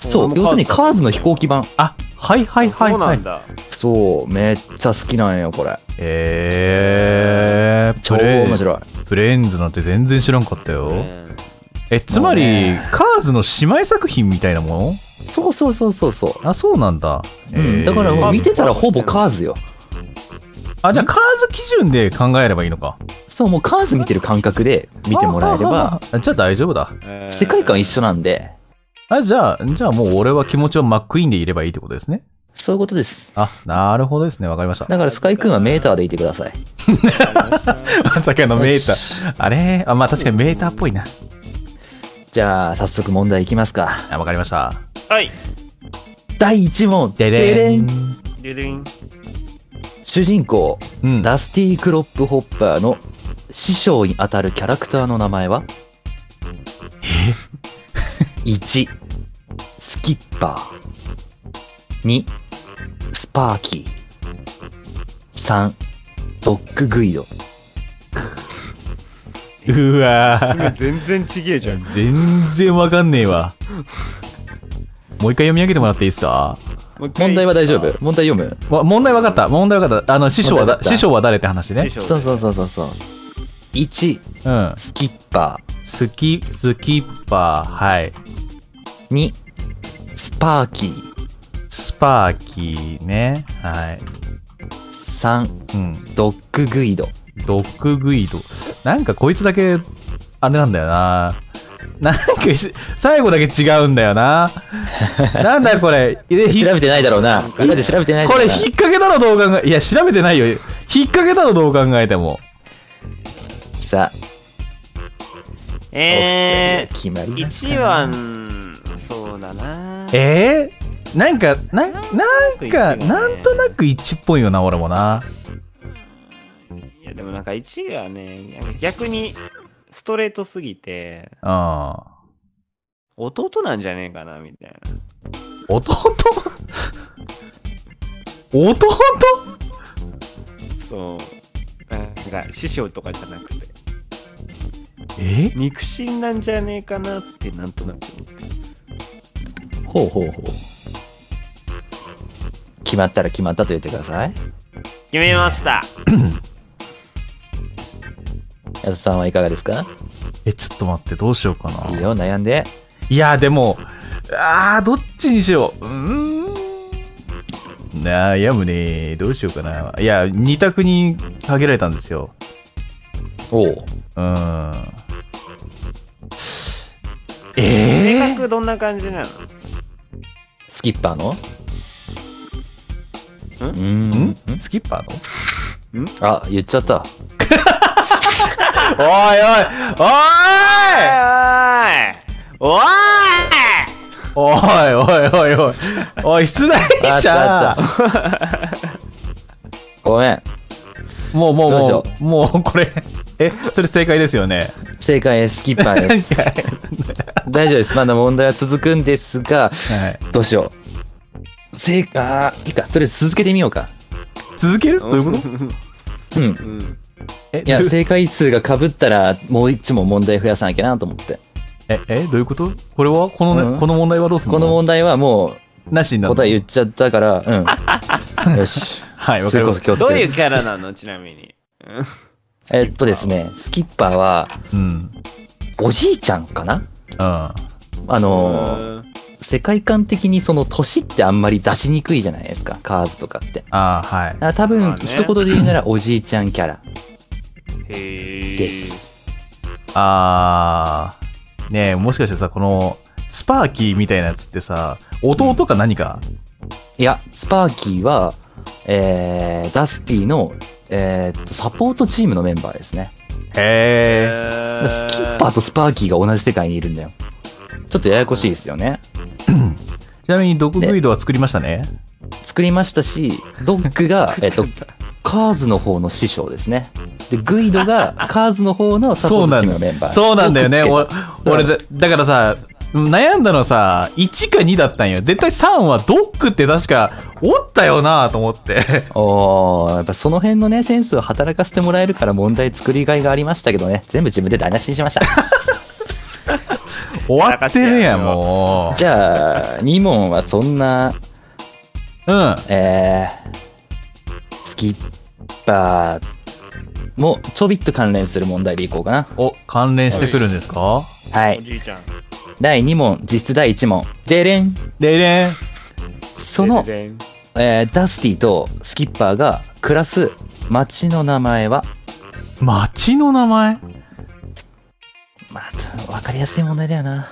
Speaker 4: そう、要するにカーズの飛行機版。
Speaker 3: あ、はいはいはい
Speaker 1: そうな
Speaker 3: は
Speaker 1: ん
Speaker 3: い。
Speaker 1: だ。
Speaker 4: そう、めっちゃ好きなんよ、これ。
Speaker 3: えー、
Speaker 4: 超
Speaker 3: プレ
Speaker 4: 面白い。
Speaker 3: プレーンズなんて全然知らんかったよ。え、つまり、
Speaker 4: もうね
Speaker 3: カーズの姉妹作品みたいなも
Speaker 4: そうそうそうそうそ
Speaker 3: のあ、そうなんだ。
Speaker 4: う。うん、だからもう見てたらほぼカーズよ。
Speaker 3: あ、じゃあカーズ基準で考えればいいのか。
Speaker 4: そう、もうカーズ見てる感覚で見てもらえれば、
Speaker 3: あ。じゃあ大丈夫だ。
Speaker 4: 世界観一緒なんで、
Speaker 3: あ、じゃあ、じゃあもう俺は気持ちをマックイーンでいればいいってことですね。
Speaker 4: そういうことです。
Speaker 3: あ、なるほどですね。わかりま
Speaker 4: [laughs]
Speaker 3: した。
Speaker 4: だからスカイ君はメーターでいてください。
Speaker 3: まさかのメーター。あれあ、まあ確かにメーターっぽいな。
Speaker 4: じゃあ、早速問題いきますか。
Speaker 3: あ、わかりました。
Speaker 1: はい。
Speaker 4: 第1問。
Speaker 3: ででん。
Speaker 1: デュデュン。
Speaker 4: 主人公、
Speaker 3: うん。
Speaker 4: ダスティ・クロップホッパーの師匠にあたるキャラクターの名前は ?1、スキッパー。2、スパーキー。3、ドッググイド。
Speaker 3: うわー
Speaker 7: 全然ちげえじゃん。
Speaker 3: 全然わかんねえわ。もう一回読み上げてもらっていいですか
Speaker 4: 問題は大丈夫問題読む
Speaker 3: わ問題わかった。問題わかった。あの、師匠は
Speaker 4: 問題
Speaker 3: だ、
Speaker 4: わかった
Speaker 3: 師匠は誰って話ね。
Speaker 4: そうそうそうそうそう。1、
Speaker 3: うん。
Speaker 4: スキッパ
Speaker 3: スキ、スキッパー、はい。
Speaker 4: ー。2、スパーキー。
Speaker 3: スパーキーね。はい。
Speaker 4: 3、
Speaker 3: うん。
Speaker 4: ドッググイド。
Speaker 3: ドッググイド。なんかこいつだけ、あれなんだよな。なんかし、最後だけ違うんだよ
Speaker 4: [laughs]
Speaker 3: な。なんだこれ。でひ
Speaker 4: 調べてないだろうな。だって調べてないだ
Speaker 3: こ
Speaker 4: ろう
Speaker 3: れ
Speaker 4: な
Speaker 3: 引っ掛けたのどう考え、いや、調べてないよ。引っ掛けたのどう考えても。
Speaker 4: さあ、
Speaker 1: え
Speaker 4: 決まり
Speaker 1: ー、
Speaker 4: ました
Speaker 1: 1は、うんそうだな。
Speaker 3: えー、なんか、な、なん
Speaker 1: な
Speaker 3: か、
Speaker 1: んとなく一だね
Speaker 3: なんとなく1っぽいよな、俺もな。
Speaker 1: いや、でもなんか1はね、なんか逆にストレートすぎて、
Speaker 3: うん。
Speaker 1: 弟なんじゃねえかな、みたいな。
Speaker 3: 弟弟
Speaker 1: そう。なんか師匠とかじゃなくて、
Speaker 3: え
Speaker 1: 肉親なんじゃねえかなって、なんとなく思って。
Speaker 4: ほうほうほう。決まったら決まったと言ってください。
Speaker 1: 決めました
Speaker 4: やつさんはいかがですか
Speaker 3: え、ちょっと待って、どうしようかな。
Speaker 4: いいよ、悩んで。
Speaker 3: いや、でも、あー、どっちにしよう。うーん。悩むね。どうしようかな。いや、2択に限られたんですよ。
Speaker 4: おう。
Speaker 3: うーん。え
Speaker 1: 性
Speaker 3: ー、
Speaker 1: 格どんな感じなの
Speaker 4: スキッパーのうーん。
Speaker 3: んスキッパーの
Speaker 4: あ、言っちゃった。
Speaker 3: おい
Speaker 1: おー
Speaker 3: おいおいおいおいおいおい出題
Speaker 4: あったあ
Speaker 3: 者
Speaker 4: った。ごめん。
Speaker 3: もうもう
Speaker 4: どうし
Speaker 3: も
Speaker 4: よ
Speaker 3: うもうこれえそれ正解ですよね [laughs]
Speaker 4: 正解、スキッパーです。大丈夫です。まだ問題は続くんですが、
Speaker 3: はい、
Speaker 4: どうしよう。せい、あーいいか。とりあえず続けてみようか。
Speaker 3: 続けるどういうこと
Speaker 4: うん。
Speaker 3: え [laughs]
Speaker 4: いや、
Speaker 3: ルー
Speaker 4: 正解数が被ったら、もう一問問題増やさなきゃなと思って。
Speaker 3: ええどういうことこれはこのね、
Speaker 4: うん
Speaker 3: この問題はどうする
Speaker 4: この問題はも
Speaker 3: なしに
Speaker 4: う
Speaker 3: なる
Speaker 4: 答え言っちゃったから、うん。 [laughs] よし。
Speaker 3: はいわ
Speaker 4: そ
Speaker 3: かり
Speaker 4: れこ
Speaker 3: ま
Speaker 4: そ
Speaker 3: す
Speaker 4: 気をつ
Speaker 1: どうい
Speaker 4: け
Speaker 1: う
Speaker 4: て。
Speaker 1: キャラなのちなみに。
Speaker 4: えっとですね、スキッパーは、
Speaker 3: うん
Speaker 4: おじいちゃんかな
Speaker 3: あ
Speaker 4: あのー、
Speaker 1: うん
Speaker 4: 世界観的にその年ってあんまり出しにくいじゃないですか、カーズとかって。
Speaker 3: あーはい
Speaker 4: あ多
Speaker 1: ま
Speaker 4: 分
Speaker 1: あ、ね
Speaker 4: 一言で言うならおじいちゃんキャラ
Speaker 1: へえ。
Speaker 4: です。
Speaker 3: あーねえもしかしてさこのスパーキーみたいなやつってさ弟か何か、
Speaker 4: いや、スパーキーは、えー、ダスティの、えーっと、サポートチームのメンバーですね。
Speaker 3: へえ
Speaker 4: スキッパーとスパーキーが同じ世界にいるんだよ。ちょっとややこしいですよね。
Speaker 3: ちなみにドクグイドは作りましたね
Speaker 4: 作りましたし、ドッグが、えーっと、カーズの方の師匠ですね。で、グイドがカーズの方のサポートチームのメンバー。
Speaker 3: そうなんだよね
Speaker 4: を
Speaker 3: 俺
Speaker 4: くっつけた
Speaker 3: 俺だだからさ悩んだのさ1か2だったんよ絶対3はドックって確かおったよなと思って [laughs]
Speaker 4: おーやっぱその辺のね、センスを働かせてもらえるから問題作りがいがありましたけどね、全部自分で台無しにしました。
Speaker 3: 終わってるやんも
Speaker 4: じゃあ、2問はそんな、
Speaker 3: ううん
Speaker 4: えー、スキッパーもちょびっと関連する問題でいこうかな。
Speaker 3: お関連してくるんですか
Speaker 4: は
Speaker 1: お
Speaker 4: い。
Speaker 1: じいちゃん。
Speaker 4: 第2問、実質第1問。でれん。
Speaker 3: でれん
Speaker 4: その、
Speaker 1: 全然
Speaker 4: えーダスティとスキッパーが暮らす町の名前は、
Speaker 3: 町の名前
Speaker 4: まあ、わかりやすい問題だよな。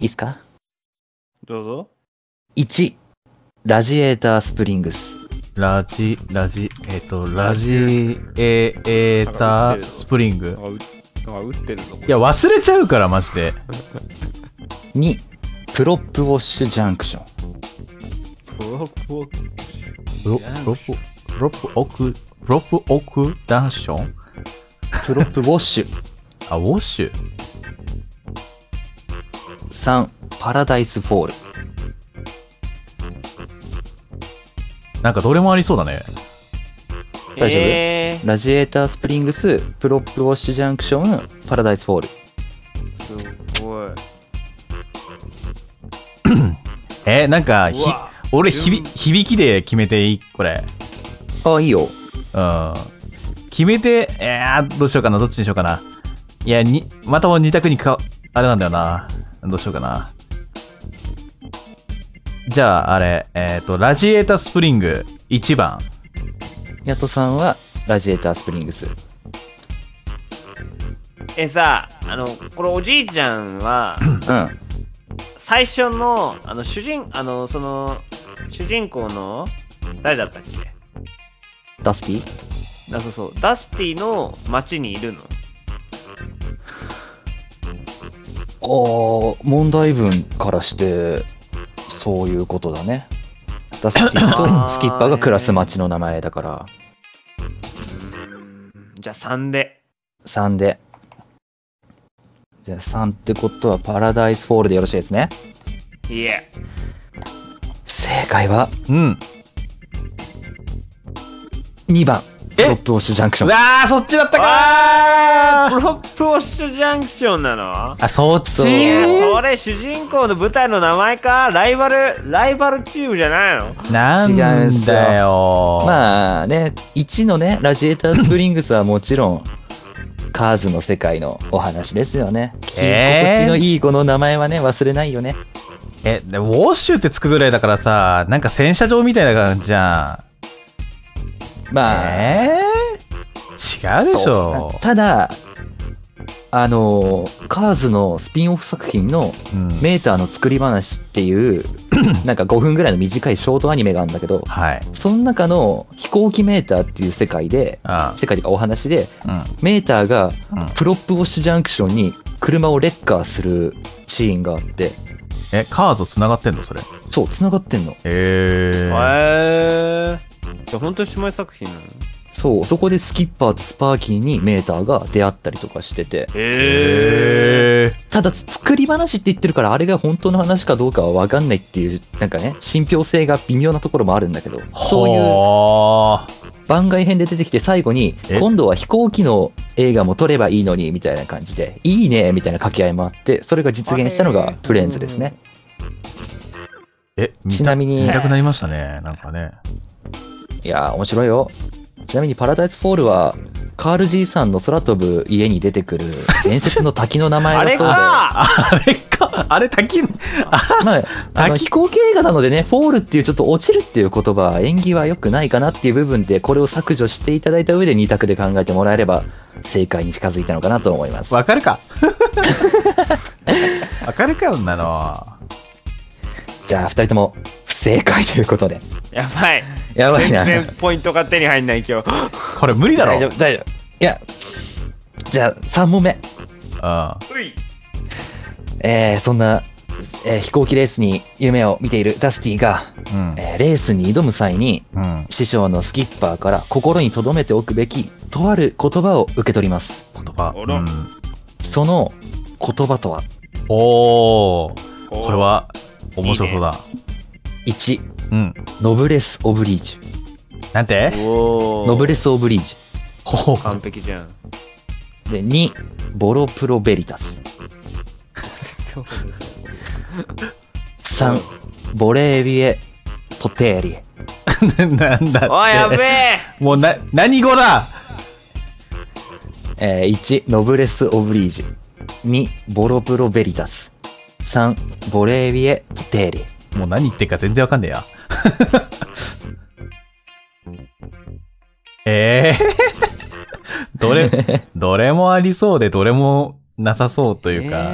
Speaker 4: いいっすか
Speaker 1: どうぞ。
Speaker 4: 1ラジエータースプリングス
Speaker 3: ラジ、ラジ、えっ、と、ラジエエータースプリン
Speaker 1: なん。
Speaker 3: グ
Speaker 1: かうなんか打ってるぞ。
Speaker 3: いや、忘れちゃうから、マジで。
Speaker 4: 2プロップウォッシュジャンクション
Speaker 1: プロポ
Speaker 3: プロ、プロップ、プロップ奥、プロップ奥ダンション
Speaker 4: プロップウォッシュ
Speaker 3: あ、ウォッシュ。
Speaker 4: 3パラダイスフォール
Speaker 3: なんかどれもありそうだね。
Speaker 4: 大丈夫
Speaker 1: え
Speaker 4: ラジエータースプリングスプロップウォッシュジャンクションパラダイスフォール
Speaker 1: ー、すごい。
Speaker 3: えーなんか、ひ
Speaker 1: うわ、
Speaker 3: 俺、ひび、響きで決めていいこれ。
Speaker 4: ああいいよ
Speaker 3: うん。決めて、えー、どうしようかな、どっちにしようかな。いや、に、またも二択にか、あれなんだよな。どうしようかな。じゃあ、あれ、えっ、と、ラジエータスプリング1番。
Speaker 4: ヤトさんはラジエータースプリングス
Speaker 1: えさ、あの、これおじいちゃんは、
Speaker 4: [laughs] うん
Speaker 1: 最初の、あの、主人、あの、その、主人公の、誰だったっけ
Speaker 4: ダスティ
Speaker 1: あそうそうダスティの町にいるの
Speaker 4: ああ問題文からしてそういうことだねダステ
Speaker 3: [laughs]
Speaker 4: ィとスキッパーが暮らす町の名前だから
Speaker 1: じゃあ3で
Speaker 4: 3で。じゃあ3ってことはパラダイスフォールでよろしいですね。
Speaker 1: いえ
Speaker 4: 正解は
Speaker 3: うん。
Speaker 4: 2番。
Speaker 3: え
Speaker 4: プロップウォッシュジャンクシ
Speaker 3: う
Speaker 4: ョン。
Speaker 3: わー、そっちだった
Speaker 1: プ
Speaker 3: かー
Speaker 1: ロップウォッシュジャンクションなの
Speaker 3: あ、そっち
Speaker 4: そう
Speaker 1: いやそれ主人公の舞台の名前かライバルライバルチームじゃないの
Speaker 3: なん
Speaker 4: 違うんす
Speaker 3: だよ。あ、
Speaker 4: まあね、1のね、ラジエータースプリングスはもちろん、カーズの世界のお話ですよね。聞き心地のいい子の名前はね、忘れないよね。
Speaker 3: え、でウォッシュってつくぐらいだからさ、なんか洗車場みたいな感じじゃん。
Speaker 4: まあ、
Speaker 3: えー、違うでし
Speaker 4: そ
Speaker 3: ょ
Speaker 4: う。ただ、あのーカーズのスピンオフ作品の
Speaker 3: うん
Speaker 4: メーターの作り話っ
Speaker 3: [coughs]
Speaker 4: ていう、なんか5分ぐらいの短いショートアニメがあるんだけど、
Speaker 3: はい。
Speaker 4: その中の飛行機メーターっていう世界で、
Speaker 3: あ
Speaker 4: 世界というかお話で、
Speaker 3: うん。
Speaker 4: メーターが
Speaker 3: うん
Speaker 4: プロップウォッシュジャンクションに車をレッカーするシーンがあって、
Speaker 3: え、カーズ繋がってんのそれ。
Speaker 4: そう、繋がってんの。
Speaker 3: へ
Speaker 1: へ
Speaker 3: え
Speaker 1: えじゃあ本当に姉妹作品なの
Speaker 4: そう、そこでスキッパーとスパーキーにメーターが出会ったりとかしてて、
Speaker 3: へえ。
Speaker 4: ただ作り話って言ってるから、あれが本当の話かどうかはわかんないっていう、なんかね、信憑性が微妙なところもあるんだけど、そういう
Speaker 3: はあ。
Speaker 4: 番外編で出てきて最後に
Speaker 3: え、
Speaker 4: 今度は飛行機の映画も撮ればいいのに、みたいな感じで、いいねみたいな掛け合いもあって、それが実現したのがフレンズですね。
Speaker 3: え、見
Speaker 4: ち
Speaker 3: た
Speaker 4: なみに
Speaker 3: 見、たくなりましたね。なんかね。
Speaker 4: いやー、面白いよ。ちなみに、パラダイスフォールは、カール爺さんの空飛ぶ家に出てくる伝説の滝の名前だそうで、
Speaker 1: か
Speaker 3: あれか、あれ滝、
Speaker 4: まあ、あの
Speaker 3: 滝
Speaker 4: 飛行機映画なのでね、フォールっていうちょっと落ちるっていう言葉、演技は良くないかなっていう部分で、これを削除していただいた上で2択で考えてもらえれば、正解に近づいたのかなと思います。
Speaker 3: わかるか。 [laughs] わかるか、女の。
Speaker 4: じゃあ、2人とも不正解ということで。
Speaker 1: やばい
Speaker 4: やばいな。
Speaker 1: 全然ポイントが手に入んない今日
Speaker 3: これ無理だろ。
Speaker 4: 大丈夫、大丈夫。いや、じゃあ、3問目。
Speaker 3: 夫。
Speaker 1: うい
Speaker 4: えーそんな、えー飛行機レースに夢を見ているダスティが、
Speaker 3: うん。
Speaker 4: えーレースに挑む際に、
Speaker 3: うん。
Speaker 4: 師匠のスキッパーから心に留めておくべき、とある言葉を受け取ります。
Speaker 3: 言葉。
Speaker 1: あら
Speaker 3: うん
Speaker 4: その言葉とは、
Speaker 3: おお。これは、面白そうだ。
Speaker 4: 1、
Speaker 3: うん。
Speaker 4: ノブレス・オブリージュ。
Speaker 3: なんて
Speaker 1: お
Speaker 4: ノブ
Speaker 1: レ
Speaker 4: レス・オブリージ
Speaker 3: ほう。
Speaker 1: 完璧じゃん
Speaker 4: ュ。で、2、ボロプロ・ベリタ [laughs] ス。3、ボレービエ・ポテーリエ。
Speaker 3: [laughs] なんだって。
Speaker 1: おいやべえ
Speaker 3: もうな、何語だ
Speaker 4: えー1、ノブレス・オブリージュ。2、ボロプロ・ベリタス。3、ボレービエ・ポテーリエ。
Speaker 3: もう何言ってるか全然わかんねえや。 [laughs] ええ [laughs] どれ、どれもありそうで、どれもなさそうというか。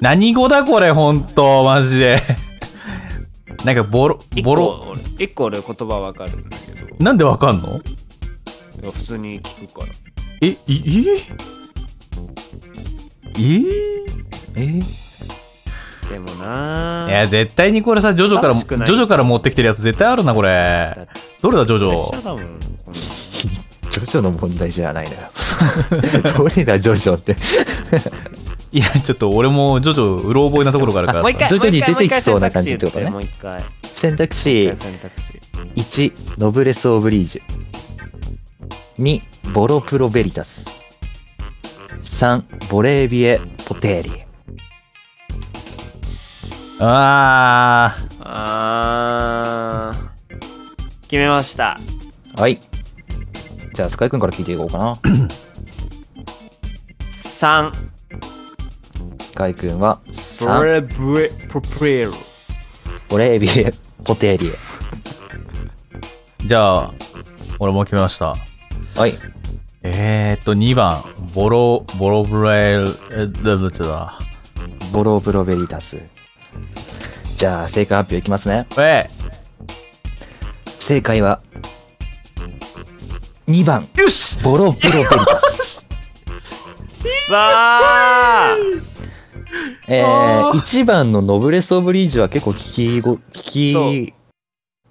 Speaker 3: 何語だこれ、ほんと、マジで。 [laughs] なんか、ボロ、ボロ、
Speaker 1: 一個俺一個俺言葉わかるんだけどい
Speaker 3: なんでわかんの
Speaker 1: や普通に聞くから
Speaker 3: え、い、ええ
Speaker 4: えー
Speaker 1: でもない
Speaker 3: や、絶対にこれさ、ジョジョから、ジ
Speaker 1: 楽しく
Speaker 3: ョ
Speaker 1: ない
Speaker 3: ジョから持ってきてるやつ絶対あるな、これ。どれだ、ジョジ
Speaker 1: 一緒
Speaker 3: ョ。
Speaker 1: だもんこんな
Speaker 4: ジョジョの問題じゃないのよ。 [laughs] どれだ、ジョジョ [laughs] って。
Speaker 3: いや、ちょっと俺もジョジョ、うろ覚えなところがあるからさ。
Speaker 1: もう一回
Speaker 4: 徐々に
Speaker 1: もう一回
Speaker 4: 出てきそうな感じってことね
Speaker 1: もう一回
Speaker 4: 選択肢
Speaker 1: 選択肢
Speaker 4: 1、ノブレス・オブリージュ。2、ボロプロ・ベリタス。3、ボレービエ・ポテーリエ。
Speaker 3: あ
Speaker 1: あー決めました
Speaker 4: はい。じゃあ、スカイ君から聞いていこう
Speaker 3: [coughs]
Speaker 4: かな。
Speaker 1: 3
Speaker 4: スカイ君は
Speaker 1: プ
Speaker 4: 3、
Speaker 1: レブエプレル
Speaker 4: ボレービエ・ポテーリエ。
Speaker 3: ーじゃあ、俺も決めました。
Speaker 4: はい。
Speaker 3: えーっと、2番、ボロ、ボロブレール、え、どどっちだ
Speaker 4: ボロブロベリタス。じゃあ、正解発表いきますね。
Speaker 3: え
Speaker 4: 正解は、2番、
Speaker 3: いよし
Speaker 4: ボロブロベリタス。
Speaker 1: さあ
Speaker 4: [laughs] え
Speaker 3: あ
Speaker 4: ー、
Speaker 3: ー
Speaker 4: 1番のノブレス・オブリージュは結構聞きご、
Speaker 1: そう
Speaker 4: 聞き、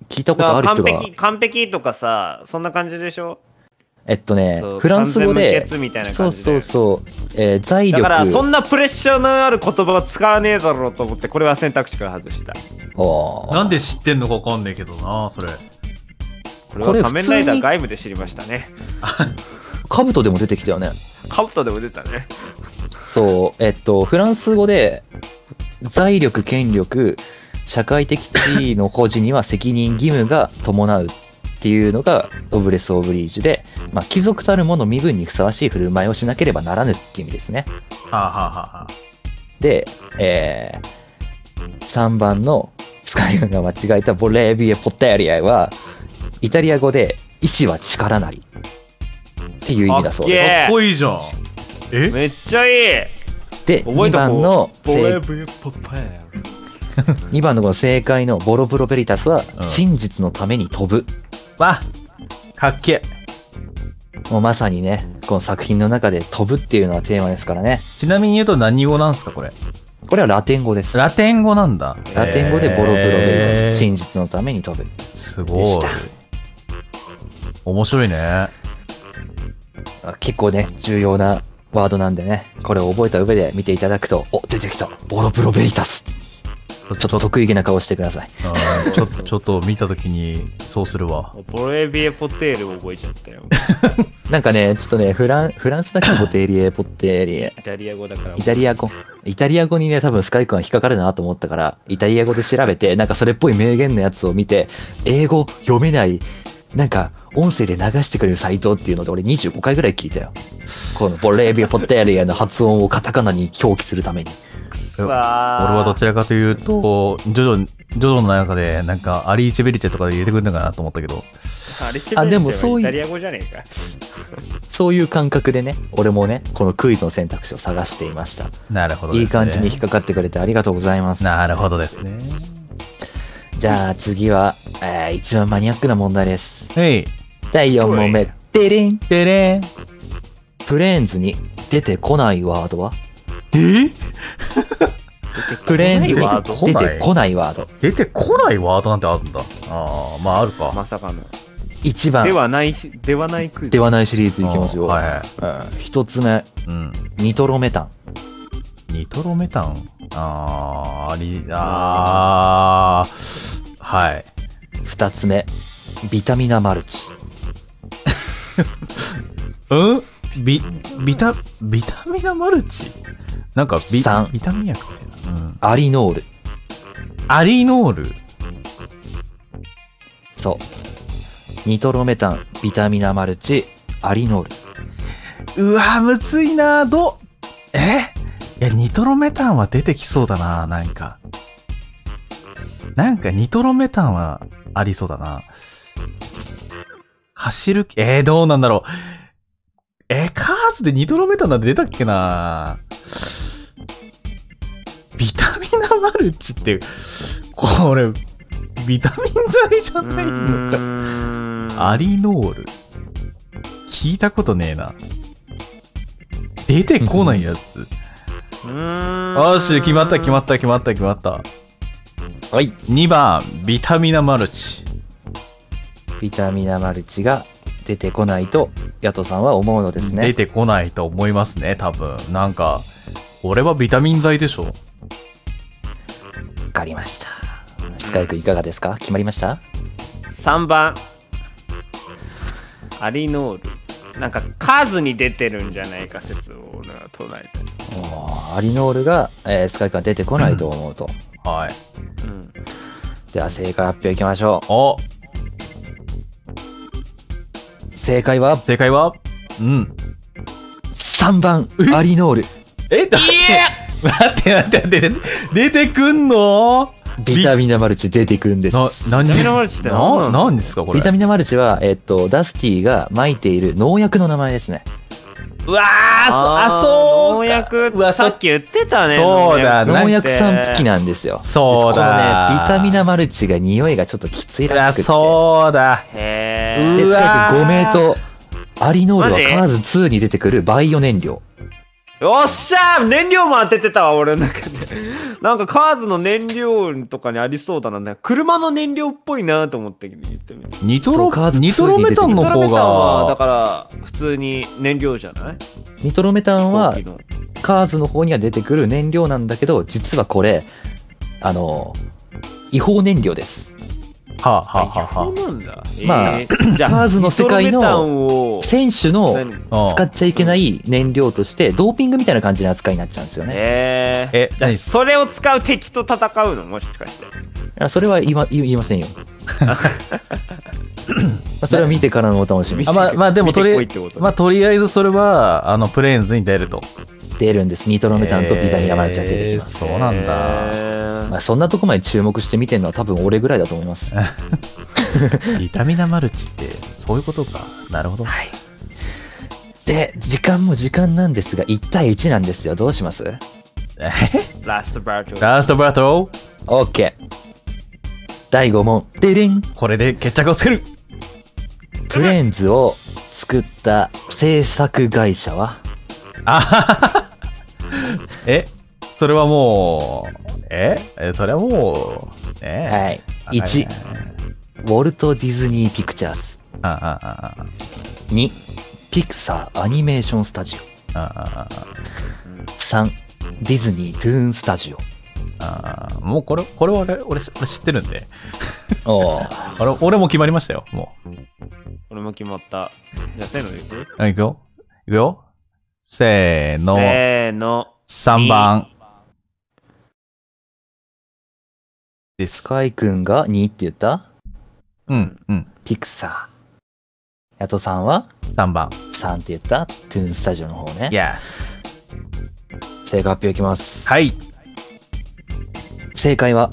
Speaker 4: 聞いたことあ
Speaker 1: 完
Speaker 4: る人が、
Speaker 1: 璧完璧とかさそんな感じでしょ
Speaker 4: えっとね
Speaker 1: そう、
Speaker 4: フランス語
Speaker 1: 完全
Speaker 4: で
Speaker 1: 無、欠みたいな
Speaker 4: そ
Speaker 1: 感
Speaker 4: う
Speaker 1: じで
Speaker 4: そうそう、えー財
Speaker 1: だ
Speaker 4: 力
Speaker 1: からそんなプレッシャーのある言葉は使わねえだろうと思ってこれは選択肢から外した
Speaker 4: おー
Speaker 3: なんで知ってんのかわかんねえけどな、それ。
Speaker 1: これ
Speaker 4: これ
Speaker 1: は仮面ライダ
Speaker 4: 普通に
Speaker 1: ー外部で知りましたね
Speaker 4: カブトでも出てきたよね。
Speaker 1: カブトでも出たね
Speaker 4: そう、えっと、フランス語で、財力、権力、社会的地位の保持には責任、義務が伴うっていうのが、ノブレス・オブリージュで、まあ、貴族たるもの身分にふさわしい振る舞いをしなければならぬっていう意味ですね。
Speaker 3: はあ、はあはあ、
Speaker 4: で、えー、3番のスカイ君が間違えたボレービエ・ポテリエは、イタリア語で、意志は力なり。っていう意味だそう
Speaker 1: か
Speaker 4: で
Speaker 3: かっこいいじゃん。え
Speaker 1: めっちゃいい
Speaker 4: す。で、
Speaker 1: 覚
Speaker 4: 2
Speaker 1: えた
Speaker 4: 番の
Speaker 1: ボ
Speaker 4: 正
Speaker 1: エブパパエル
Speaker 4: 2番のこの正解のボロプロベリタスは
Speaker 3: う、ん
Speaker 4: 真実のために飛ぶ。
Speaker 3: わかっけえ。
Speaker 4: もうまさにね、この作品の中で飛ぶっていうのはテーマですからね。
Speaker 3: ちなみに言うと何語なんすか、これ。
Speaker 4: これはラテン語です。ラ
Speaker 3: ラテン語なんだ。
Speaker 4: テン語でボロプロベリタス、
Speaker 3: えー
Speaker 4: 真実のために飛ぶ。
Speaker 3: す
Speaker 4: で
Speaker 3: ごい
Speaker 4: した。
Speaker 3: 面白いね。
Speaker 4: あ結構ね、重要なワードなんでね、これを覚えた上で見ていただくと、お、出てきたボロプロベリタスちょっと得意げな顔してください。
Speaker 3: あー
Speaker 4: [laughs]
Speaker 3: ちょっと、ちょっと見たときに、そうするわ。
Speaker 1: ボレビエポテール覚えちゃったよ。
Speaker 4: なんかね、ちょっとね、フランフランスだけボテリエ、ポテリエ。
Speaker 1: イタリア語だから
Speaker 4: イ。タリア語。イタリア語にね、多分スカイ君は引っかかるなと思ったから、イタリア語で調べて、なんかそれっぽい名言のやつを見て、英語読めない、なんか音声で流してくれるサイトっていうので、俺25回ぐらい聞いたよ。このボレービア・ポテリアの発音をカタカナに表記するために。
Speaker 3: 俺
Speaker 1: わー
Speaker 3: はどちらかというと、ジョジョ、ジョジョの中で、なんか、アリーチェベリチェとかで入れてくるのかなと思ったけど、
Speaker 1: あれ
Speaker 4: あでもそういう
Speaker 1: イタリア語じゃねえか。
Speaker 4: そういう感覚でね、俺もね、このクイズの選択肢を探していました。
Speaker 3: なるほどですね。
Speaker 4: いい感じに引っかかってくれてありがとうございます。
Speaker 3: なるほどですね。
Speaker 4: じゃあ次は、えー一番マニアックな問題です。
Speaker 3: はい。
Speaker 4: 第4問目。デリン
Speaker 3: でれん。
Speaker 4: プレーンズに出てこないワードは
Speaker 3: え
Speaker 4: プレーンズに
Speaker 3: ワード
Speaker 4: 出てこないワード。
Speaker 3: 出てこないワードなんてあるんだ。ああ、まああるか。
Speaker 1: まさかの。
Speaker 4: 1番
Speaker 1: で、はないし、ではないクイズ。
Speaker 4: ではないシリーズいきますよ。
Speaker 3: うんはいはい。
Speaker 4: 1つ目、
Speaker 3: うん。
Speaker 4: ニトロメタン。
Speaker 3: ニトロメタンあー、リあー、はい。
Speaker 4: 2つ目、ビタミナマルチ。
Speaker 3: うんビ、ビタ、ビタミナマルチなんかビ
Speaker 4: 三、
Speaker 3: ビタミン薬みたいな。うん。
Speaker 4: アリノール。
Speaker 3: アリノール。
Speaker 4: そう。ニトロメタン、ビタミナマルチ、アリノール。
Speaker 3: うわ、むずいなど、えいや、ニトロメタンは出てきそうだななんか。なんかニトロメタンはありそうだな走る気、えー、どうなんだろう。えー、カーズでニトロメタンなんて出たっけなビタミナマルチって、これ、ビタミン剤じゃないのか。アリノール。聞いたことねえな。出てこないやつ。よし、決まった、決まった、決まった、決まった。
Speaker 4: はい。
Speaker 3: 2番、ビタミナマルチ。
Speaker 4: ビタミナマルチが出てこないと、ヤトさんは思うのです
Speaker 3: 出
Speaker 4: ね。
Speaker 3: てこないと思いますね、多分。なんか、俺はビタミン剤でしょ。
Speaker 4: わかりました。スカイクいかがですか決まりました
Speaker 1: 3番アリノールなんか数に出てるんじゃないか説を俺は唱え
Speaker 4: おーアリノールが、えースカイクが出てこないと思うと。
Speaker 3: はい。
Speaker 1: た、うん、
Speaker 4: では正解発表いきましょ
Speaker 3: お、
Speaker 4: う。正解は
Speaker 3: 正解はうん。
Speaker 4: 3番、アリノール。
Speaker 3: え、だって、待って待って待って、出てくんの
Speaker 4: ビタミナマルチ出てくるんです。
Speaker 3: な、何
Speaker 1: ビタミナマルチって何な
Speaker 3: な
Speaker 1: の
Speaker 3: 何ですか、これ。
Speaker 4: ビタミナマルチは、えっと、ダスティが撒いている農薬の名前ですね。
Speaker 3: うわー、あ、そう
Speaker 1: 農
Speaker 3: か
Speaker 1: 薬
Speaker 3: うわ
Speaker 1: さ
Speaker 3: そ
Speaker 1: っき言ってたね
Speaker 3: そうだ
Speaker 1: 農
Speaker 4: 農
Speaker 1: 薬
Speaker 4: 薬
Speaker 1: って
Speaker 4: 散布機なんですよ。
Speaker 3: そうだ
Speaker 4: でこのね、ビタミナマルチが匂いがちょっときついうら
Speaker 3: わ
Speaker 4: しくて。
Speaker 3: そうだ。
Speaker 1: へ
Speaker 4: で、
Speaker 3: う
Speaker 4: ス
Speaker 3: わ
Speaker 4: カイ
Speaker 3: ー
Speaker 4: ク5名と、アリノール
Speaker 1: マ
Speaker 4: は
Speaker 1: ジ
Speaker 4: カーズ2に出てくるバイオ燃料。
Speaker 1: ーよっしゃー燃料も当ててたわ俺の中で [laughs] なんかカーズの燃料とかにありそうだななんか車の燃料っぽいなと思って言ってみた
Speaker 3: ニト
Speaker 4: そう
Speaker 3: ロ
Speaker 4: カー、ズ
Speaker 3: ニトロメタンの
Speaker 1: トラメ
Speaker 3: 方
Speaker 1: タンはだ
Speaker 3: が、
Speaker 1: から普通に燃料じゃない
Speaker 4: ニトロメタンは
Speaker 1: 飛行機の
Speaker 4: カーズの方には出てくる燃料なんだけど、実はこれ、あの、違法燃料です。
Speaker 3: はあ、はあはあ
Speaker 1: そうな
Speaker 3: は
Speaker 1: んだ
Speaker 4: まあ
Speaker 1: えーじゃあ
Speaker 4: カーズの世界
Speaker 1: ニ
Speaker 4: の
Speaker 1: トロメタンを
Speaker 4: 選手の
Speaker 1: 何
Speaker 3: あうん
Speaker 4: 使っちゃいけない燃料として、ドーピングみたいな感じの扱いになっちゃうんですよね。
Speaker 1: えー、
Speaker 3: え
Speaker 1: じゃあ
Speaker 3: 何
Speaker 1: それを使う敵と戦うのもしかして
Speaker 4: あそれは言いま言いませんよ。 [laughs] まあそれは見てからのお楽しみ
Speaker 3: あ。まあまあでもとりあえ
Speaker 1: 見てこいってことね
Speaker 3: まあ、とりあえずそれは、あの、プレーンズに出ると。
Speaker 4: 出るんです。ニトロメタンとビタミナマルチが出てきます。
Speaker 3: えーそうなんだ。
Speaker 1: え
Speaker 4: まあ、そんなとこまで注目して見てるのは多分俺ぐらいだと思います。は
Speaker 3: ビタミナマルチって、そういうことか。なるほど。
Speaker 4: い。で、時間も時間なんですが、1対1なんですよ。どうします
Speaker 1: ーラストバージョン
Speaker 3: ラストバト
Speaker 4: ?OK。第5問。デリン
Speaker 3: ルこれで決着をつける
Speaker 4: プレーンズを作った制作会社は
Speaker 3: あはははえそれはもう、ええそれはもう、え
Speaker 4: はい。1、ウォルト・ディズニー・ピクチャーズ。
Speaker 3: あああああ
Speaker 4: 2ピクサーアニメーションスタジオ
Speaker 3: あああ
Speaker 4: 3ディズニートゥーンスタジオ
Speaker 3: ああもうこれ、これは俺、俺俺知ってるんで。
Speaker 4: おー
Speaker 3: あれ、俺も決まりましたよ、もう。
Speaker 7: 俺も決まった。じゃあ、せーのでいく
Speaker 3: あいくよ。いくよ。せーの、
Speaker 7: せーの。
Speaker 3: 3番。です
Speaker 4: ス
Speaker 3: か。
Speaker 4: カイくんが2って言った
Speaker 3: うん、うん。
Speaker 4: ピクサーヤトさんは
Speaker 3: 3番。
Speaker 4: 3って言ったトゥーンスタジオの方ね
Speaker 3: Yes。
Speaker 4: 正解発表いきます
Speaker 3: はい。
Speaker 4: 正解は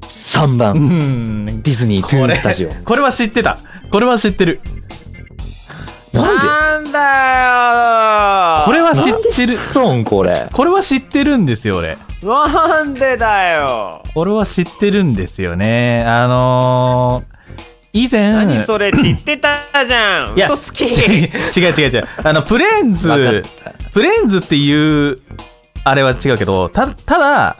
Speaker 4: 3
Speaker 3: う
Speaker 4: 番
Speaker 3: ん。
Speaker 4: ディズニートゥーンスタジオ
Speaker 3: これは知ってた。これは知ってる。
Speaker 4: なんで
Speaker 7: なんだ
Speaker 3: これは知っ
Speaker 4: なんで
Speaker 3: てる。
Speaker 4: っとんこれ
Speaker 3: これは知ってるんですよ、俺。
Speaker 7: よなんでだよ
Speaker 3: これは知ってるんですよね。あのー、以前、
Speaker 7: 何それって言ってたじゃん
Speaker 3: いや
Speaker 7: 嘘つき
Speaker 3: [laughs] 違う違う違う違う。あの、プレーン
Speaker 4: わか
Speaker 3: ズ、
Speaker 4: っ
Speaker 3: プレーンズっていう、あれは違うけど、た、ただ、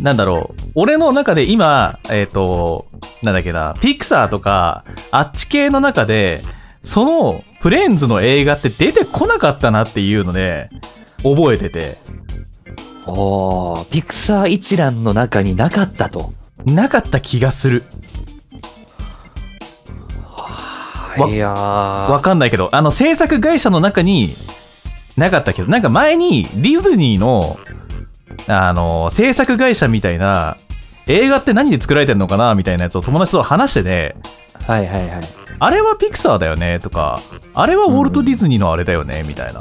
Speaker 3: なんだろう。俺の中で今、えっ、と、なんだっけな、ピクサーとか、あっち系の中で、その、プレーンズの映画って出てこなかったなっていうので、覚えてて、
Speaker 4: おーピクサー一覧の中になかったと
Speaker 3: なかった気がする。わ
Speaker 4: いやー
Speaker 3: わかんないけど、あの、制作会社の中に、なかったけど、なんか前に、ディズニーの、あの、制作会社みたいな、映画って何で作られてんのかなみたいなやつを友達と話してて、
Speaker 4: はいはいはい
Speaker 3: あれはピクサーだよねとか、あれはウォルト・ディズニーのあれだよねみたいな。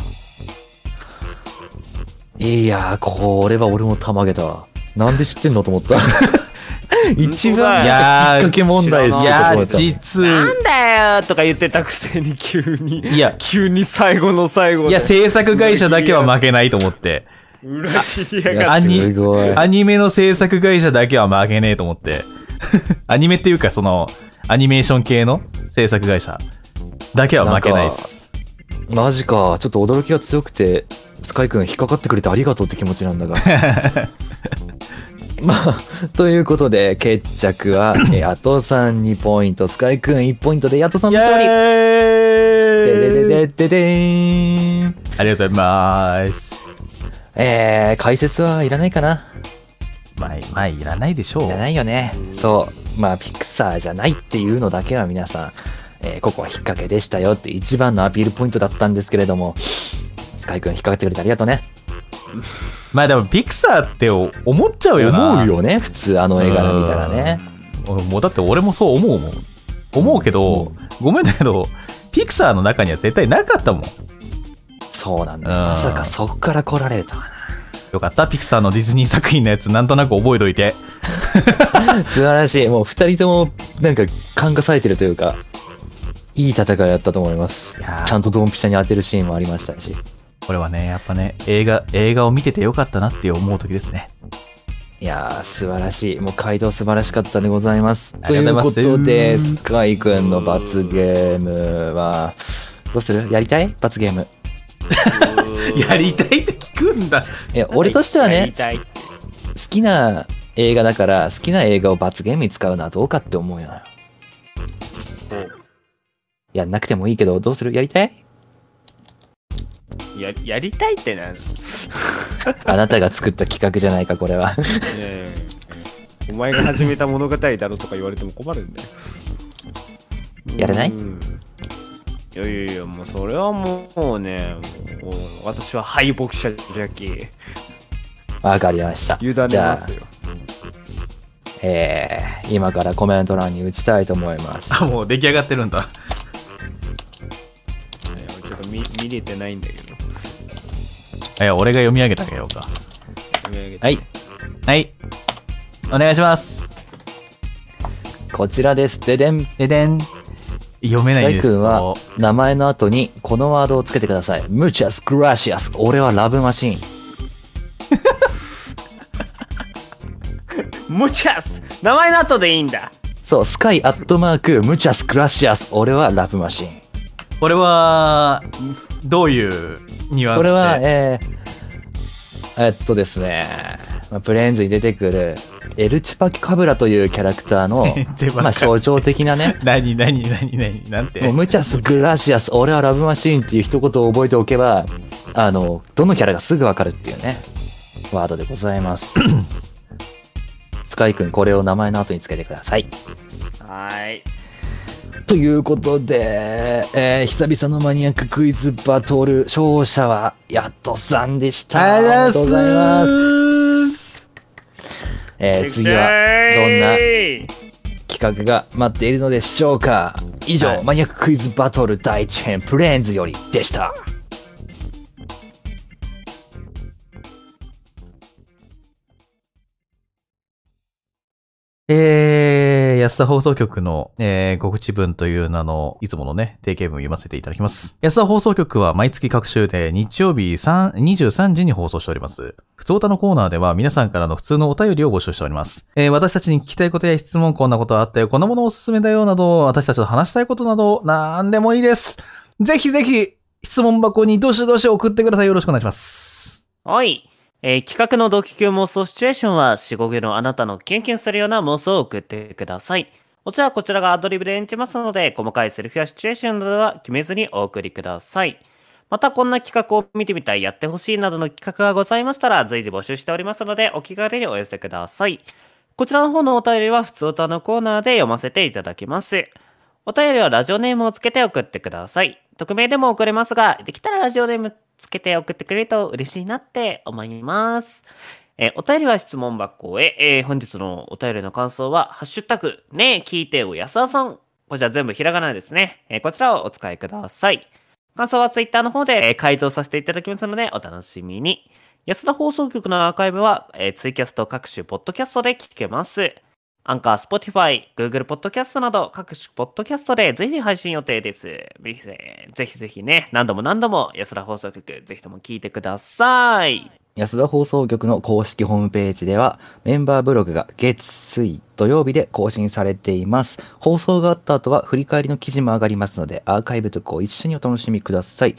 Speaker 4: いやー、これは俺もたまげたわ。なんで知ってんのと
Speaker 3: [laughs]
Speaker 4: 思った。 [laughs] 一番
Speaker 7: い
Speaker 4: なんかきっかけ問題
Speaker 3: い
Speaker 4: だ
Speaker 3: や
Speaker 4: と思
Speaker 3: ー、
Speaker 4: った。
Speaker 3: 実、
Speaker 7: なんだよとか言ってたくせに急に [laughs]
Speaker 3: いや、
Speaker 7: 急に最後の最後
Speaker 3: い
Speaker 7: で
Speaker 3: や、制作会社だけは負けないと思って、
Speaker 7: 裏切りや
Speaker 4: い
Speaker 7: がっ
Speaker 4: や
Speaker 3: 兄
Speaker 4: すごい。
Speaker 3: アニメの制作会社だけは負けねえと思
Speaker 4: [laughs]
Speaker 3: って、アニメっていうか、その、アニメーション系の制作会社だけは負けないです。
Speaker 4: マジか。ちょっと驚きが強くて、スカイ君引っかかってくれてありがとうって気持ちなんだが。 [laughs] まあ、ということで、決着は、え [coughs] ヤトさん2ポイント、スカイ君1ポイントで、ヤトさんの勝利。ででででででーん。
Speaker 3: ありがとうございます。
Speaker 4: えー、解説はいらないかな。
Speaker 3: まあ、まあ、いらないでしょう。
Speaker 4: じゃないよね。そう。まあ、ピクサーじゃないっていうのだけは皆さん、えーここは引っ掛けでしたよって一番のアピールポイントだったんですけれども、スカイ君引っ掛けてくれてありがとうね。
Speaker 3: まあでも、ピクサーって思っちゃうよな。
Speaker 4: 思うよね、普通あの映画見たらね。
Speaker 3: 俺もうだって俺もそう思うもん。思うけど、ごめんだけど、ピクサーの中には絶対なかったもん。
Speaker 4: そうなんだ。
Speaker 3: うん
Speaker 4: まさかそこから来られるとは
Speaker 3: よかった、ピクサーのディズニー作品のやつ、なんとなく覚えといて。
Speaker 4: な。素晴らしい。もう二人とも、なんか、感化されてるというか、いい戦いだったと思います。
Speaker 3: いやー
Speaker 4: ちゃんとドンピシャに当てるシーンもありましたし。
Speaker 3: これはね、やっぱね、映画、映画を見ててよかったなって思う時ですね。
Speaker 4: いやー、素晴らしい。もう街道素晴らしかったでございます。
Speaker 3: あ
Speaker 4: とい
Speaker 3: りが
Speaker 4: う
Speaker 3: とうご
Speaker 4: こ
Speaker 3: ざいます
Speaker 4: とで、スカイくんの罰ゲームは、どうするやりたい罰ゲーム。
Speaker 3: やりたいって聞くんだ。
Speaker 4: いや、俺としては
Speaker 7: やり
Speaker 4: ね、
Speaker 7: たい
Speaker 4: 好きな映画だから、好きな映画を罰ゲームに使うのはどうかって思うよ。やんなくてもいいけど、どうするやりたい
Speaker 7: ややりたいってなん
Speaker 4: あなたが作った企画じゃないか、これは。 [laughs]
Speaker 7: ねえお前が始めた物語だろとか言われても困るんだよ。
Speaker 4: やらない
Speaker 7: うんいやいやいや、もうそれはもうね、もう私は敗北者じゃき、
Speaker 4: わかりました。
Speaker 7: 委ねま
Speaker 4: じゃあ
Speaker 7: す、よ。
Speaker 4: えー、今からコメント欄に打ちたいと思います。
Speaker 3: あ、もう出来上がってるんだ。
Speaker 7: ね俺ちょっと見見れてないんだけど。
Speaker 3: いや、俺が読み上げてあげようか。
Speaker 7: 読み上げて
Speaker 4: はい。
Speaker 3: はい。お願いします。
Speaker 4: こちらです。ででん。
Speaker 3: ででん。読めな
Speaker 4: スカ
Speaker 3: いん
Speaker 4: イ
Speaker 3: ですけ
Speaker 4: 君
Speaker 3: ど
Speaker 4: は。名前の後にこのワードをつけてください。ムチャスグラシアス。俺はラブマシーン。
Speaker 7: ムチャス名前の後でいいんだ
Speaker 4: そう、スカイアットマーク、ムチャスグラシアス。俺はラブマシーン。
Speaker 3: これは、どういうニュアンスで
Speaker 4: これは、えー、えっとですね、まあ、プレーンズに出てくるエルチュパキカブラというキャラクターの
Speaker 3: [laughs] 全部わかんない
Speaker 4: まあ象徴的
Speaker 3: [laughs]
Speaker 4: なね、
Speaker 3: 何何何何なんて
Speaker 4: もうムチャス、グラシアス、俺はラブマシーンっていう一言を覚えておけば、あの、どのキャラがすぐわかるっていうね、ワードでござい
Speaker 3: [laughs]
Speaker 4: ます。スカイくん、これを名前の後につけてください。
Speaker 5: はーい。
Speaker 4: ということで、えー久々のマニアッククイズバトル、勝者は、やっとさんでした。。
Speaker 3: ありがとうございます
Speaker 4: えー次は、どんな企画が待っているのでしょうか以上、
Speaker 3: はい
Speaker 4: マニアッククイズバトル第1編プレーンズよりでした
Speaker 3: えー、安田放送局の、えー、ご口文という名の、いつものね、定型文を読ませていただきます。安田放送局は毎月各週で日曜日3 23時に放送しております。普通歌のコーナーでは皆さんからの普通のお便りを募集しております。えー、私たちに聞きたいことや質問、こんなことあったよ、こんなものおすすめだよなど、私たちと話したいことなど、なんでもいいです。ぜひぜひ、質問箱にどしどし送ってください。よろしくお願いします。
Speaker 5: はい。えー企画の同期級妄想シチュエーションは、四五のあなたのキュンキュンするような妄想を送ってください。もちろんこちらがアドリブで演じますので、細かいセリフやシチュエーションなどは決めずにお送りください。また、こんな企画を見てみたい、やってほしいなどの企画がございましたら、随時募集しておりますので、お気軽にお寄せください。こちらの方のお便りは、普通歌のコーナーで読ませていただきます。お便りはラジオネームをつけて送ってください。匿名でも送れますが、できたらラジオネームつけて送ってくれると嬉しいなって思います。えーお便りは質問箱へ、えー本日のお便りの感想は、ハッシュタグ、ねえ聞いてよ安田さん。こちら全部ひらがなですね。えーこちらをお使いください。感想はツイッターの方で、えー回答させていただきますので、お楽しみに。安田放送局のアーカイブは、えーツイキャスト各種ポッドキャストで聞けます。アンカー、スポティファイ、Google ポッドキャストなど各種ポッドキャストで随時配信予定です。ぜひぜぜひぜひね、何度も何度も安田放送局、ぜひとも聞いてください。
Speaker 4: 安田放送局の公式ホームページではメンバーブログが月水土曜日で更新されています放送があった後は振り返りの記事も上がりますのでアーカイブとご一緒にお楽しみください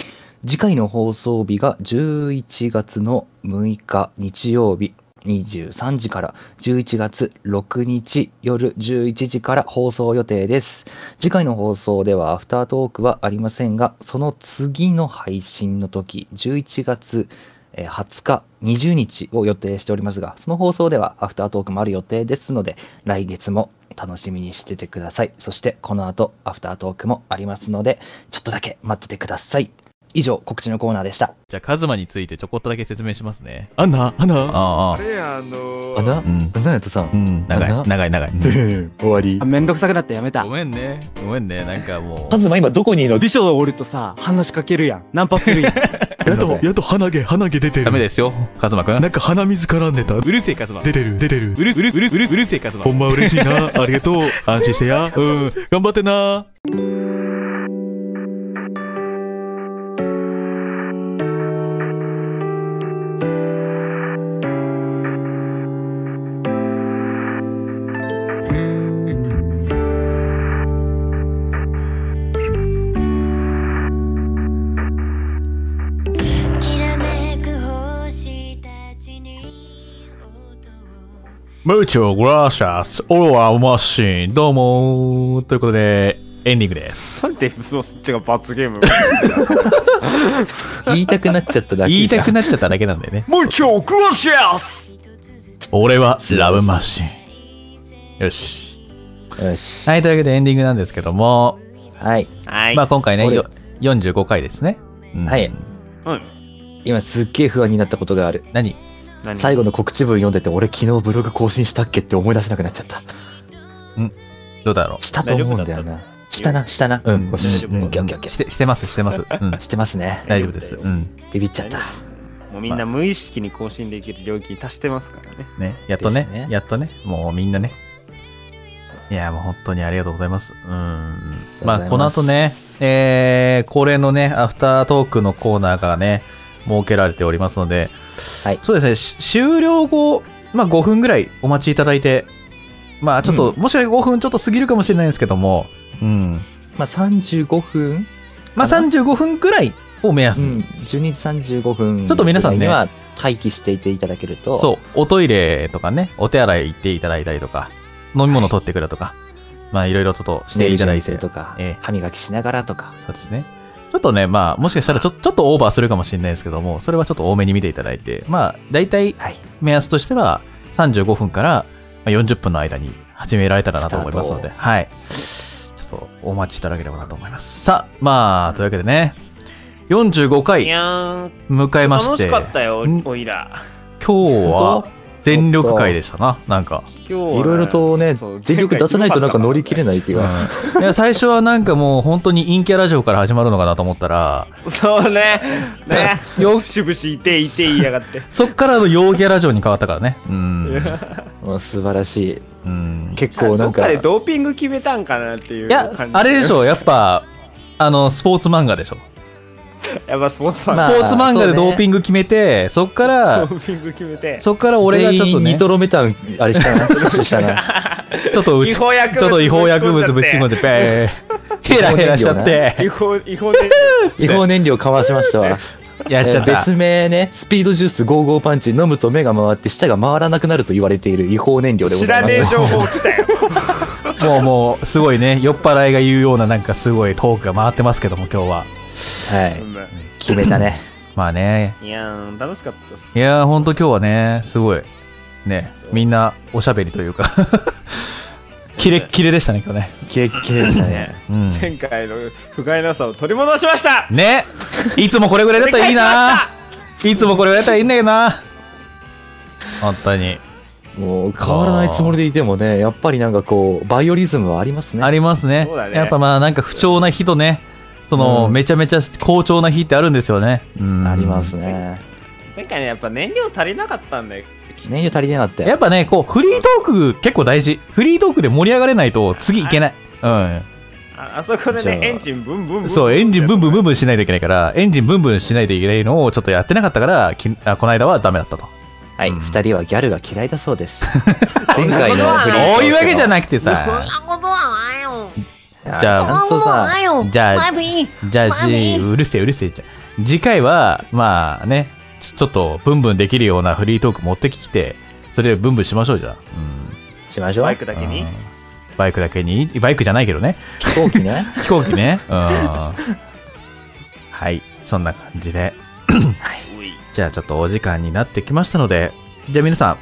Speaker 4: 次回の放送日が11月の6日日曜日23時から11月6日夜11時から放送予定です次回の放送ではアフタートークはありませんがその次の配信の時11月えー20日、20日を予定しておりますが、その放送ではアフタートークもある予定ですので、来月も楽しみにしててください。そして、この後、アフタートークもありますので、ちょっとだけ待っててください。以上、告知のコーナーでした。
Speaker 10: じゃあ、カズマについてちょこっとだけ説明しますね。アンナアンナ
Speaker 3: ああ、
Speaker 4: あな、
Speaker 3: うん、
Speaker 4: なやとさん
Speaker 3: う。ん、長い、長い、長い。うん
Speaker 6: 終わり
Speaker 11: あ。めんどくさくなってやめた
Speaker 10: ご。めんね。ごめんね。なんかも
Speaker 6: カズマ今どこにいるの
Speaker 11: 美女おるとさ、話しかけるやん。ナンパするやん。
Speaker 12: やっと、やっと鼻毛、鼻毛出て
Speaker 3: ダ
Speaker 12: る。
Speaker 3: メですよ、カズマくん
Speaker 12: な。んか鼻水絡んでた。
Speaker 10: う、うるせえカズマ。
Speaker 12: 出てる、出てる
Speaker 10: う。る、うる、うる、うる、うるせえカズマ
Speaker 12: ほ。んま嬉しいな。ありがとう。安心してや。うん。頑張ってな。
Speaker 2: きらめく星たちに音を
Speaker 3: ムーチョグラシャス、オロアマシン、どうもーということで、エンディングです。
Speaker 7: なんでもうそっちが罰ゲーム
Speaker 4: 言いたくなっちゃっただ
Speaker 3: [laughs]
Speaker 4: け
Speaker 3: 言い
Speaker 4: じゃん
Speaker 3: たくなっちゃっただけなんだよね。
Speaker 7: もう超クロシアス
Speaker 3: 俺はラブマシン。よし。
Speaker 4: よし。
Speaker 3: はい、というわけでエンディングなんですけども、
Speaker 4: はい。
Speaker 5: はい。
Speaker 3: まあ今回ね、
Speaker 4: これ
Speaker 3: よ45回ですね。うん
Speaker 4: はい。今すっげえ不安になったことがある。
Speaker 3: 何
Speaker 5: 何
Speaker 4: 最後の告知文読んでて、俺昨日ブログ更新したっけって思い出せなくなっちゃった。
Speaker 3: どうだろ
Speaker 4: したと思うんだよな。したな、したな。
Speaker 3: う。
Speaker 4: う
Speaker 3: うん
Speaker 4: ん。よし。
Speaker 3: うん
Speaker 4: オッケーオッケーオッケ
Speaker 3: し
Speaker 4: ー。
Speaker 3: てしてます、してます。
Speaker 10: [laughs]
Speaker 3: うん。
Speaker 4: してますね。
Speaker 3: 大丈夫です。うん。
Speaker 4: ビビっちゃった。
Speaker 7: もうみんな無意識に更新できる領域に達してますからね
Speaker 3: ね。やっとね
Speaker 4: ですね
Speaker 3: やっとね。もうみんなね。いや、もう本当にありがとうございます。うん。ま
Speaker 4: あ
Speaker 3: あ、こ
Speaker 4: りがとうござい
Speaker 3: の
Speaker 4: ます
Speaker 3: 後ね、えー、恒例のね、アフタートークのコーナーがね、設けられておりますので、
Speaker 4: はい
Speaker 3: そうですね、し終了後、まあ5分ぐらいお待ちいただいて、まあちょっと、もしかして5分ちょっと過ぎるかもしれないですけども、うん。
Speaker 4: まあ、35分、
Speaker 3: まあ
Speaker 4: かな
Speaker 3: 35分ぐらいを目安
Speaker 4: う
Speaker 3: に
Speaker 4: ん、12時35分
Speaker 3: ちょっと皆さんね
Speaker 4: には廃棄していていただけると、
Speaker 3: そう、おトイレとかね、お手洗い行っていただいたりとか、飲み物取ってくるとか、まあいろいろちょっとしていただい
Speaker 4: ネイル処理す
Speaker 3: て
Speaker 4: る。とか、
Speaker 3: ええ
Speaker 4: 歯磨きしながらとか、
Speaker 3: そうですね。ちょっとね、まあもしかしたらちょちょっとオーバーするかもしれないですけども、それはちょっと多めに見ていただいて、まあ大体
Speaker 4: はい。
Speaker 3: 目安としては35分からまあ40分の間に始められたらなと思いますので、
Speaker 4: スター
Speaker 3: はい。ちょっとお待ちいただければなと思います。さあ、まあ、というわけでね、45
Speaker 1: い
Speaker 3: 回
Speaker 1: やーん
Speaker 3: 迎えまし
Speaker 1: 楽
Speaker 3: て、
Speaker 1: しかったよ
Speaker 3: ん
Speaker 1: おいら
Speaker 3: 今日は
Speaker 4: 本
Speaker 3: 全力回でしたな、なんか。
Speaker 1: 今日はね
Speaker 4: いろいろとね
Speaker 1: そう、
Speaker 4: 全力出さないとなんか乗り切れない気が。
Speaker 3: うんいや最初はなんかもう本当に陰キャラジオから始まるのかなと思ったら、
Speaker 1: そうね
Speaker 4: [laughs]
Speaker 1: ねよぶしぶしいていて言いやがって
Speaker 3: そっからの陽キャラジオに変わったからね。うん。
Speaker 4: うん素晴らしい。
Speaker 3: うん、
Speaker 4: 結構
Speaker 1: ど
Speaker 4: な
Speaker 1: っ
Speaker 4: んか
Speaker 1: か、でドーピング決めたんかなっていう
Speaker 3: いや
Speaker 1: 感、じ
Speaker 3: あれでしょ、やっぱ、あの、スポーツ漫画でしょ。
Speaker 1: やっぱスポーツマン
Speaker 4: まあ
Speaker 3: スポーツ漫画でドーピング決めて、そっから、
Speaker 1: ドーピング決めて
Speaker 3: そっから俺がちょっ
Speaker 4: 全
Speaker 3: と
Speaker 4: 員
Speaker 3: ね、
Speaker 4: ニ
Speaker 3: ち
Speaker 4: トロメタン、あれしたな、摂取した
Speaker 3: [laughs]
Speaker 4: な。
Speaker 3: ょっとうち
Speaker 1: 違
Speaker 3: ちょ
Speaker 1: 法薬
Speaker 3: っ
Speaker 1: 物
Speaker 3: と違法薬物ぶっち込んで、ペー、ヘラヘラしちゃっ
Speaker 1: 違 [laughs]
Speaker 3: て、
Speaker 1: 法違法で
Speaker 4: 違法燃料かわしましたわ。
Speaker 3: やっちゃっ
Speaker 4: えー
Speaker 3: た。
Speaker 4: 別名ね、スピードジュース55パンチ飲むと目が回って舌が回らなくなると言われている違法燃料でご
Speaker 1: 知
Speaker 4: ざ
Speaker 1: ら
Speaker 4: います。
Speaker 1: ねえ情報来たよ
Speaker 3: もうもう、すごいね、酔っ払いが言うようななんかすごいトークが回ってますけども、今日は。
Speaker 4: はい。決め
Speaker 3: [laughs]
Speaker 4: たね。
Speaker 3: まあね、
Speaker 1: いやー楽しかったっす
Speaker 3: いやー、ほんと今日はね、すごい、ね、みんなおしゃべりというか、 [laughs] キレッキレでしたね、今日ね。
Speaker 4: キレッキレでしたね。
Speaker 3: うん。
Speaker 1: 前回の不甲斐なさを取り戻しました
Speaker 3: ねいつもこれぐらいだったらいい [laughs] ないつもこれぐらいだったらいいんだけどな本当に
Speaker 4: もう変わらないつもりでいてもね、やっぱりなんかこう、バイオリズムはありますね。
Speaker 3: ありますね
Speaker 1: そうだね
Speaker 3: やっぱまあなんか不調な日とねその、
Speaker 4: うん
Speaker 3: めちゃめちゃ好調な日ってあるんですよね、うん
Speaker 4: ありますね。
Speaker 1: 前回ねやっぱ燃料足りなかったんだよ
Speaker 4: 燃料足りてなかった
Speaker 3: や
Speaker 4: よ。
Speaker 3: っぱねこうフリートーク結構大事フリートークで盛り上がれないと次いけないうん
Speaker 1: ああそこで
Speaker 4: じゃあ
Speaker 1: ねエンジンブンブンブン
Speaker 3: そうエンジンブンブンブンブンしないといけないからエンジンブンブンしないといけないのをちょっとやってなかったからきあこの間はダメだったと
Speaker 4: はい、二人はギャルが嫌いだそ
Speaker 3: [laughs]
Speaker 4: うです。前回のフリー
Speaker 3: そういうわけじゃなくて
Speaker 1: う
Speaker 3: さ
Speaker 2: そんなことはないよ。
Speaker 3: じ
Speaker 4: じ
Speaker 3: ゃあ
Speaker 4: ゃあ、ちゃんとさ、
Speaker 2: いよ
Speaker 3: じゃあ
Speaker 2: マビー
Speaker 3: じゃあ、
Speaker 2: まあね
Speaker 3: じうるせえうるせえじゃん次回は、まあね、ちちょっとブンブンできるようなフリートーク持ってきて、それでブンブンしましょうじゃん。
Speaker 4: しましょ
Speaker 1: バ
Speaker 4: う
Speaker 1: イ。クだけに
Speaker 3: うんバイクだけに、バイクじゃないけどね。
Speaker 4: 飛行機
Speaker 3: [laughs]
Speaker 4: ね。
Speaker 3: 飛行機ね。うん。はい。そんな感じで。じゃあちょっとお時間になってきましたので、じゃあ皆さん、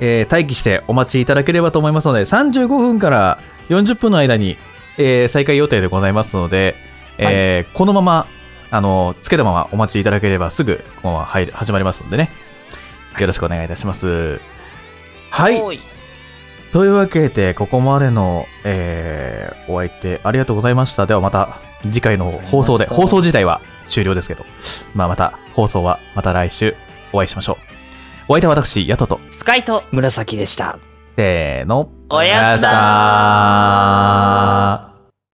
Speaker 3: えー待機してお待ちいただければと思いますので、35分から40分の間に、えー再開予定でございますので、えーこのまま、あの、つけたままお待ちいただければすぐ、このまま入る始まりますのでね。よろしくお願いいたします。はい。
Speaker 1: おい
Speaker 3: というわけで、ここまでの、えー、お相手ありがとうございました。ではまた次回の放送で、
Speaker 4: ありがとうございました
Speaker 3: 放送自体は終了ですけど、まあまた放送はまた来週お会いしましょう。お相手は私、ヤトと、
Speaker 1: スカイと
Speaker 4: 紫でした。
Speaker 3: せーの、
Speaker 1: おやすだ
Speaker 3: おやすだー